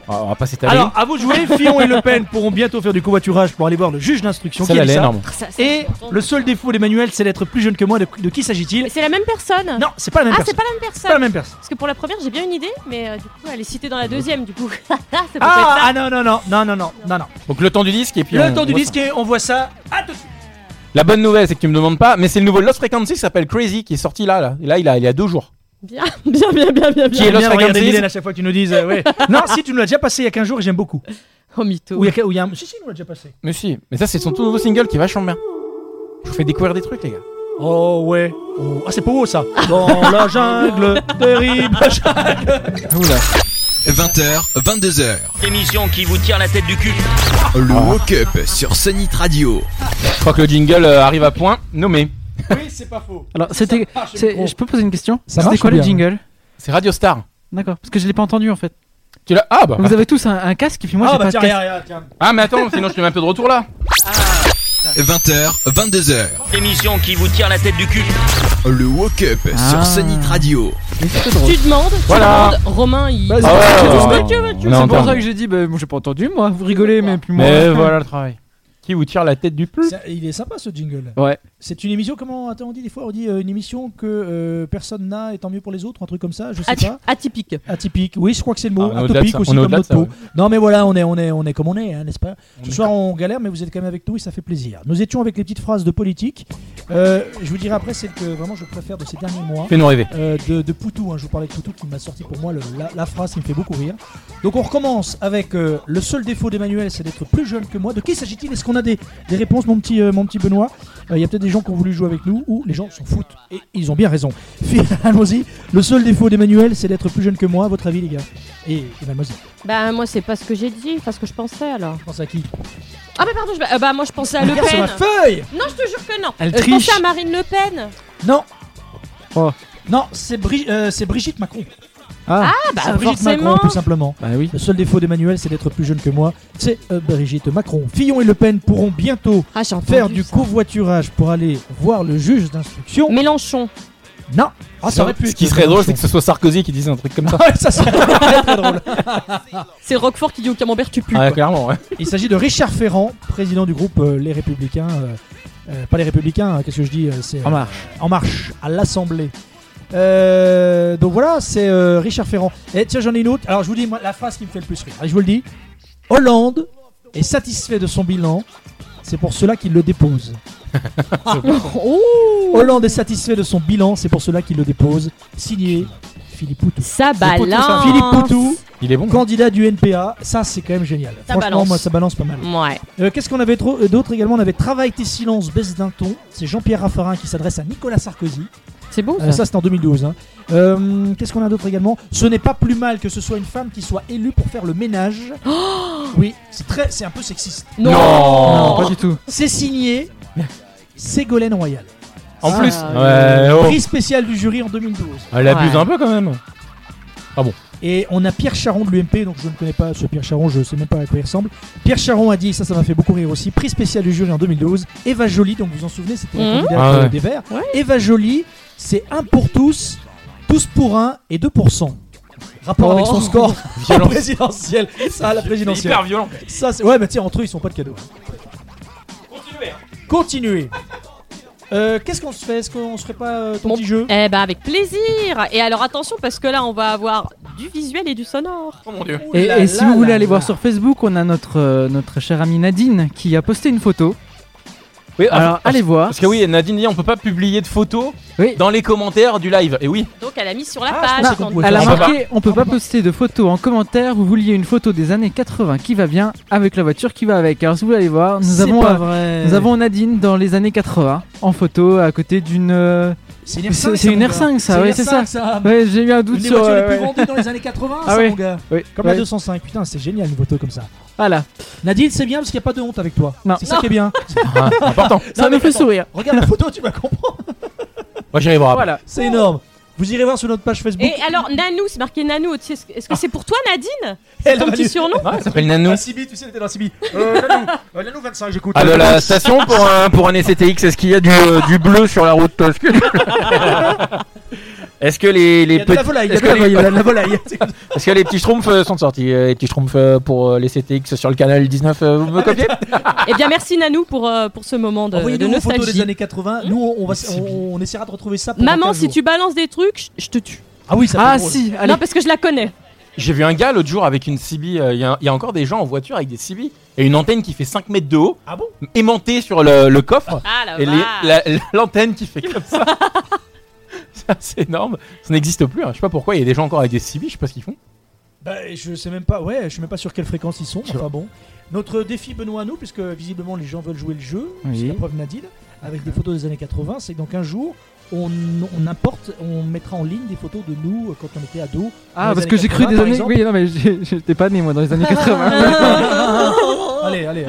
D: Ah, on va pas s'étaler.
B: Alors, à vous de jouer, Fillon et Le Pen pourront bientôt faire du covoiturage pour aller voir le juge d'instruction.
D: Celle-là,
B: Qui a
D: elle est
B: dit ça
D: énorme.
C: Ah, Ça, ça,
B: Et le seul défaut d'Emmanuel, c'est d'être plus jeune que moi. De, de qui s'agit-il
C: Mais c'est la même personne.
B: Non, c'est pas la même
C: Ah, c'est
B: personne.
C: pas la même
B: C'est pas la
C: personne.
B: même personne.
C: Parce que pour la première, j'ai bien une idée, mais euh, du coup, elle est citée dans la deuxième, du coup. <laughs> Ça peut être
B: Ah,
C: ça.
B: ah, non, non, non, non, non, non, non, non.
D: Donc le temps du disque et puis.
B: Le
D: on-
B: temps du
D: on voit
B: disque, et on voit ça. À tout de suite.
D: ça. La bonne nouvelle, c'est que tu me demandes pas, mais c'est le nouveau Lost Frequency qui s'appelle Crazy qui est sorti là, là. Et là, il a, il y a deux jours.
C: Bien, bien, bien, bien, bien.
D: Qui est
C: bien.
B: J'aime
D: Lost
B: bien regarder Mylène à
D: Frequency
B: chaque fois que tu nous dises.
D: <laughs>
B: euh, ouais. non, si tu nous l'as déjà passé il y a 15 jours et j'aime beaucoup.
C: Oh, mytho.
B: Ou il y a, ou il y a un- Si, si, il nous l'a déjà passé.
D: Mais si, mais ça, c'est son tout nouveau single qui est vachement bien. Je vous fais découvrir des trucs, les gars.
B: Oh ouais. Oh. Ah, c'est pour vous ça.
D: <laughs>
B: Dans la jungle, terrible jungle.
D: Ah,
G: 20h, 22h.
R: Émission qui vous tire la tête du cul.
G: Le Woke Up sur Sonic Radio.
D: Je crois que le jingle euh, arrive à point. Nommé.
B: Oui, c'est pas faux.
I: Alors, c'était. c'est- Je peux poser une question
D: Ça
I: C'était
D: marche
I: quoi
D: ou
I: le
D: bien
I: jingle
D: C'est Radio Star.
I: D'accord, parce que je l'ai pas entendu en fait.
D: Tu l'as Ah bah.
I: Vous avez tous un, un casque et puis moi
D: Ah,
I: j'ai
D: bah,
I: pas
D: tiens,
I: de casque.
D: regarde, Ah, mais attends, sinon je te mets un peu de retour là.
G: Ah. 20h, 22h.
R: Émission qui vous tire la tête du cul.
G: Le Woke Up sur
I: Ah.
G: Sonic Radio.
C: Tu demandes, tu
G: Voilà.
C: demandes. Romain, il.
I: Vas-y,
G: Ah ouais,
I: fais tout ce
D: ouais,
I: que
D: ouais.
I: tu veux,
D: Oh.
I: tu
D: On
I: veux.
D: est
I: C'est pour
D: entendu.
I: ça que j'ai dit, bah, moi j'ai pas entendu moi, vous rigolez, mais puis moi.
D: Mais voilà le travail. Qui vous tire la tête du plus
B: Ça- Il est sympa ce jingle.
D: Ouais.
B: C'est une émission, comment attends, on dit des fois On dit euh, une émission que euh, personne n'a et tant mieux pour les autres, un truc comme ça, je sais
C: Ati-
B: pas.
C: Atypique.
B: Atypique, oui, je crois que c'est le mot.
D: Ah, on est au-delà de
B: Atopique
D: ça,
B: aussi
D: on est
B: comme
D: au-delà de
B: notre
D: ça,
B: peau.
D: ouais.
B: Non, mais voilà, on est, on est, on est comme on est, hein, n'est-ce pas Ce soir, on galère, mais vous êtes quand même avec nous et ça fait plaisir. Nous étions avec les petites phrases de politique. Euh, je vous dirai après celle que vraiment je préfère de ces derniers mois.
D: Fais-nous rêver.
B: Euh, de, de Poutou, hein, je vous parlais de Poutou qui m'a sorti pour moi le- la, la phrase qui me fait beaucoup rire. Donc on recommence avec euh, le seul défaut d'Emmanuel, c'est d'être plus jeune que moi. De qui s'agit-il Est-ce qu'on a des, des réponses, mon petit, euh, mon petit Benoît Euh, Il y a peut-être des gens qui ont voulu jouer avec nous ou les gens s'en foutent. Et ils ont bien raison. <laughs> Allons-y. Le seul défaut d'Emmanuel, c'est d'être plus jeune que moi, à votre avis, les gars Et, et mademoiselle.
C: Bah, moi, c'est pas ce que j'ai dit, pas ce que je pensais alors.
B: Je pense à qui
C: Ah, bah, pardon, je- euh, bah, moi, je pensais à Le
B: Regarde sur
C: Pen.
B: ma feuille
C: Non, je te jure que non.
B: Elle
C: Euh, je
B: triche.
C: pensais à Marine Le Pen.
B: Non Non, c'est Bri- euh, c'est Brigitte Macron.
C: Ah. Ah, bah,
B: C'est Brigitte
C: forcément.
B: Macron, tout simplement.
I: Bah
B: Le seul défaut d'Emmanuel, c'est d'être plus jeune que moi. C'est euh, Brigitte Macron. Fillon et Le Pen pourront bientôt
C: Ah,
B: faire du covoiturage pour aller voir le juge d'instruction.
C: Mélenchon.
B: Non. Ah, ça aurait pu
D: Ce
B: être
D: qui serait drôle, c'est que
B: Mélenchon.
D: ce soit Sarkozy qui dise un truc comme ça.
B: Ouais, ça serait très, très drôle.
C: C'est Roquefort qui dit au camembert tu pues.
D: Ah,
C: quoi.
D: clairement, ouais.
B: Il s'agit de Richard Ferrand, président du groupe euh, Les Républicains. euh, euh, pas les Républicains, hein, qu'est-ce que je dis euh, c'est,
I: En Marche.
B: En Marche, à l'Assemblée. Euh, donc voilà, c'est euh, Richard Ferrand. Et tiens, j'en ai une autre. Alors je vous dis moi, la phrase qui me fait le plus rire. Allez, je vous le dis. Hollande est satisfait de son bilan. C'est pour cela qu'il le dépose. Hollande est satisfait de son bilan. C'est pour cela qu'il le dépose. Signé Philippe Poutou.
C: Ça
B: Poutou, ça.
C: balance.
B: Philippe Poutou.
D: Il est bon.
B: Candidat du NPA. Ça, c'est quand même génial.
C: Ça
B: Franchement,
C: balance.
B: moi, ça balance pas mal.
C: Ouais.
B: Euh, Qu'est-ce qu'on avait trop- euh, d'autre également On avait Travaille tes silences, baisse d'un ton. C'est Jean-Pierre Raffarin qui s'adresse à Nicolas Sarkozy. Euh,
C: C'est beau.
I: Euh,
B: Ça, c'était en 2012. hein. Euh, Qu'est-ce qu'on a d'autre également Ce n'est pas plus mal que ce soit une femme qui soit élue pour faire le ménage. oui, c'est très, c'est un peu sexiste.
D: Non. Non, pas du
I: tout.
B: C'est signé Ségolène Royal.
D: En
B: Ah,
D: plus.
B: euh,
D: Ouais, oh.
B: Prix spécial du jury en 2012.
D: Elle abuse un peu quand même. Ah bon.
B: Et on a Pierre Charon de l'UMP, donc je ne connais pas ce Pierre Charon, je ne sais même pas à quoi il ressemble. Pierre Charon a dit, ça, ça m'a fait beaucoup rire aussi, prix spécial du jury en 2012. Eva Jolie, donc vous vous en souvenez, c'était la
I: Mhm.
B: candidate
I: Ah
B: euh,
I: ouais.
B: des Verts. Eva Jolie, c'est un pour tous, tous pour un et 2 pour 100. Rapport
I: Oh.
B: avec son
I: <laughs>
B: score
I: Violent.
B: présidentiel. Ça, à la présidentielle.
I: hyper violent.
B: Ça, c'est- ouais, mais tiens, entre eux, ils sont pas de cadeaux. Continuez. Continuez. Euh, Qu'est-ce qu'on se fait Est-ce qu'on se ferait pas euh, ton petit jeu
C: Eh bah avec plaisir. Et alors attention parce que là on va avoir du visuel et du sonore.
A: Oh mon dieu.
I: Et, et si vous voulez aller voir sur Facebook, on a notre, euh, notre chère amie Nadine qui a posté une photo.
D: Oui, ah,
I: Alors,
D: parce-
I: allez voir.
D: Parce que oui, Nadine dit on peut pas publier de photos
I: Oui.
D: dans les commentaires du live. Et oui.
C: Donc elle a mis
B: Ah,
C: sur la page.
I: Non,
C: attendez.
I: elle a
D: On peut
I: marqué on peut pas poster de photos en commentaire. Vous vouliez une photo des années 80 qui va bien avec la voiture qui va avec. Alors si vous voulez aller voir, nous
B: C'est
I: avons
B: pas
I: euh,
B: vrai.
I: nous avons Nadine dans les années 80 en photo à côté d'une euh,
B: C'est une R5, ça,
I: c'est une
B: mon
I: R5
B: gars. C'est
I: ça,
B: une
I: ouais, c'est
B: R5,
I: ça.
B: ça.
I: Ouais, j'ai eu un
B: Une
I: doute
B: des
I: sur
B: voitures les
I: euh,
B: plus
I: ouais.
B: vendues dans les années 80,
I: Ah
B: ça,
I: oui.
B: mon gars.
I: Oui.
B: Comme la
I: Ouais.
B: 205, putain, c'est génial une photo comme ça.
I: Voilà.
B: Nadine, c'est bien parce qu'il n'y a pas de honte avec toi. C'est ça
I: Non.
B: qui est bien.
D: Ah, important.
I: Ça
B: mais
I: me fait
B: attends,
I: sourire.
B: Regarde la photo, tu vas comprendre.
D: Moi j'y arriverai. après.
B: C'est énorme. Vous irez voir sur notre page Facebook.
C: Et alors Nanou, c'est marqué Nanou. tu sais, Est-ce que- est-ce que c'est pour toi Nadine
B: Ah. Elle
C: C'est ton
B: va
C: petit
B: lui- <laughs>
C: surnom
D: Ça s'appelle Nanou.
B: Ah, Sibi, tu sais, elle était dans Sibi. Euh, Nanou, euh, Nanou 25, j'écoute.
D: Ah, de la station pour un, pour un SCTX, est-ce qu'il y a du, euh, du bleu sur la route euh, Est-ce que- Est-ce que les, les
B: Il y a de la
D: petits-
B: volaille, il y a
D: est-ce
B: de la
D: que les-
B: volaille, il y a de
D: <laughs>
B: la volaille.
D: Est-ce que les petits schtroumpfs euh, sont sortis euh, Les petits schtroumpfs euh, pour euh, les CTX sur le canal 19, euh, vous me copiez
C: Eh bien merci Nanou pour euh, pour ce moment de, de
B: Envoyez-nous vos photos des
C: nostalgie.
B: années 80. Nous, on, on va, on, on essaiera de retrouver ça. Pour dans
C: Maman,
B: quinze
C: si
B: jours.
C: tu balances des trucs, je- je te tue.
B: Ah oui, ça
D: Ah, drôle. si, allez.
C: Non parce que je la connais.
D: <laughs> J'ai vu un gars l'autre jour avec une CB. euh, Il y, a- il y a encore des gens en voiture avec des CB et une antenne qui fait 5 mètres de haut,
B: ah bon
D: aimantée sur le, le coffre.
C: Ah, la
D: et les-
C: <laughs>
D: la- l'antenne qui fait comme ça. <laughs> Ça, C'est énorme. Ça n'existe plus. hein. Je sais pas pourquoi. Il y a des gens encore avec des CB. Je sais pas ce qu'ils font.
B: Bah, je sais même pas, ouais, je suis même pas sur quelle fréquence ils sont, enfin bon. Notre défi Benoît à nous, puisque visiblement les gens veulent jouer le jeu,
D: Oui.
B: c'est la preuve Nadine. avec des photos des années 80, c'est que donc un jour, on, on importe, on mettra en ligne des photos de nous euh, quand on était ado.
I: Ah, parce que j'ai cru des années. Oui, non, mais j'ai- j'étais pas né moi dans les années 80.
C: Oh.
B: allez, allez.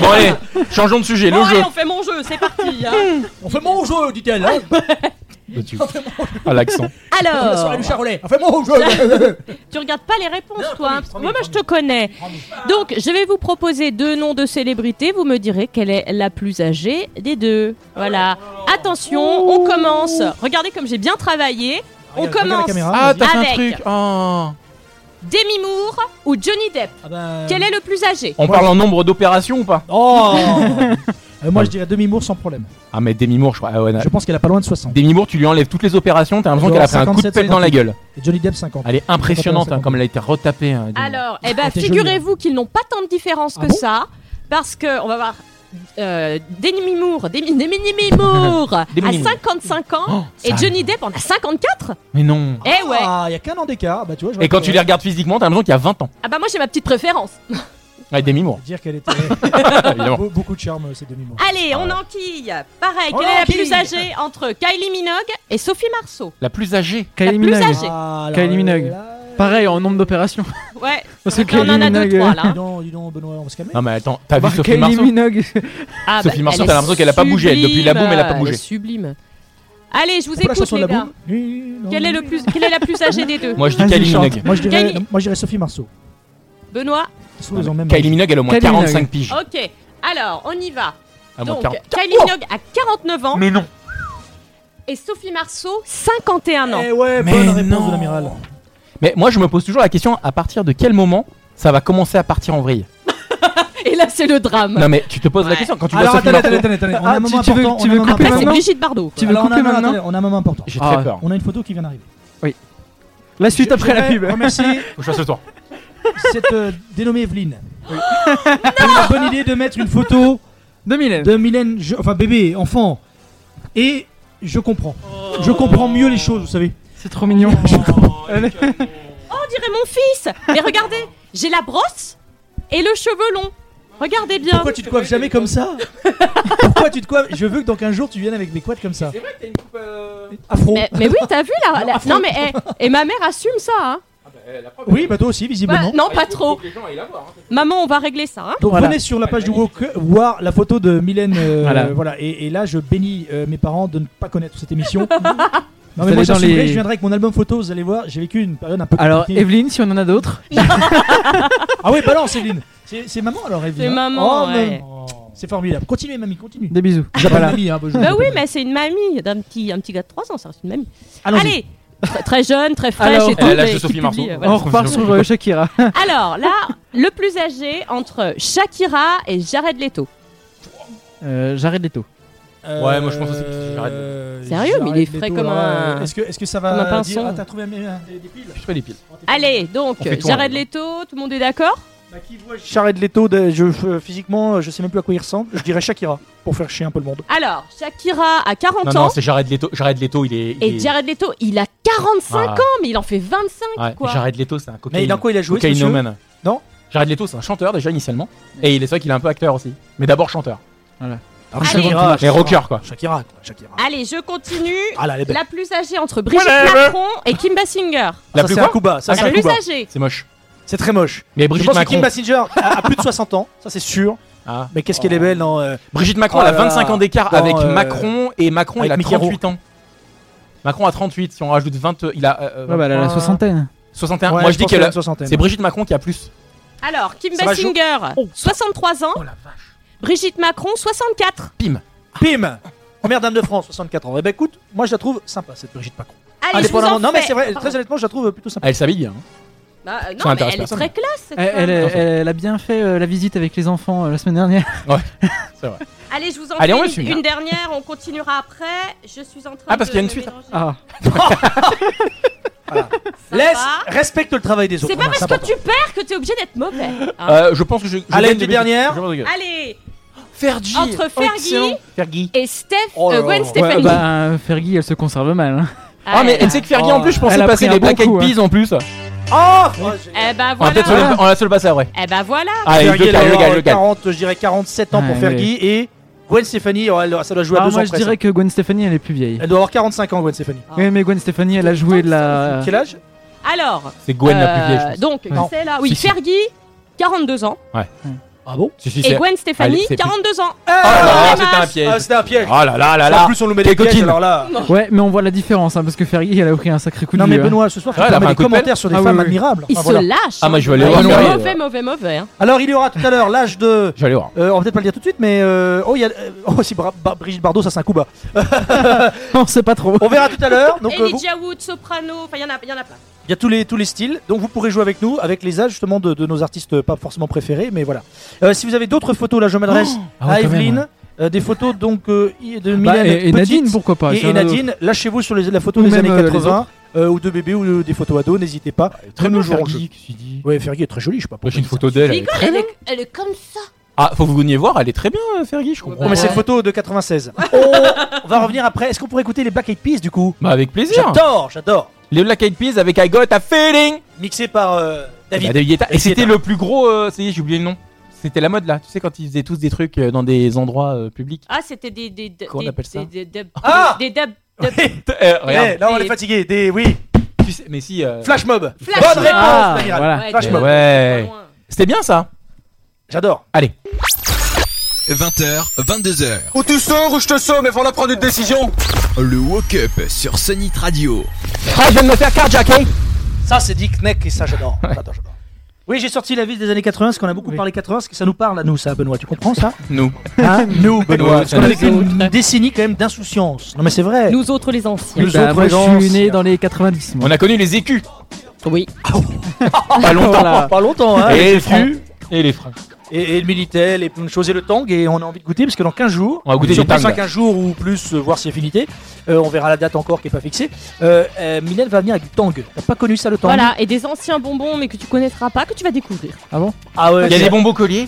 D: Bon, allez, changeons de sujet, le
C: Bon, allez,
D: jeu.
C: on fait mon jeu, c'est parti.
D: <laughs>
C: hein.
B: On fait mon jeu, dit-elle. hein.
C: Ah,
D: À Ah, l'accent.
B: La soirée
C: Alors,
B: du Charolais. On fait mon <laughs> jeu.
C: tu regardes pas les réponses, toi. hein, parce que moi, moi, je te connais. Donc, je vais vous proposer deux noms de célébrités. Vous me direz quelle est la plus âgée des deux. Voilà. Attention, on commence. Regardez comme j'ai bien travaillé. On
D: Regarde- regarde la
C: commence
D: caméra, Ah, t'as fait un
C: avec
D: truc, Ah.
C: Demi Moore ou Johnny Depp.
B: Ah
C: Quel est le plus âgé
D: On parle en nombre d'opérations ou pas
B: ben, Oh Euh, moi, je dirais demi-mour sans problème.
D: Ah, mais Demi Moore, je crois.
B: Je pense qu'elle a pas loin de 60.
D: Demi Moore, tu lui enlèves toutes les opérations, t'as l'impression
B: Genre
D: qu'elle a pris un coup de
B: 57,
D: pelle dans la
B: 58.
D: gueule.
B: Et Johnny Depp 50.
D: Elle est impressionnante, hein, comme elle a été retapée. hein, Demi Moore.
C: Alors, eh ben,
B: t'es jolie,
D: hein.
C: figurez-vous qu'ils n'ont pas tant de différence
D: Ah
C: que ça, parce que on va voir. Euh, Demi Moore, Demi, Demi-
D: <laughs>
C: Demi Moore a
B: Demi Moore.
C: 55 ans et
D: ça-
C: Johnny Depp en a 54
D: Mais non.
C: Eh ouais
B: Ah, il y a qu'un an d'écart. Bah, tu vois,
D: Et quand tu les regardes physiquement, t'as l'impression qu'il y a 20 ans.
C: Ah bah moi j'ai ma petite préférence
D: Ouais, Demi
B: <laughs>
D: Moore.
B: Dire qu'elle était. Be- Beaucoup de charme, euh, ces demi-mours.
C: Allez, on
D: Ah.
C: enquille Pareil,
B: On
C: quelle est la
B: enquille.
C: plus âgée entre Kylie Minogue et Sophie Marceau
D: La plus âgée.
I: Kylie
C: plus
I: Minogue.
C: âgée.
B: Ah
I: Kylie Minogue. Pareil en nombre d'opérations.
D: <laughs>
C: Ouais,
I: Parce que
C: on en a
I: Kylie
C: deux,
I: Minogue,
C: trois
I: euh,
C: là. hein.
B: Dis donc, dis donc, Benoît, on va se calmer.
D: Non, mais attends, t'as
I: Bah,
D: vu Sophie
I: Kylie
D: Marceau
I: Minogue.
C: Ah,
D: Sophie
C: bah,
D: Marceau,
C: elle
D: t'as
C: est
D: l'impression qu'elle a pas bougé, elle, depuis la
C: sublime,
D: boum, elle a pas bougé.
C: est sublime. Allez, je vous
B: On peut la
C: écoute
B: chanson de
C: les
B: la
C: gars.
B: boum Oui, non,
C: Quelle est, le plus, quelle est la plus âgée des deux
D: Moi, je dis
B: Vas-y,
D: Kylie
B: chante.
D: Minogue.
B: Moi, je dirais,
C: Kylie-
B: moi, je dirais Sophie Marceau.
C: Benoît
B: Ils sont les mêmes
D: Kylie
B: âge.
D: Minogue, elle a au moins 45 piges.
C: Ok, alors on y va.
D: Ah bon,
C: Ah, Donc,
D: 40.
C: Kylie Minogue a 49 ans
D: Mais non.
C: et Sophie Marceau 51 ans.
B: Eh ouais,
D: Mais
B: bonne réponse
D: non.
B: de l'amiral.
D: Oh, Mais moi, je me pose toujours la question à partir de quel moment ça va commencer à partir en vrille
C: Et là, c'est le drame.
D: Non, mais tu te poses la question quand tu vois
B: Alors,
D: Sophie
B: attendez,
D: Marceau-
B: attendez, attendez, attendez. On a un
I: Ah, tu-
B: moment
I: tu veux-
B: important.
I: tu
B: on a
I: veux
B: un moment important.
I: couper
C: Là, c'est
I: maintenant
C: Brigitte Bardot.
I: Tu veux
B: Alors, on a
I: couper
B: un moment-
I: maintenant
B: attendez, On a un moment important.
D: J'ai
I: Ah
D: très
I: ouais.
D: peur.
B: On a une photo qui vient d'arriver.
I: La suite après la
B: Je
I: pub.
B: voudrais
I: <laughs>
B: remercier
D: Faut que je fasse le tour.
B: cette euh, dénommée Evelyne. Pour la bonne idée de mettre une photo
I: De Mylène.
B: de Mylène, je- enfin bébé, enfant. Et je comprends. Je comprends mieux les choses, vous savez.
I: C'est trop mignon.
B: Je comprends.
I: oh,
C: Oh, on dirait mon fils. Mais regardez, j'ai la brosse et le cheveu long. Regardez bien.
B: Pourquoi tu te coiffes jamais comme ça <laughs> Pourquoi tu te coiffes Je veux que dans 15 jours tu viennes avec mes quads comme ça. C'est vrai que t'as une coupe afro.
C: euh, mais, mais oui, t'as vu là la-
B: à fond.
C: Non, mais eh, et ma mère assume ça. hein.
B: Oui, bah toi aussi
C: Bah,
B: visiblement.
C: non, pas trop. Maman, on va régler ça. hein.
B: Donc
I: Voilà.
B: venez sur la page du Walk voir la photo de Mylène. euh,
I: Voilà.
B: voilà. Et, et là, je bénis euh, mes parents de ne pas connaître cette
C: <laughs>
B: émission. non mais moi,
I: allez dans
B: j'assumerai,
I: les-
B: je viendrai avec mon album photo. Vous allez voir, j'ai vécu une période un peu.
I: Alors,
B: compliquée.
I: Evelyne, si on en a d'autres.
B: ah oui, balance, Evelyne. C'est c'est maman alors, Evelyne.
C: C'est
B: hein
C: maman,
B: Oh,
C: ouais.
B: maman. C'est formidable. Continuez, mamie, continue.
I: Des bisous.
B: J'appelle mamie. Hein, bah, je-
C: Bah oui, mais c'est une mamie d'un petit, un petit gars de 3 ans, ça reste une mamie.
B: Allons-y.
C: Allez, tr- très jeune, très fraîche
I: Alors,
C: et tout.
D: elle a l'âge
C: mais
D: de
C: qui
D: Sophie
C: publie,
D: Marceau.
C: euh, voilà.
I: On repart sur euh, Shakira.
C: Alors là, le plus âgé entre Shakira et Jared Leto.
I: Euh, J'arrête les taux.
D: Ouais, moi, je pense aussi que
B: Euh,
D: j'arrête.
C: Sérieux, mais il est
B: j'arrête
C: frais
B: les
C: comme
B: taux,
C: un-
B: ouais. Est-ce que, est que ça
C: comme un
B: va
C: pinson.
B: dire Ah, t'as trouvé un- un- des, des piles
D: Je fais des piles.
C: Allez, donc
D: On fait tourner,
C: Jared
D: hein.
C: Leto, tout le monde est d'accord
B: Jared Leto, de- je, euh, physiquement, euh, je sais même plus à quoi il ressemble. Je dirais Shakira pour faire chier un peu le monde.
C: Alors, Shakira a 40
D: Non,
C: ans
D: non, c'est Jared Leto. Jared Leto, il est. il
C: et
D: est-
C: Jared Leto, il a 45
D: Ah.
C: ans, mais il en fait 25
D: Ouais,
C: quoi.
D: Jared Leto, c'est un cocaïne.
B: Mais dans quoi il a joué, ce
D: cocaïnomane.
B: Non
D: Jared Leto, c'est un chanteur déjà initialement. Et il est c'est vrai qu'il est un peu acteur aussi. Mais d'abord chanteur.
C: Ah,
B: Alors,
C: Allez.
B: Shakira,
D: Et rocker quoi.
B: Shakira, quoi, Shakira.
C: Allez, je continue.
B: Ah là, elle est
D: ben.
B: belle.
C: La plus âgée entre Brigitte
D: Voilà.
C: Macron et Kim Basinger.
D: La
B: ça,
D: plus
B: c'est
D: quoi
B: Akuba, ça,
D: Ah,
B: c'est
C: La plus
B: Akuba.
C: âgée.
D: C'est moche.
B: C'est très moche.
D: Mais
B: Je
D: Brigitte
B: pense que Kim
D: Macron.
B: Basinger a, a plus de 60 ans, ça c'est sûr.
D: Ah.
B: Mais qu'est-ce qu'elle est belle dans. euh,
D: Brigitte Macron,
B: Oh
D: elle a
B: là là.
D: 25 ans d'écart
B: Dans,
D: avec
B: euh,
D: Macron et Macron,
B: avec
D: il a
B: Mitterrand.
D: 38 ans. Macron a 38, si on rajoute 20, euh, il a euh,
I: Ouais, bah, elle a la
D: 21,
I: soixantaine.
D: 61.
B: Ouais,
D: Moi
B: je
D: je dis
B: pense
D: que
B: qu'elle a une soixantaine.
D: c'est Brigitte Macron qui a plus.
C: Alors, Kim
B: Ça va, je-
C: Basinger, 63 ans. Brigitte Macron, 64.
D: Pim.
B: Pim Première dame de France, 64 ans. Eh ben écoute, moi je la trouve sympa cette Brigitte Macron.
C: Allez, je vous en
B: Ah, non mais
C: fais-
B: c'est vrai,
C: Pardon.
B: très honnêtement, je la trouve plutôt sympa.
D: Elle s'habille bien. hein.
C: Bah, euh,
D: Ça
C: non, mais
D: intéresse
C: elle est
D: personne.
C: très classe cette
I: Elle,
C: femme.
I: elle- elle a bien fait euh, la visite avec les enfants euh, la semaine dernière.
C: Allez, je vous en
D: Allez,
C: fais
D: on va
C: une-
D: suivre,
C: une,
D: là.
C: dernière, on continuera après. Je suis en train
D: Ah, parce
C: de
D: qu'il y a une
C: me
D: suite.
C: mélanger.
I: Ah.
C: Ça
B: Laisse,
C: va
B: respecte le travail des autres.
C: C'est pas
B: Voilà, c'est
C: parce que
B: important.
C: tu perds que t'es obligé d'être
D: <laughs>
C: mauvais. hein.
D: Euh, je pense que je. je gagne
B: Allez, Ah. une
D: Brigitte-
B: dernière. Ah.
D: je pense que-
C: Allez, entre Fergie
D: Excellent. Fergie.
C: et Steph,
B: Oh là
C: euh,
B: là.
C: Gwen
B: Ouais,
I: Ouais,
C: Stefani.
I: bah, Fergie, elle se conserve mal. hein.
D: Ah, mais
C: Euh,
D: elle sait que Fergie en plus, je
I: Elle
D: pensais
I: a
D: passer
I: pris un
D: les
I: bon
D: Black Eyed
I: coup, hein.
D: Peas en plus.
B: Oh
C: Eh bah
D: On va
C: voilà.
D: Ah, peut-être se le- on va se le passer après. Ah,
C: Eh bah voilà.
D: Allez,
B: Fergie,
D: je
B: elle doit
D: gagne, je
B: avoir
D: gagne, je gagne.
B: 40, je dirais 47 ans
I: Ouais,
B: pour
I: ouais.
B: Fergie et Gwen Stefani, oh, elle- ça doit jouer à
I: Ah,
B: deux
I: moi
B: ans
I: je
B: près,
I: dirais
B: ça.
I: que Gwen Stefani elle est plus vieille.
B: Elle doit avoir 45 ans, Gwen Stefani.
I: Oui, mais Gwen Stefani elle a joué de la.
B: Quel âge
D: Ah.
C: Alors. euh,
I: C'est Gwen la plus vieille, je pense.
C: Donc,
I: Non.
C: c'est là. Oui,
I: Si, si.
C: Fergie, 42 ans.
D: Ouais.
B: Ah bon
C: Et Gwen Stefani, 42 ans.
D: Ah, c'était un piège.
B: Ah, c'était un piège.
D: Oh là là là là.
B: En plus, on nous met
D: T'es
B: des pièges,
D: coquine.
B: alors là.
I: Ouais, mais on voit la différence hein, parce que Fergie elle a pris un sacré coup de
B: Non, mais
I: vieux, hein.
B: Benoît, ce soir, tu nous mets des commentaires sur des femmes admirables.
C: Il
B: Ah,
C: se
B: voilà.
C: lâche.
D: Ah, moi, je vais aller
C: hein.
D: voir
C: Il est
D: Fergie.
C: Mauvais, mauvais, mauvais. hein.
B: Alors, il y aura tout à l'heure l'âge de.
D: Je vais aller voir.
B: Euh, on va peut-être pas le dire tout de suite, mais. euh, Oh, il y a. euh, Oh, si Bra- Ba- Brigitte Bardot, ça c'est un coup bas.
I: <laughs> on sait pas trop.
B: On verra tout à l'heure. Donc, euh, vous-
C: Elijah Wood, Soprano, enfin, il y en a- il y en a plein.
B: Il y a tous les, tous les styles, donc vous pourrez jouer avec nous, avec les âges justement de, de nos artistes euh, pas forcément préférés, mais voilà. Euh, si vous avez d'autres photos, là je m'adresse
I: Oh <gasps> Ah ouais,
B: à
I: quand même,
B: Evelyne,
I: ouais.
B: euh, des photos donc euh, i- de
I: Bah,
B: Mylène
I: et- et
B: Petite,
I: Nadine, pourquoi pas,
B: Et,
I: s'il y en
B: et
I: a d'autres.
B: Nadine, lâchez-vous sur les- la photo
I: Ou
B: des
I: même,
B: années
I: euh, les
B: 80,
I: autres.
B: euh, ou de bébés, ou de- des photos ados, n'hésitez pas. Très
D: bien,
B: nous jouerons au
D: Fergie,
B: jeu. Ouais, Fergie est très jolie, je sais pas pourquoi.
D: J'ai une photo d'elle. elle est très-
C: est, comme ça.
D: Ah, faut que vous veniez voir, elle est très bien, euh, Fergie, je comprends.
B: Non, mais c'est une photo de 96. Oh, on va revenir après. Est-ce qu'on pourrait écouter les Black Eyed Peas du coup
D: Bah, avec plaisir.
B: J'adore, j'adore.
D: Les Black Eyed Peas avec I Got a Feeling.
B: Mixé par euh, David.
D: Bah, David Guetta. Et
B: David
D: c'était
B: Guetta.
D: le plus gros. euh, ça y est, j'ai oublié le nom. C'était la mode là. Tu sais, quand ils faisaient tous des trucs euh, dans des endroits euh, publics.
C: Ah, c'était des. des, des
D: Qu'on
C: des-
D: appelle ça
C: Des, des, des-
B: Ah
C: des dub.
D: Euh, regarde.
B: <laughs> Eh, là on est fatigué, des. Oui.
D: Tu sais- mais si. euh,
B: Flash Mob.
C: Flash
B: Bonne
C: Mob.
B: réponse,
D: Ah,
B: Daniel.
D: voilà.
B: Flash
D: Eh
B: Mob.
D: ouais. C'était bien ça.
B: J'adore.
D: Allez.
G: 20h, 22h.
M: Ou tu sors ou je te somme mais faut la prendre une décision.
G: Le woke-up sur Sonic Radio.
D: Ah, je viens de me faire carjacker.
B: Ça, c'est Dick Neck et ça, j'adore. J'adore, j'adore. Oui, j'ai sorti la ville des années 80, parce qu'on a beaucoup parlé 80, parce que ça nous parle à nous, ça, Benoît. Tu comprends ça
D: Nous.
B: Hein Nous, Benoît. Parce
D: ça
B: qu'on
D: <laughs>
B: a
D: nous
I: Bah,
B: vécu une décennie quand même d'insouciance. Non, mais c'est vrai.
C: Nous autres, les anciens.
B: Nous
I: Bah,
B: autres,
I: moi,
B: les
I: je suis
B: anciens.
I: né dans les 90. moi.
D: On a connu les écus. Ah,
C: Oui.
D: Pas longtemps.
I: Voilà.
B: Pas longtemps, hein.
D: Et les
B: les francs.
D: fûts. Et les francs.
B: Et, et le Minitel, et plein de choses, et le Tang, et on a envie de goûter, parce que dans 15 jours,
D: On va goûter
B: sur
D: du Tang.
B: 15 jours ou plus, euh, voir si affinité, euh, on verra la date encore qui est pas fixée, euh, euh, Mylène va venir avec du Tang. T'as pas connu ça, le Tang
C: Voilà, et des anciens bonbons, mais que tu connaîtras pas, que tu vas découvrir.
I: Ah bon
B: Ah ouais,
D: Il y a
B: c'est-
D: des bonbons colliers.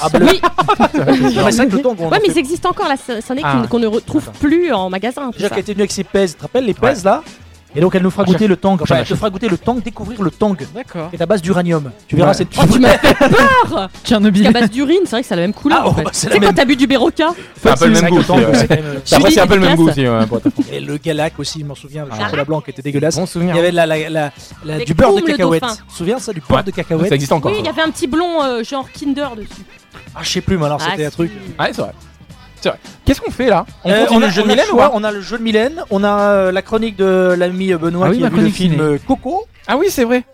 B: Ah bah, le-
C: Oui,
B: Non, mais c'est vrai que le Tang, on en
C: ouais, mais
B: fait
C: ils existent encore là, c'en est
D: Ah.
C: qu'on- qu'on ne retrouve plus en magasin. tout
B: Jacques
C: ça.
B: était venu avec ses pèses, tu te rappelles les pèses là Et donc elle nous fera goûter le tang. Enfin, elle te fera goûter le tang, découvrir le tang. Qui
I: D'accord.
B: est à base d'uranium. Tu verras,
I: Ouais.
B: c'est tout.
C: Oh, tu m'as
B: <laughs>
C: fait peur Parce
I: Tchernobyl.
C: qu'à base d'urine, c'est vrai que ça a la même couleur.
B: Ah,
C: en
B: oh,
C: fait.
B: bah, c'est
C: tu
B: la
C: sais, quand
B: même.
C: t'as bu du Berocca,
D: C'est un peu le même goût.
B: Tang, c'est quand même-
D: Après,
C: Julie
D: c'est un peu le même goût
C: dédicace.
D: aussi. ouais, pour ta-
I: Ah,
B: Et le galac aussi, je m'en souviens, le
D: Ah.
B: chocolat blanc qui était dégueulasse.
D: Bon
B: Il
D: souvenir.
B: y avait la, la- la- la-
C: Des
B: du beurre de
C: Koum, le
B: cacahuète.
C: dauphin.
B: Tu te souviens ça, du beurre de cacahuète
D: Ça existe encore.
C: oui, il
D: ça.
C: y avait un petit blond euh, genre Kinder dessus.
B: Ah, je sais plus, mais alors
C: Ah,
B: c'était un
C: si.
B: truc.
D: Ouais, c'est vrai. C'est vrai. Qu'est-ce qu'on fait là On
B: Euh,
D: continue
B: a-
D: le jeu de
B: on a
D: Mylène ou
B: choix,
D: pas
B: On a le jeu de Mylène, on a euh, la chronique de l'ami euh, Benoît
I: Ah oui,
B: qui
I: ma
B: a vu le
I: chronique
B: film
I: ciné.
B: euh, Coco.
D: Ah oui, c'est vrai.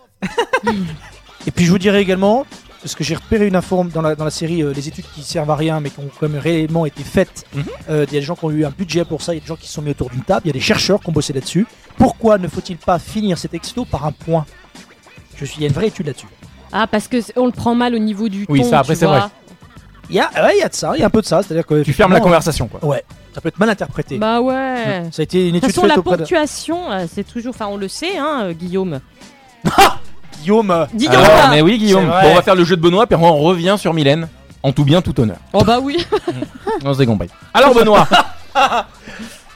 B: Et puis je vous dirai également, parce que j'ai repéré une informe dans la, dans la série, euh, les études qui servent à rien mais qui ont quand même réellement été faites. Euh,
D: Mhm.
B: Il y a des gens qui ont eu un budget pour ça, il y a des gens qui se sont mis autour d'une table, il y a des chercheurs qui ont bossé là-dessus. Pourquoi ne faut-il pas finir ces textos par un point je suis, il y a une vraie étude là-dessus.
C: Ah, parce que c'est- on le prend mal au niveau du
D: Oui,
C: ton,
D: ça, après,
C: tu
D: c'est
C: vois.
D: vrai.
B: Il y, a, ouais, il y a de ça, il y a un peu de ça. C'est-à-dire que
D: Tu fermes la conversation quoi.
B: Ouais, ça peut être mal interprété.
C: Bah ouais. De
B: ça a été une
C: toute
B: étude
C: façon,
B: faite
C: la
B: auprès de Ah,
C: ponctuation, euh, c'est toujours. Enfin, on le sait, hein, euh, Guillaume.
B: Guillaume. euh,
C: Guillaume
D: Alors,
C: hein.
D: mais oui, Guillaume.
B: C'est vrai.
D: Bon, on va faire le jeu de Benoît, puis on revient sur Mylène. En tout bien, tout honneur.
C: Oh bah oui
D: On s'est compris. Alors, Benoît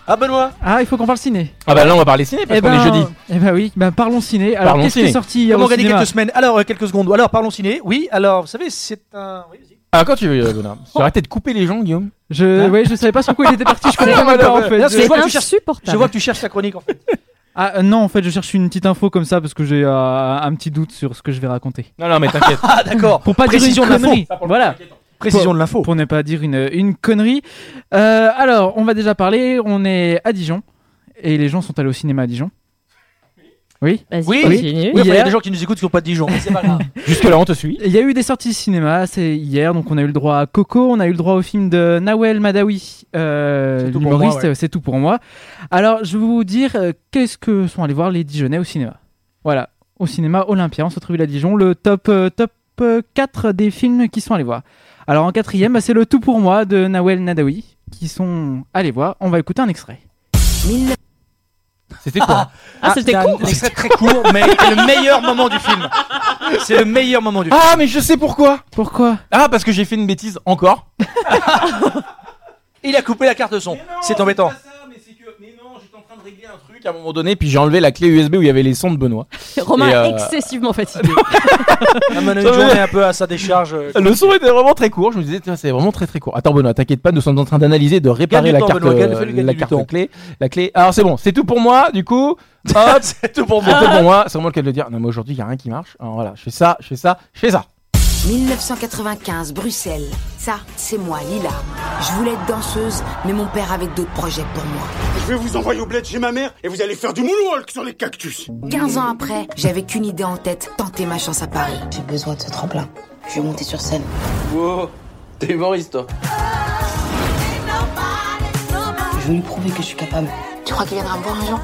B: Ah Benoît
I: Ah, il faut qu'on parle ciné.
D: Ah bah là, on va parler ciné parce
I: Eh
D: qu'on
I: ben,
D: est jeudi.
I: Eh ben oui, ben parlons ciné. Alors
D: Parlons
I: qu'est-ce qui
D: ciné.
I: est sorti hier
B: Comment
I: au
B: gagner
I: cinéma
B: quelques semaines Alors, euh, quelques secondes. Alors, parlons ciné. Oui, alors, vous savez, c'est un. oui, vas-y.
D: Ah, quand tu veux, euh, Benoît. Tu arrêtes de couper les gens, Guillaume
I: Je, ouais, je savais pas sur quoi il était parti. Je comprenais
B: Ah,
I: même pas en
B: ouais, ouais.
I: fait.
B: Parce que je
C: C'est
B: vois que tu cherches-
C: insupportable.
B: Je vois que tu cherches la chronique en fait.
I: Ah euh, non, en fait, je cherche une petite info comme ça parce que j'ai euh, un petit doute sur ce que je vais raconter.
D: Non, non, mais t'inquiète.
B: Ah, d'accord.
I: Pour pas
B: Précision de
I: dire une
B: l'info.
I: connerie. Voilà.
B: Précision de l'info.
I: Pour ne pas dire une, une connerie. Euh, alors, on va déjà parler. On est à Dijon et les gens sont allés au cinéma à Dijon. Oui.
C: Vas-y,
B: Oui.
C: continue.
B: Oui, enfin, il y a
I: Hier-
B: des gens qui nous écoutent qui n'ont pas de Dijon. C'est pas grave.
D: <laughs> Jusque-là, on te suit.
I: Il y a eu des sorties cinéma, c'est hier, donc on a eu le droit à Coco, on a eu le droit au film de Nawel Madawi, euh,
B: C'est tout pour
I: l'humoriste,
B: moi, ouais.
I: c'est tout pour moi. Alors, je vais vous dire euh, qu'est-ce que sont allés voir les Dijonais au cinéma. Voilà, au cinéma Olympia, on se retrouve à Dijon, le top, euh, top euh, 4 des films qui sont allés voir. Alors, en quatrième, bah, c'est le tout pour moi de Nawel Madawi, qui sont allés voir. On va écouter un extrait.
D: C'était quoi
C: Ah, c'était
B: c'est
C: court.
B: un extrait très <laughs> court, mais c'est le meilleur moment du film. C'est le meilleur moment du film.
D: Ah, mais je sais pourquoi
I: Pourquoi
D: Ah, parce que j'ai fait une bêtise encore.
B: Il a coupé la carte son. C'est embêtant.
D: Mais non, j'étais en train de
A: régler un truc à un moment donné, puis j'ai enlevé la clé USB où il y avait les sons de Benoît.
C: <laughs> Romain
A: Et, euh,
C: excessivement fatigué.
S: on
A: Ça
S: a eu une
A: veut
S: journée
A: dire-
S: un peu à sa décharge. euh,
A: Le son était vraiment très court. Je me disais, tiens, c'est vraiment très très court. Attends, Benoît, t'inquiète pas, nous sommes en train d'analyser, de réparer
S: Gagne du
A: la
S: temps,
A: carte,
S: Benoît, gagne-
A: euh,
S: fais-lui gagner
A: la
S: du
A: carte
S: temps.
A: clé, la clé. Alors c'est bon, c'est tout pour moi. Du
S: <laughs>
A: coup, hop, c'est tout pour
T: moi.
A: C'est tout pour moi. C'est moi qui de le dire. Non, mais aujourd'hui, il y a rien qui marche. Alors voilà, je fais ça, je fais ça, je fais ça.
T: 1995, Bruxelles. Ça, c'est moi, Lila. Je voulais être danseuse, mais mon père avait d'autres projets pour moi.
U: Je vais vous envoyer au bled chez ma mère et vous allez faire du moonwalk sur les cactus.
T: 15 ans après, j'avais qu'une idée en tête, tenter ma chance à Paris. J'ai besoin de ce tremplin. Je vais monter sur scène.
V: Wow, t'es humoriste toi.
T: Je vais lui prouver que je suis capable. Tu crois qu'il viendra me voir un jour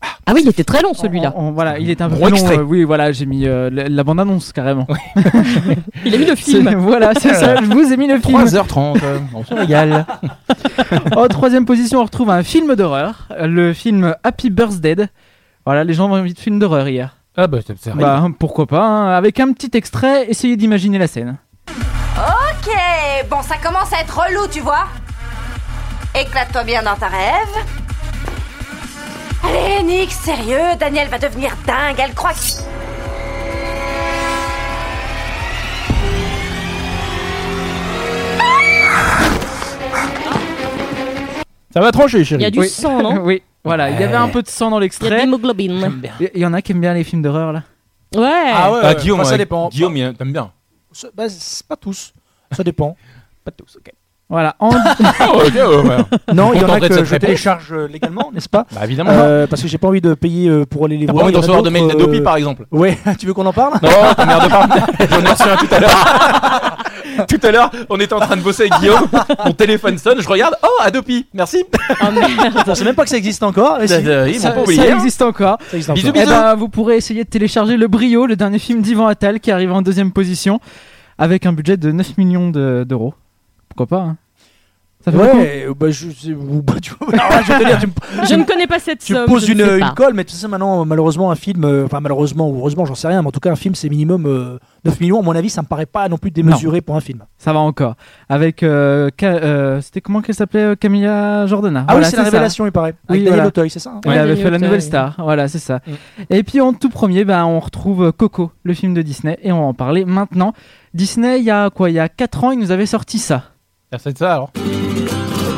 C: Ah oui, il était très long celui-là.
I: Voilà, il est un peu
C: Gros
I: plus long,
C: extrait.
I: euh, oui, voilà, j'ai mis euh, la, la bande-annonce carrément. <laughs>
C: Il a mis le film.
I: C'est- Voilà, c'est ça, je vous ai mis le film.
D: 3h30, euh, on se régale.
I: en troisième position, on retrouve un film d'horreur, euh, le film Happy Birthday. Voilà, les gens ont envie de film d'horreur hier.
D: Ah bah, c'est sérieux.
I: Bah, pourquoi pas, hein. avec un petit extrait, essayez d'imaginer la scène.
N: Ok, bon, ça commence à être relou, tu vois. Éclate-toi bien dans ta rêve. Allez, Nick, sérieux, Daniel va devenir dingue, elle croit que...
D: Ça va trancher,
I: Il
D: chérie.
I: Oui. <laughs> Oui, voilà, il y avait un peu de sang dans l'extrait.
C: Il y a de l'hémoglobine.
I: Il y en a qui aiment bien les films d'horreur là.
C: Ouais.
I: Ah ouais,
A: Ah,
I: ouais.
A: Guillaume,
I: Moi, ça
A: ouais.
I: dépend.
A: Guillaume, il- t'aimes bien.
I: C'est
B: bah,
I: pas tous, ça dépend.
A: Pas tous, ok.
I: Voilà. en-
A: Ah,
B: Non, il y en a que je télécharge euh, légalement, n'est-ce <laughs> pas
A: Bah, évidemment.
B: Euh, parce que j'ai pas envie de payer euh, pour aller les
A: T'as
B: voir.
A: pas envie
B: Il y en
A: de
B: a
A: recevoir de
B: d'autres, euh,
A: mail d'Adopi, par exemple
B: <laughs> Ouais, tu veux qu'on en parle
A: Non, t'emmerdes pas. Oh. <laughs> J'en ai reçu un tout à l'heure. <laughs> tout à l'heure, on était en train de bosser avec Guillaume. Mon téléphone sonne, je regarde. Oh, Adopi, merci.
B: <laughs> Je pensais même pas que ça existe encore.
A: Ah,
B: Eh,
A: Ça- euh, ils m'ont
I: ça,
A: pas oublié,
I: ça
A: hein.
I: existe encore.
A: Ça existe encore. Bisous,
I: Eh
A: bisous.
I: ben, vous pourrez essayer de télécharger Le Brio, le dernier film d'Ivan Attal qui arrive en deuxième position avec un budget de 9 millions de- d'euros. Pourquoi pas hein. Ça fait
B: Ouais, euh, bah, je, sais- ou- bah, tu
A: <laughs>
B: vois, alors là, je vais te dire, tu me-
C: Je ne connais pas cette
B: Tu
C: somme,
B: poses
C: je
B: une,
C: ne sais
B: une
C: pas.
B: colle, mais tu sais, maintenant, euh, malheureusement, un film, euh, enfin, malheureusement ou heureusement, j'en sais rien, mais en tout cas, un film, c'est minimum euh, 9 millions. À mon avis, ça me paraît pas non plus démesuré pour un film.
I: Ça va encore. Avec. euh, Ca- euh, C'était comment qu'elle s'appelait euh, Camilla Jordana.
B: Ah oui, c'est la révélation, il paraît. Avec Daniel Auteuil, c'est ça, hein
I: Elle
B: Ouais,
I: avait
B: Daniel
I: fait la
B: Auteuil.
I: nouvelle star. Voilà, c'est ça.
B: Mm.
I: Et puis en tout premier, ben, on retrouve Coco, le film de Disney, et on va en parler maintenant. Disney, il y a quoi Il y a 4 ans, il nous avait sorti ça.
D: C'est ça alors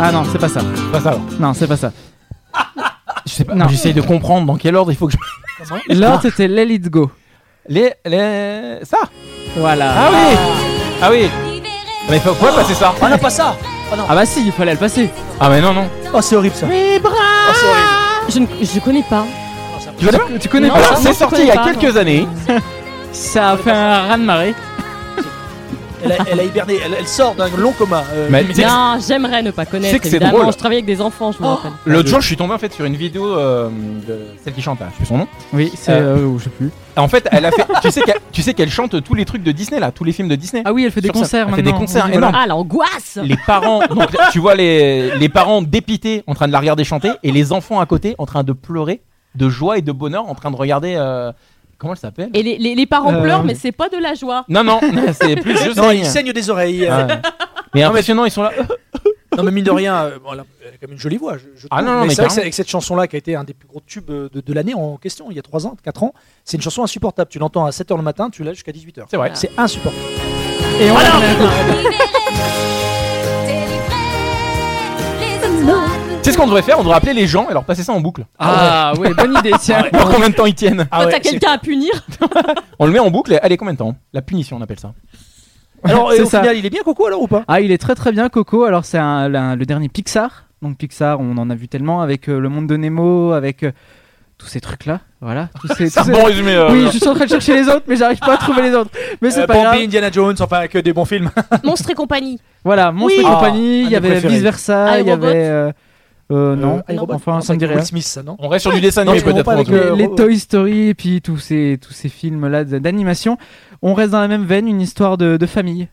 I: Ah non, c'est pas ça.
D: Pas ça alors.
I: Non, c'est pas ça.
D: Je sais pas.
I: Non.
D: J'essaye de comprendre dans quel ordre il faut que <laughs> je.
I: L'autre, c'était Let It Go.
D: Les, les... Ça
I: Voilà.
D: Ah oui Ah oui Mais faut faut pas passer ça
B: On n'a pas ça
I: Ah bah si, il fallait le passer.
D: Ah mais non, non.
B: Oh, c'est horrible ça.
C: Je, ne- je connais pas.
D: Tu connais pas, Alors, C'est sorti il y a quelques années.
I: Ça a fait un raz de marée.
B: Elle a, elle a hiberné, elle, elle sort d'un long coma. euh,
D: Mais
B: limite.
D: tu sais que-
C: Non, j'aimerais ne pas connaître.
D: que c'est
C: évidemment.
D: drôle.
C: Je travaillais avec des enfants, je me rappelle.
D: L'autre jour, je suis tombé en fait sur une vidéo euh, de celle qui chante, là, je sais plus son nom.
I: Oui, c'est.
D: Euh,
I: euh, je sais plus.
D: En fait, elle a fait. tu sais qu'elle tu sais qu'elle chante tous les trucs de Disney là, tous les films de Disney.
I: Ah oui, elle fait des
D: Sur scène.
I: concerts
D: Elle fait des
I: maintenant.
D: concerts
I: Oui, voilà.
D: énormes.
C: Ah, l'angoisse
D: Les parents,
B: <laughs>
D: donc, tu vois les, les parents dépités en train de la regarder chanter et les enfants à côté en train de pleurer de joie et de bonheur en train de regarder. euh, comment elle s'appelle
C: Et les, les- les parents
D: Euh,
C: pleurent, mais c'est pas de la joie.
D: Non, non, <laughs> c'est plus je
B: Non,
D: saigne. Ah.
B: il saigne des oreilles. euh.
D: Ouais. Mais impressionnant, ils sont là.
B: Non, mais mine de rien, euh, bon, elle a elle a quand même une jolie voix. Je, je
D: Ah
B: trouve.
D: non, non, mais
B: c'est vrai que
D: carrément.
B: c'est- avec cette chanson-là qui a été un des plus gros tubes euh, de, de l'année en question, il y a 3 ans, 4 ans, c'est une chanson insupportable. Tu l'entends à 7h le matin, tu l'as jusqu'à 18h.
D: C'est vrai.
B: C'est insupportable.
I: Et
D: C'est ce qu'on devrait faire, on devrait appeler les gens et leur passer ça en boucle.
I: Ah ouais, bonne idée, tiens.
D: Pour combien de temps ils tiennent
C: Quand t'as quelqu'un à punir,
D: On le met en boucle et allez, combien de temps La punition, on appelle ça.
B: <laughs> Alors, et
I: C'est
B: au
I: ça.
B: final, il est bien Coco alors ou pas
I: Ah, il est très très bien, Coco. Alors, c'est un- la- le dernier Pixar. Donc, Pixar, on en a vu tellement avec euh, Le Monde de Nemo, avec euh, tous ces trucs-là. Voilà. tous
D: <laughs>
I: ces-
B: C'est un
I: tous ces-
B: bon résumé, euh,
I: Oui,
B: voilà.
I: je suis en train de chercher les autres, mais j'arrive pas à trouver les autres. Mais c'est
B: Euh,
I: pas
B: Bambi,
I: grave.
B: Indiana Jones, enfin, que des bons films.
C: Monstre et compagnie.
I: Voilà, Monstre
C: Oui.
I: et compagnie,
B: Ah,
I: il
B: un
I: y
B: des
I: avait
B: préférés.
I: vice versa, il y
B: iRobot.
I: avait. euh, euh, non,
B: Euh, iRobot.
I: enfin,
B: Non,
I: ça me
B: c'est
I: dirait.
B: Will Smith, ça, non On
D: reste sur du dessin
B: animé, peut-être,
I: Avec
B: on va
D: euh,
I: les,
B: dire.
I: les Toy Story et puis tous ces, tous ces films-là d- d'animation. On reste dans la même veine, une histoire de, de famille.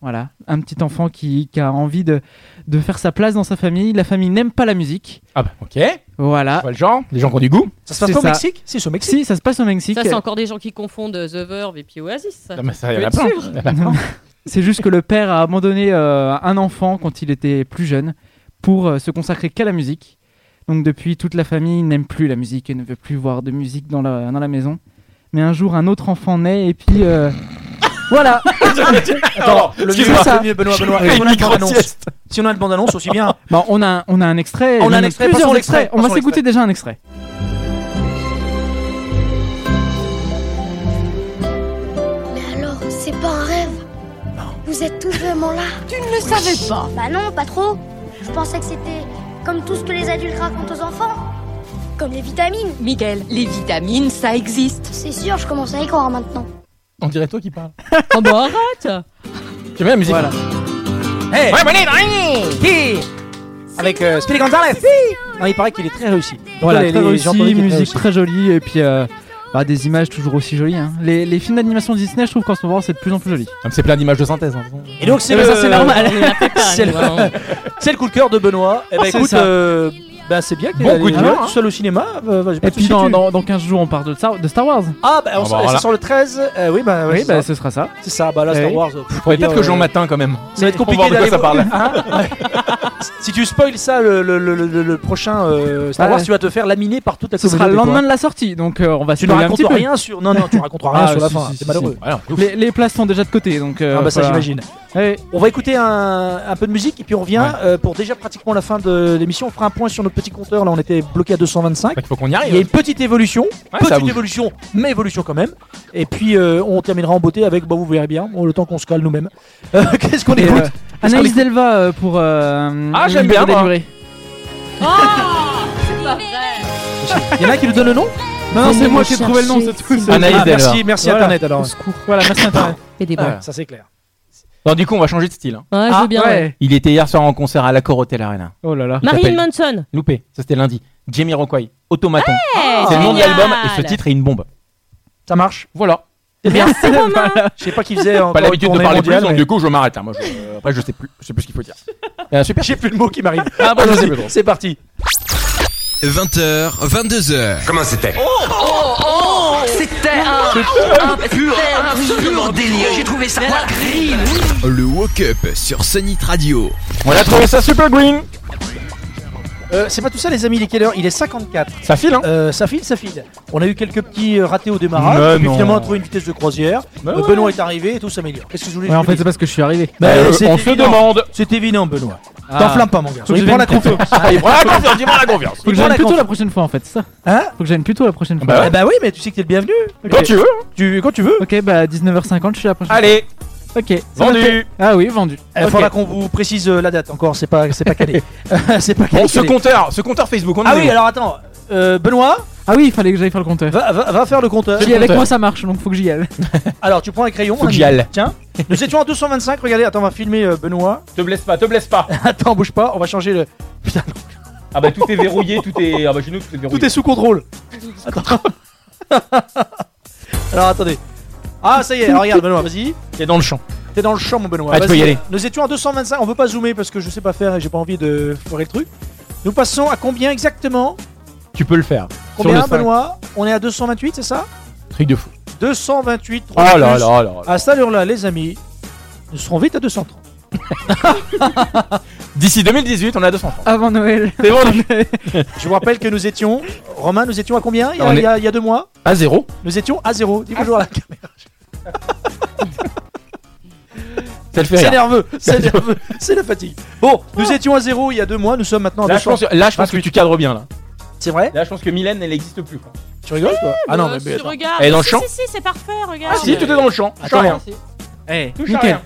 I: Voilà, un petit enfant qui, qui a envie de, de faire sa place dans sa famille. La famille n'aime pas la musique.
D: Ah bah, ok.
I: Voilà.
D: le genre, les gens qui ont du goût.
B: Ça se passe
I: C'est
B: pas au Mexique Si, c'est au Mexique.
I: Si, ça se passe au Mexique.
C: ça, c'est encore des gens qui confondent The Verve et puis Oasis. Ça.
D: Ah, mais ça, il y en
C: Tu
D: a plein.
C: peux être sûr.
I: <laughs>
D: Il y en a plein.
I: C'est juste que le père a abandonné euh, un enfant quand il était plus jeune pour euh, se consacrer qu'à la musique. Donc depuis, toute la famille n'aime plus la musique et ne veut plus voir de musique dans la, dans la maison. Mais un jour, un autre enfant naît et puis... euh, <laughs> Voilà
B: <laughs> Attends, le mieux,
I: c'est ça.
B: c'est mieux, Benoît, <laughs> Benoît.
I: Je fais
B: Si on a
I: une
B: une bande-annonce,
I: micro-sieste.
B: si on a une bande-annonce, aussi bien.
I: Bon, Bah, on, a, on a un extrait.
B: On a
I: il y
B: un
I: en
B: extrait,
I: plusieurs
B: passons
I: extraits.
B: l'extrait,
I: On va
B: passons
I: s'écouter déjà un extrait.
F: Mais alors, c'est pas un rêve Vous êtes tous vraiment là Tu ne le savais pas Bah non, pas trop Je pensais que c'était comme tout ce que les adultes racontent aux enfants. Comme les vitamines. Miguel, les vitamines, ça existe. C'est sûr, je commence à y croire maintenant.
D: On dirait toi qui parle.
C: <laughs> Oh bah arrête
D: J'aime bien la musique.
B: Hey.
D: Ouais, bonne
B: Hey. Avec euh, Speedy Gonzalez. Non, il paraît qu'il est très réussi.
I: Voilà,
B: Les-
I: très
B: les
I: réussi,
B: gens pour lesquels-
I: musique très jolie et puis euh, bah, des images toujours aussi jolies. hein. Les, les films d'animation Disney, je trouve qu'en ce moment c'est de plus en plus joli.
D: C'est plein d'images de synthèse. hein.
B: Et donc c'est
I: Eh
B: le,
I: ben, ça, c'est <laughs> normal.
B: c'est le,
I: Vraiment.
B: <laughs> c'est le coup de cœur de Benoît. Et bah
I: C'est
B: écoute,
I: ça.
B: euh, bah c'est bien. qu'il
I: Bon
B: est
I: coup de
B: allé
I: cœur,
B: tout seul au cinéma. euh, bah, j'ai pas
I: Et
B: de
I: puis
B: soucis,
I: dans,
B: tu-
I: dans, dans 15 jours, on parle de Star, de Star Wars.
B: Ah bah on,
D: Ah, bah, voilà.
B: ça sort le 13. euh, oui bah ouais,
I: oui,
B: c'est
I: bah,
B: ça.
I: ce sera ça.
B: C'est ça. Bah là Star
I: Oui.
B: Wars. euh,
D: Faudrait peut-être que Jean Matin quand même.
B: Ça va être
D: On va
B: compliqué
D: voir de
B: d'aller
D: quoi ça parle.
B: voir- Hein si tu spoil ça, le, le- le- le- le prochain euh, Star
I: Ah, Ouais.
B: Wars, tu vas te faire laminer par toute la
I: Ce sera
B: communauté,
I: le lendemain
B: quoi.
I: de la sortie, donc euh, on va
B: Tu ne
I: spoiler un
B: racontes
I: petit peu. Ah,
B: rien sur- non, non, tu raconteras rien sur la
I: si,
B: fin,
I: si,
B: c'est
I: si,
B: malheureux.
I: si.
B: Voilà, ouf.
I: les, les places sont déjà de côté, donc. euh,
B: Ah bah ça,
I: voilà.
B: j'imagine. On va écouter un, un peu de musique et puis on revient euh, pour déjà pratiquement la fin de l'émission. On fera un point sur notre petit compteur. Là, on était bloqué à 225.
D: Il faut qu'on y arrive.
B: Il y a une petite évolution,
D: ça
B: petite
D: bouge.
B: évolution, mais évolution quand même. Et puis euh, on terminera en beauté avec, bah, vous verrez bien, bon, le temps qu'on se cale nous-mêmes. Euh, <laughs> Qu'est-ce qu'on
I: Et,
B: écoute
I: euh, Anaïs Delva euh, pour. euh,
B: Ah, j'aime
I: Une
B: bien,
I: Belle
B: moi.
I: Délivrée.
C: C'est pas vrai
B: Il y en a qui nous donnent le nom
I: Non, non, c'est moi qui ai trouvé le nom, c'est tout. c'est-
D: Anaïs
B: Ah,
D: Delva.
B: Merci, merci
D: Voilà.
B: Internet alors.
D: Au
I: Voilà, merci Internet.
C: Et des
D: balles.
B: ça c'est clair.
D: Non, du coup, on va changer de style. hein.
C: Ouais, je veux bien. ouais.
D: Il était hier soir en concert à la Hotel Arena.
I: Ah, Oh là là.
D: Il
C: Marilyn
D: s'appelle-
C: Manson
D: Loupé, ça c'était lundi. Jamie Rockway, Automaton.
C: Hey,
D: c'est le nom de
C: génial.
D: l'album et ce titre est une bombe.
B: Ça marche.
D: Voilà.
B: Merci Je sais pas qui faisait encore
D: Pas l'habitude
B: une
D: de
B: tournée
D: parler
B: mondiale,
D: plus, donc
B: mais-
D: du coup je m'arrête. hein. Moi, je- euh, Après je sais plus, je sais plus ce qu'il faut dire. super.
B: J'ai <laughs> plus le mot qui m'arrive.
D: Ah bon, je sais plus.
B: C'est parti.
G: 20h, 22h. Comment c'était
H: Oh, oh C'était un, un pur, un pur délire. J'ai trouvé ça green.
G: Le woke-up sur Sonic Radio.
D: On a trouvé ça super green.
B: Euh, c'est pas tout ça, les amis. Il est quelle heure Il est 54.
D: Ça file, hein
B: Euh, Ça file, ça file. On a eu quelques petits euh, ratés au démarrage.
I: Mais
B: et puis
I: non.
B: finalement, on a trouvé une vitesse de croisière.
I: Bah
B: Euh,
I: ouais.
B: Benoît est arrivé et tout s'améliore. Qu'est-ce que je voulais
I: Ouais, en
B: je
I: fait,
B: voulais
I: c'est parce que je suis arrivé.
B: Bah,
D: Euh,
B: c'est
D: on se
B: évident.
D: demande.
B: C'est évident, Benoît.
I: Ah.
B: T'enflammes pas, mon gars.
I: Faut que
B: il
I: je
B: prend la
I: vienne
B: confiance.
I: Ah, il prend la confiance,
D: il prend la confiance.
B: <laughs>
I: Faut que j'aille plus tôt la prochaine fois en fait, c'est ça
B: Hein
I: Faut que j'aille plus tôt la prochaine
B: Bah,
I: fois.
B: oui, mais tu sais que t'es le bienvenu.
I: Quand tu veux.
B: Tu, quand tu veux.
I: Ok, bah 19h50, je suis la prochaine
D: Allez.
I: fois. Ok. c'est
D: Vendu.
I: noté. Ah oui, vendu.
B: Il
I: Ok.
B: Eh, faudra qu'on vous précise euh, la date encore. C'est pas, c'est pas calé. <laughs> c'est pas calé.
D: Bon, ce
B: calé.
D: compteur, ce compteur Facebook, on
B: Ah
D: est
B: oui,
D: où
B: alors attends. Euh, Benoît,
I: Ah oui, il fallait que j'aille faire le compteur.
B: va, va- va faire le compteur.
I: Si avec moi ça marche, donc faut que j'y <laughs> aille.
B: Alors, tu prends un crayon.
D: Faut que
B: hein,
D: j'y aille.
B: <laughs> Tiens, nous étions à 225. Regardez, attends, on va filmer euh, Benoît.
D: Te blesse pas, te blesse pas.
B: <laughs> attends, bouge pas. On va changer le. Putain,
D: Ah bah tout est verrouillé, tout est. Ah bah chez nous tout est verrouillé.
B: tout est sous <laughs> contrôle. Attends. alors, attendez. Ah, ça y est. alors, regarde, Benoît, vas-y.
D: T'es dans le champ.
B: T'es dans le champ, mon Benoît.
D: Ah, tu
B: Vas-y.
D: peux y aller.
B: Nous étions à 225. On veut pas zoomer parce que je sais pas faire et j'ai pas envie de foirer le truc. Nous passons à combien exactement
D: Tu peux le faire. Sur
B: Combien,
D: le cinq.
B: Benoît On est à 228, c'est ça
D: Truc de fou.
B: 228.
D: Oh là là là là.
B: À cette allure-là, les amis, nous serons vite à 230.
D: D'ici 2018, on a 200 francs.
I: Avant Noël.
D: C'est bon.
B: Je vous rappelle que nous étions, Romain, nous étions à combien il y, a,
D: On est-
B: il y a- il y a deux mois
D: <laughs> À zéro.
B: Nous étions à zéro. Dis bonjour à la caméra.
D: <laughs> Ça le fait
B: C'est
D: rire.
B: nerveux, c'est nerveux, c'est la fatigue. Bon, nous étions à zéro il y a deux mois, nous sommes maintenant à
D: Là je, pense,
B: 200.
D: là, je pense que tu cadres bien là.
B: C'est vrai
D: Là, je pense que Mylène, elle n'existe plus. quoi.
B: Tu rigoles toi Ah non, mais, mais
C: Euh, Tu
B: attends.
C: regardes.
D: Elle est dans le
C: si,
D: champ
C: Si, si, c'est parfait, regarde.
D: Ah si, tout est dans le champ. Touche à
B: Attends.
D: rien.
B: Eh,
D: Touche à
I: Nickel.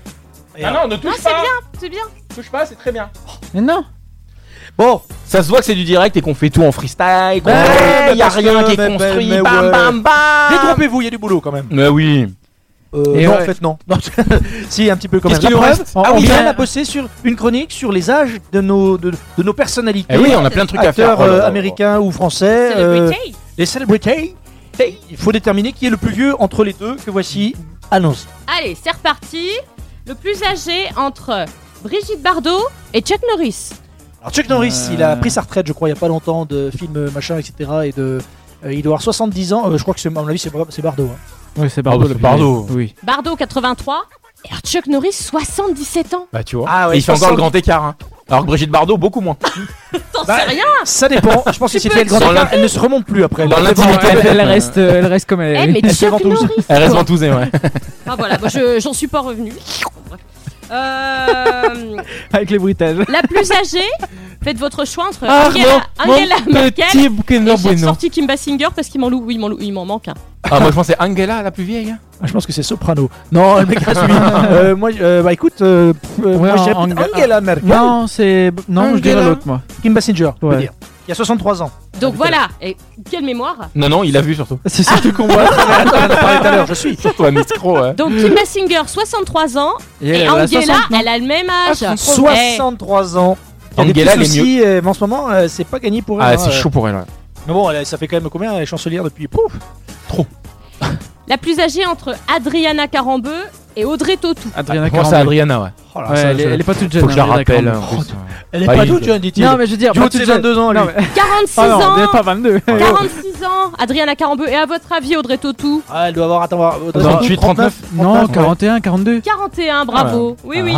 D: rien. Ah non, ne touche
C: Non, c'est
D: pas.
C: bien, c'est bien.
D: Touche pas, c'est très bien.
I: Mais non.
B: Bon,
D: Ça se voit que c'est du direct et qu'on fait tout en freestyle. Qu'on...
B: Ouais,
D: Eh, y a
B: parce
D: rien
B: que-
D: qui est
B: mais- mais-
D: construit.
B: mais
D: bam,
B: ouais.
D: bam, bam.
B: détrompez-vous, il y a du boulot quand même.
D: Mais oui.
B: Euh,
I: Et
B: non, en
I: ouais.
B: fait, non. Non, <laughs> si, un petit peu quand même.
D: Qu'est-ce qu'il
B: La
D: nous
B: preuve,
D: reste
B: on,
D: Ah
B: on
D: oui,
B: vient
D: hein.
B: à bosser sur une chronique sur les âges de nos, de, de nos personnalités.
D: Eh oui, on a plein de trucs à faire.
B: Acteurs,
D: Oh là
B: euh,
D: là.
B: américains ou français. euh, les celebrities. Il faut déterminer qui est le plus vieux entre les deux que voici annoncé.
C: Allez, c'est reparti. Le plus âgé entre Brigitte Bardot et Chuck Norris.
B: Alors Chuck Norris,
I: Euh.
B: il a pris sa retraite, je crois, il n'y a pas longtemps de films euh, machin, etc. Et de, euh, il doit avoir 70 ans. Euh, je crois que c'est, à mon avis, c'est, c'est Bardot. hein.
I: Oui, c'est
D: Ah bah,
I: Bardo.
D: c'est Bardot.
I: Oui.
C: Bardot 83 Alors, Chuck Norris, 77 ans.
D: Bah tu vois.
C: Ah ouais,
D: Et il fait encore
C: 60.
D: le grand écart. hein. Alors que Brigitte Bardot, beaucoup moins.
C: T'en sais rien
B: Ça dépend. Je pense que
D: Ah. Tu
B: si
D: peux
B: elle le grand
D: être-
B: écart, elle ne se remonte plus après.
D: Dans l'intimité.
I: Elle, elle reste, euh, elle reste comme elle est.
C: Eh, mais
I: elle
C: Chuck
I: ventouse.
C: Norris,
D: Elle reste
C: quoi.
D: ventousée, ouais.
C: Ah voilà, moi, je- j'en suis pas revenu. Euh,
I: <laughs> Avec les bruitages.
C: la plus âgée, faites votre choix entre
D: Ah,
C: Angela,
D: mon- mon
C: Angela Merkel
D: petit
C: et
D: bouquet de
C: j'ai
D: bueno.
C: sorti Kim Basinger parce qu'il m'en loue. Oui, il m'en loue- il m'en manque. hein. un.
D: Ah, moi je pense que c'est Angela la plus vieille. hein.
B: Ah, je pense que c'est Soprano. Non, le mec a
I: <laughs>
B: suivi. Euh, Moi, euh, bah écoute, euh, pff, euh, moi
I: Ouais,
B: j'ai
I: Ang-
B: Angela Merkel.
I: Non, c'est. Non, je dirais
B: Angela.
I: l'autre, moi.
B: Kim Basinger, on
I: Ouais.
B: peut dire. Il y a 63
I: <laughs>
B: ans.
C: Donc
D: Ah,
C: voilà, et quelle mémoire
D: Non, non, il l'a vu surtout.
I: C'est surtout
D: qu'on
B: voit.
D: tout à l'heure, je suis. Surtout un escroc, ouais.
C: Donc Kim Basinger, 63 ans,
D: Et
C: et,
D: elle, elle a Ah,
C: Angela,
D: 60,
C: elle a le même âge. Eh,
B: 63 ans. Il y a des
D: Angela,
B: petits
D: elle est
B: soucis, euh, mais en ce moment, euh, c'est pas gagné pour elle.
D: Ah,
B: hein,
D: c'est
B: euh.
D: chaud pour elle, ouais.
B: Mais bon, elle, ça fait quand même combien Elle est chancelière depuis. Pouf
C: La plus âgée entre Adriana Carambeu et Audrey
D: <laughs>
C: Tautou.
I: Adriana
D: Moi, c'est
I: Carambeu.
D: Adriana, ouais.
I: Oh là, Ouais, ça, elle est- ça- elle est pas toute jeune, hein,
D: Faut que je la
I: Adriana Oh,
D: rappelle. hein,
I: Carambeu.
D: en plus.
B: Elle est
D: Ah,
B: pas
D: il-
B: toute jeune, dit-il.
I: Non, mais je veux dire,
B: Du
I: pas
B: haut de
I: toute
B: ses
I: jeune.
B: 22 ans, lui.
I: Non, mais-
C: 46
I: Ah non,
C: ans
I: elle n'est pas 22.
D: oh.
C: 46 ans, Adriana Carambeu. Et à votre avis, Audrey Tautou
B: Ah, elle doit avoir. Attends, voir,
I: Attends,
B: 38, 39,
I: Non, 41, 42.
C: 41, bravo.
D: Ah
C: Oui, oui.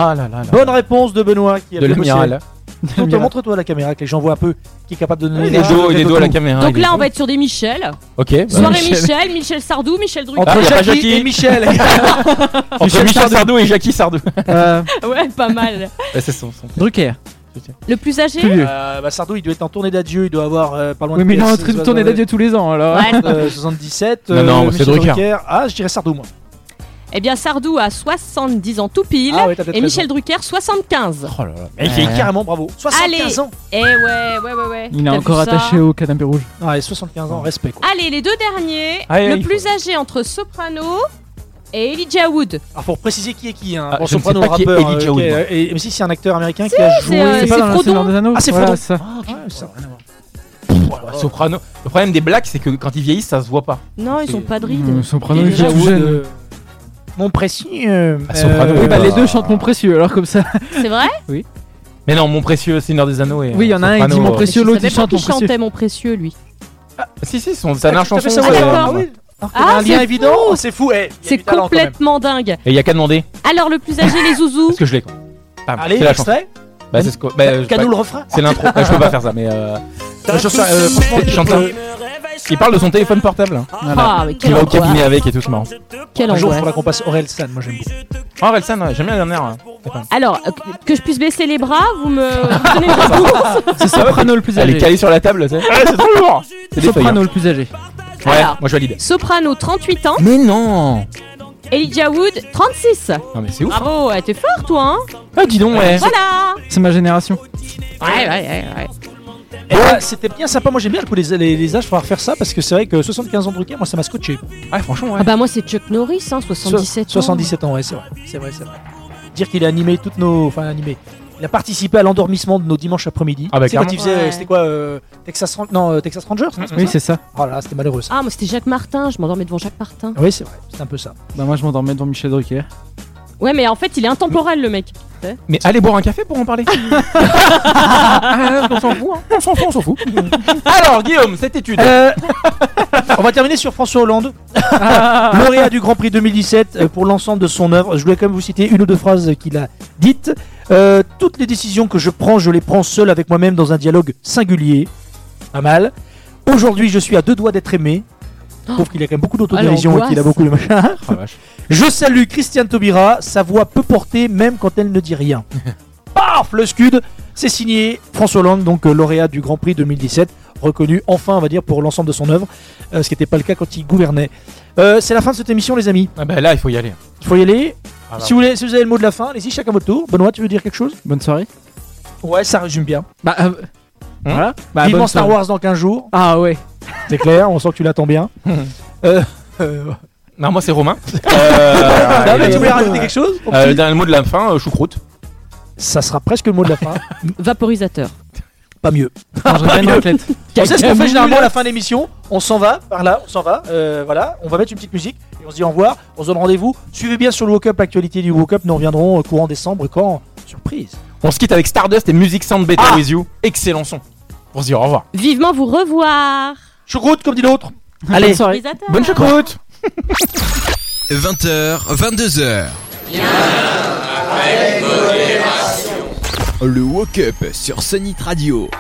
B: Bonne réponse de Benoît qui a
D: De
B: fait le
D: l'amiral. Ah,
B: ciel. Tonton, Montre-toi la caméra que les gens voient un peu qui est capable de donner
D: Il est
B: choses.
D: dos- il est dos à la caméra.
C: Donc
D: Ah, il est
C: là, on
D: dos.
C: va être sur des Michel.
D: Ok. bah,
C: Soirée Michel, Michel Sardou, Michel Drucker.
D: Ah,
B: Entre
D: il y a pas
B: Jackie
D: Jackie.
B: et
D: <laughs>
B: Michel.
D: Entre Michel, Sardou. et Jackie Sardou.
C: <laughs>
B: Euh,
C: ouais, pas mal.
D: Ouais, c'est son. son-
I: Drucker.
C: Le plus âgé
B: Euh, bah, Sardou, il doit être en tournée d'adieu, il doit avoir euh, pas loin
I: Oui,
B: de
I: mais il est en
B: PS,
I: train de
B: euh,
I: tourner d'adieu tous les ans, alors.
B: euh, 77.
D: Non, hein.
B: euh,
D: non, c'est
B: Michel
D: Drucker.
B: Ah, je dirais Sardou, moi.
C: Eh bien, Sardou a 70 ans tout pile.
B: Ah ouais, t'as peut-être
C: et Michel Drucker, 75.
D: Oh là là.
B: Et qui est carrément bravo. 75
C: Allez.
B: ans.
C: Eh ouais, ouais, ouais, ouais.
I: Il est
C: T'as vu
I: encore
C: ça
I: attaché au canapé rouge.
B: Ah, et 75 ans, respect quoi.
C: Allez, les deux derniers.
I: Allez,
C: le
I: allez,
C: plus âgé entre Soprano et Elijah Wood.
B: Alors, Ah, pour préciser qui est qui, hein.
D: Ah,
B: bon,
D: je ne sais
B: Soprano,
D: pas qui est
B: rappeur,
D: Elijah
B: euh,
D: Wood,
B: est-
D: moi.
B: et, mais si, c'est un acteur américain qui a joué.
C: c'est, euh,
I: C'est pas
C: c'est
I: dans la Seigneur
C: Frodon.
I: des Anneaux.
B: Ah, c'est
I: Voilà,
B: Frodon.
I: ça.
D: Pff, Soprano. Le problème des blacks, c'est que quand ils vieillissent, ça se voit pas.
C: Non, ils ont pas de rides.
I: Mmh, Soprano, il est
B: Elijah
I: tout
B: Wood,
I: jeune.
B: euh, Mon euh, précieux.
D: Ah, Soprano,
I: Oui,
D: ouais,
I: bah,
D: bah.
I: les deux chantent Mon Précieux, alors comme ça.
C: C'est vrai
D: Mais non, mon précieux Seigneur des Anneaux et.
I: Oui, il y en a un, il
D: Soprano,
I: dit mon
D: euh,
I: précieux,
C: Je
I: l'autre il
C: savais pas
I: chante
C: qu'il
I: mon précieux.
C: chantait mon précieux, lui.
D: Si, si, son dernière
B: tout à fait
D: chanson.
B: ça,
D: c'est- euh,
B: ouais.
C: D'accord.
B: Ah oui. Alors qu'il y a
C: Ah,
B: un lien
C: c'est
B: évident,
C: fou.
B: oh, c'est fou. eh, il y a
C: C'est
B: du talent, quand même.
C: complètement dingue.
D: Et il y a qu'à demander.
C: Alors, le plus âgé,
D: <laughs>
C: les zouzous.
D: Parce que je l'ai. Bam,
B: Allez,
D: c'est la chanson.
B: extrait.
D: Bah, c'est ce que. bah, je sais
B: Canou
D: pas.
B: le refrain.
D: C'est l'intro. Bah, je peux pas faire ça, mais. euh,
B: Euh, je sais, euh, franchement,
D: il chante là. Il parle de son téléphone portable. hein.
C: Ah, mais
D: Il
C: quel
D: va au
C: angoisse.
D: cabinet avec et tout, c'est marrant.
C: Quel
B: Un jour, il
C: angoisse.
B: faudra qu'on passe Aurel San, moi j'aime bien.
D: Oh, Relsan, ouais, j'aime bien la dernière. ouais. C'est pas mal.
C: Alors, euh, que- que je puisse baisser les bras, vous me vous donnez une réponse
I: <laughs> C'est Soprano le plus
D: Elle est
I: âgé.
D: calée sur la table, tu sais. Ah, c'est trop lourd C'est des feuilles.
I: Soprano le plus âgé.
D: hein. Ouais,
C: Alors.
D: moi je valide.
C: Soprano, 38 ans.
D: Mais non
C: Elijah Wood, 36.
D: Non, mais c'est ouf.
C: Bravo, ouais, t'es fort, toi, hein
D: Ah, dis donc, ouais.
C: Voilà
I: C'est ma génération.
C: Ouais, ouais, ouais, ouais.
B: Eh ben, C'était bien sympa, moi j'aime bien le coup des les, les âges, faudra refaire ça parce que c'est vrai que 75 ans de Drucker, moi ça m'a scotché.
D: Ouais, franchement, ouais.
C: Ah bah moi c'est Chuck Norris, hein, 77
B: So-
C: ans.
B: 77 ans, ouais, c'est vrai. C'est vrai, c'est vrai. Dire qu'il a animé toutes nos. Enfin, animé. Il a participé à l'endormissement de nos dimanches après-midi.
D: Ah bah,
B: c'est quand
D: clairement.
B: il faisait.
C: Ouais.
B: C'était quoi euh, Texas, Ran- non, euh, Texas Rangers non,
I: Oui, c'est ça.
B: Oh là, là, c'était malheureux ça.
C: Ah moi c'était Jacques Martin, je m'endormais devant Jacques Martin.
B: Oui, c'est vrai, c'est un peu ça.
I: Bah, moi je m'endormais devant Michel Drucker.
C: Ouais mais en fait il est intemporel le mec.
D: Mais allez boire un café pour en parler. Ah, on s'en fout, hein. on s'en fout, on s'en fout. <laughs> Alors, Guillaume, cette étude.
B: Euh, on va terminer sur François Hollande, lauréat du Grand Prix 2017 euh, pour l'ensemble de son œuvre. Je voulais quand même vous citer une ou deux phrases qu'il a dites. Euh, toutes les décisions que je prends, je les prends seul avec moi-même dans un dialogue singulier. Pas mal. Aujourd'hui, je suis à deux doigts d'être aimé. Je trouve qu'il a quand même beaucoup
C: Ah,
B: d'autodérision et
C: l'angoisse.
B: qu'il a beaucoup de machin.
D: Ah,
B: Je salue Christiane Taubira, sa voix peut porter même quand elle ne dit rien. Paf Le scud C'est signé François Hollande, donc euh, lauréat du Grand Prix 2017, reconnu enfin, on va dire, pour l'ensemble de son œuvre, euh, ce qui n'était pas le cas quand il gouvernait. Euh, c'est la fin de cette émission, les amis.
D: Ah bah là, il faut y aller.
B: Il faut y aller.
D: Ah bah.
B: Si vous, voulez, si vous avez le mot de la fin, allez-y, chacun votre tour. Benoît, tu veux dire quelque chose
I: Bonne soirée.
B: Ouais, ça résume bien.
I: Bah, euh,
C: Hein
I: voilà. Bah,
B: Vivement
I: bonne
B: Star
I: soirée.
B: Wars dans 15 jours.
I: Ah ouais.
B: Ah, C'est clair, on sent que tu l'attends bien. <laughs> Euh, Ah, euh,
D: Non, moi c'est Romain. <laughs> Euh,
B: non, mais
D: allez.
B: tu voulais rajouter quelque chose
D: Euh, le dernier mot de la fin, euh, choucroute.
B: Ça sera presque le mot de la fin.
C: Vaporisateur.
B: <laughs> Pas mieux.
I: <laughs> Mangerai une raclette.
B: On sait ce qu'on fait généralement à la fin de l'émission. On s'en va par là, on s'en va. euh, voilà, on va mettre une petite musique et on se dit au revoir. On se donne rendez-vous. Suivez bien sur le Woke Up l'actualité du Woke Up. Nous reviendrons euh, courant décembre quand Surprise.
D: On se quitte avec Stardust et Music Sound Better With You. Excellent son. Pour se dire au revoir.
C: Vivement vous revoir.
B: Choucroute comme dit l'autre. Allez,
C: Vaporisateur.
D: Bonne choucroute
G: 20h, 22h. Le Woke Up sur Sonic Radio.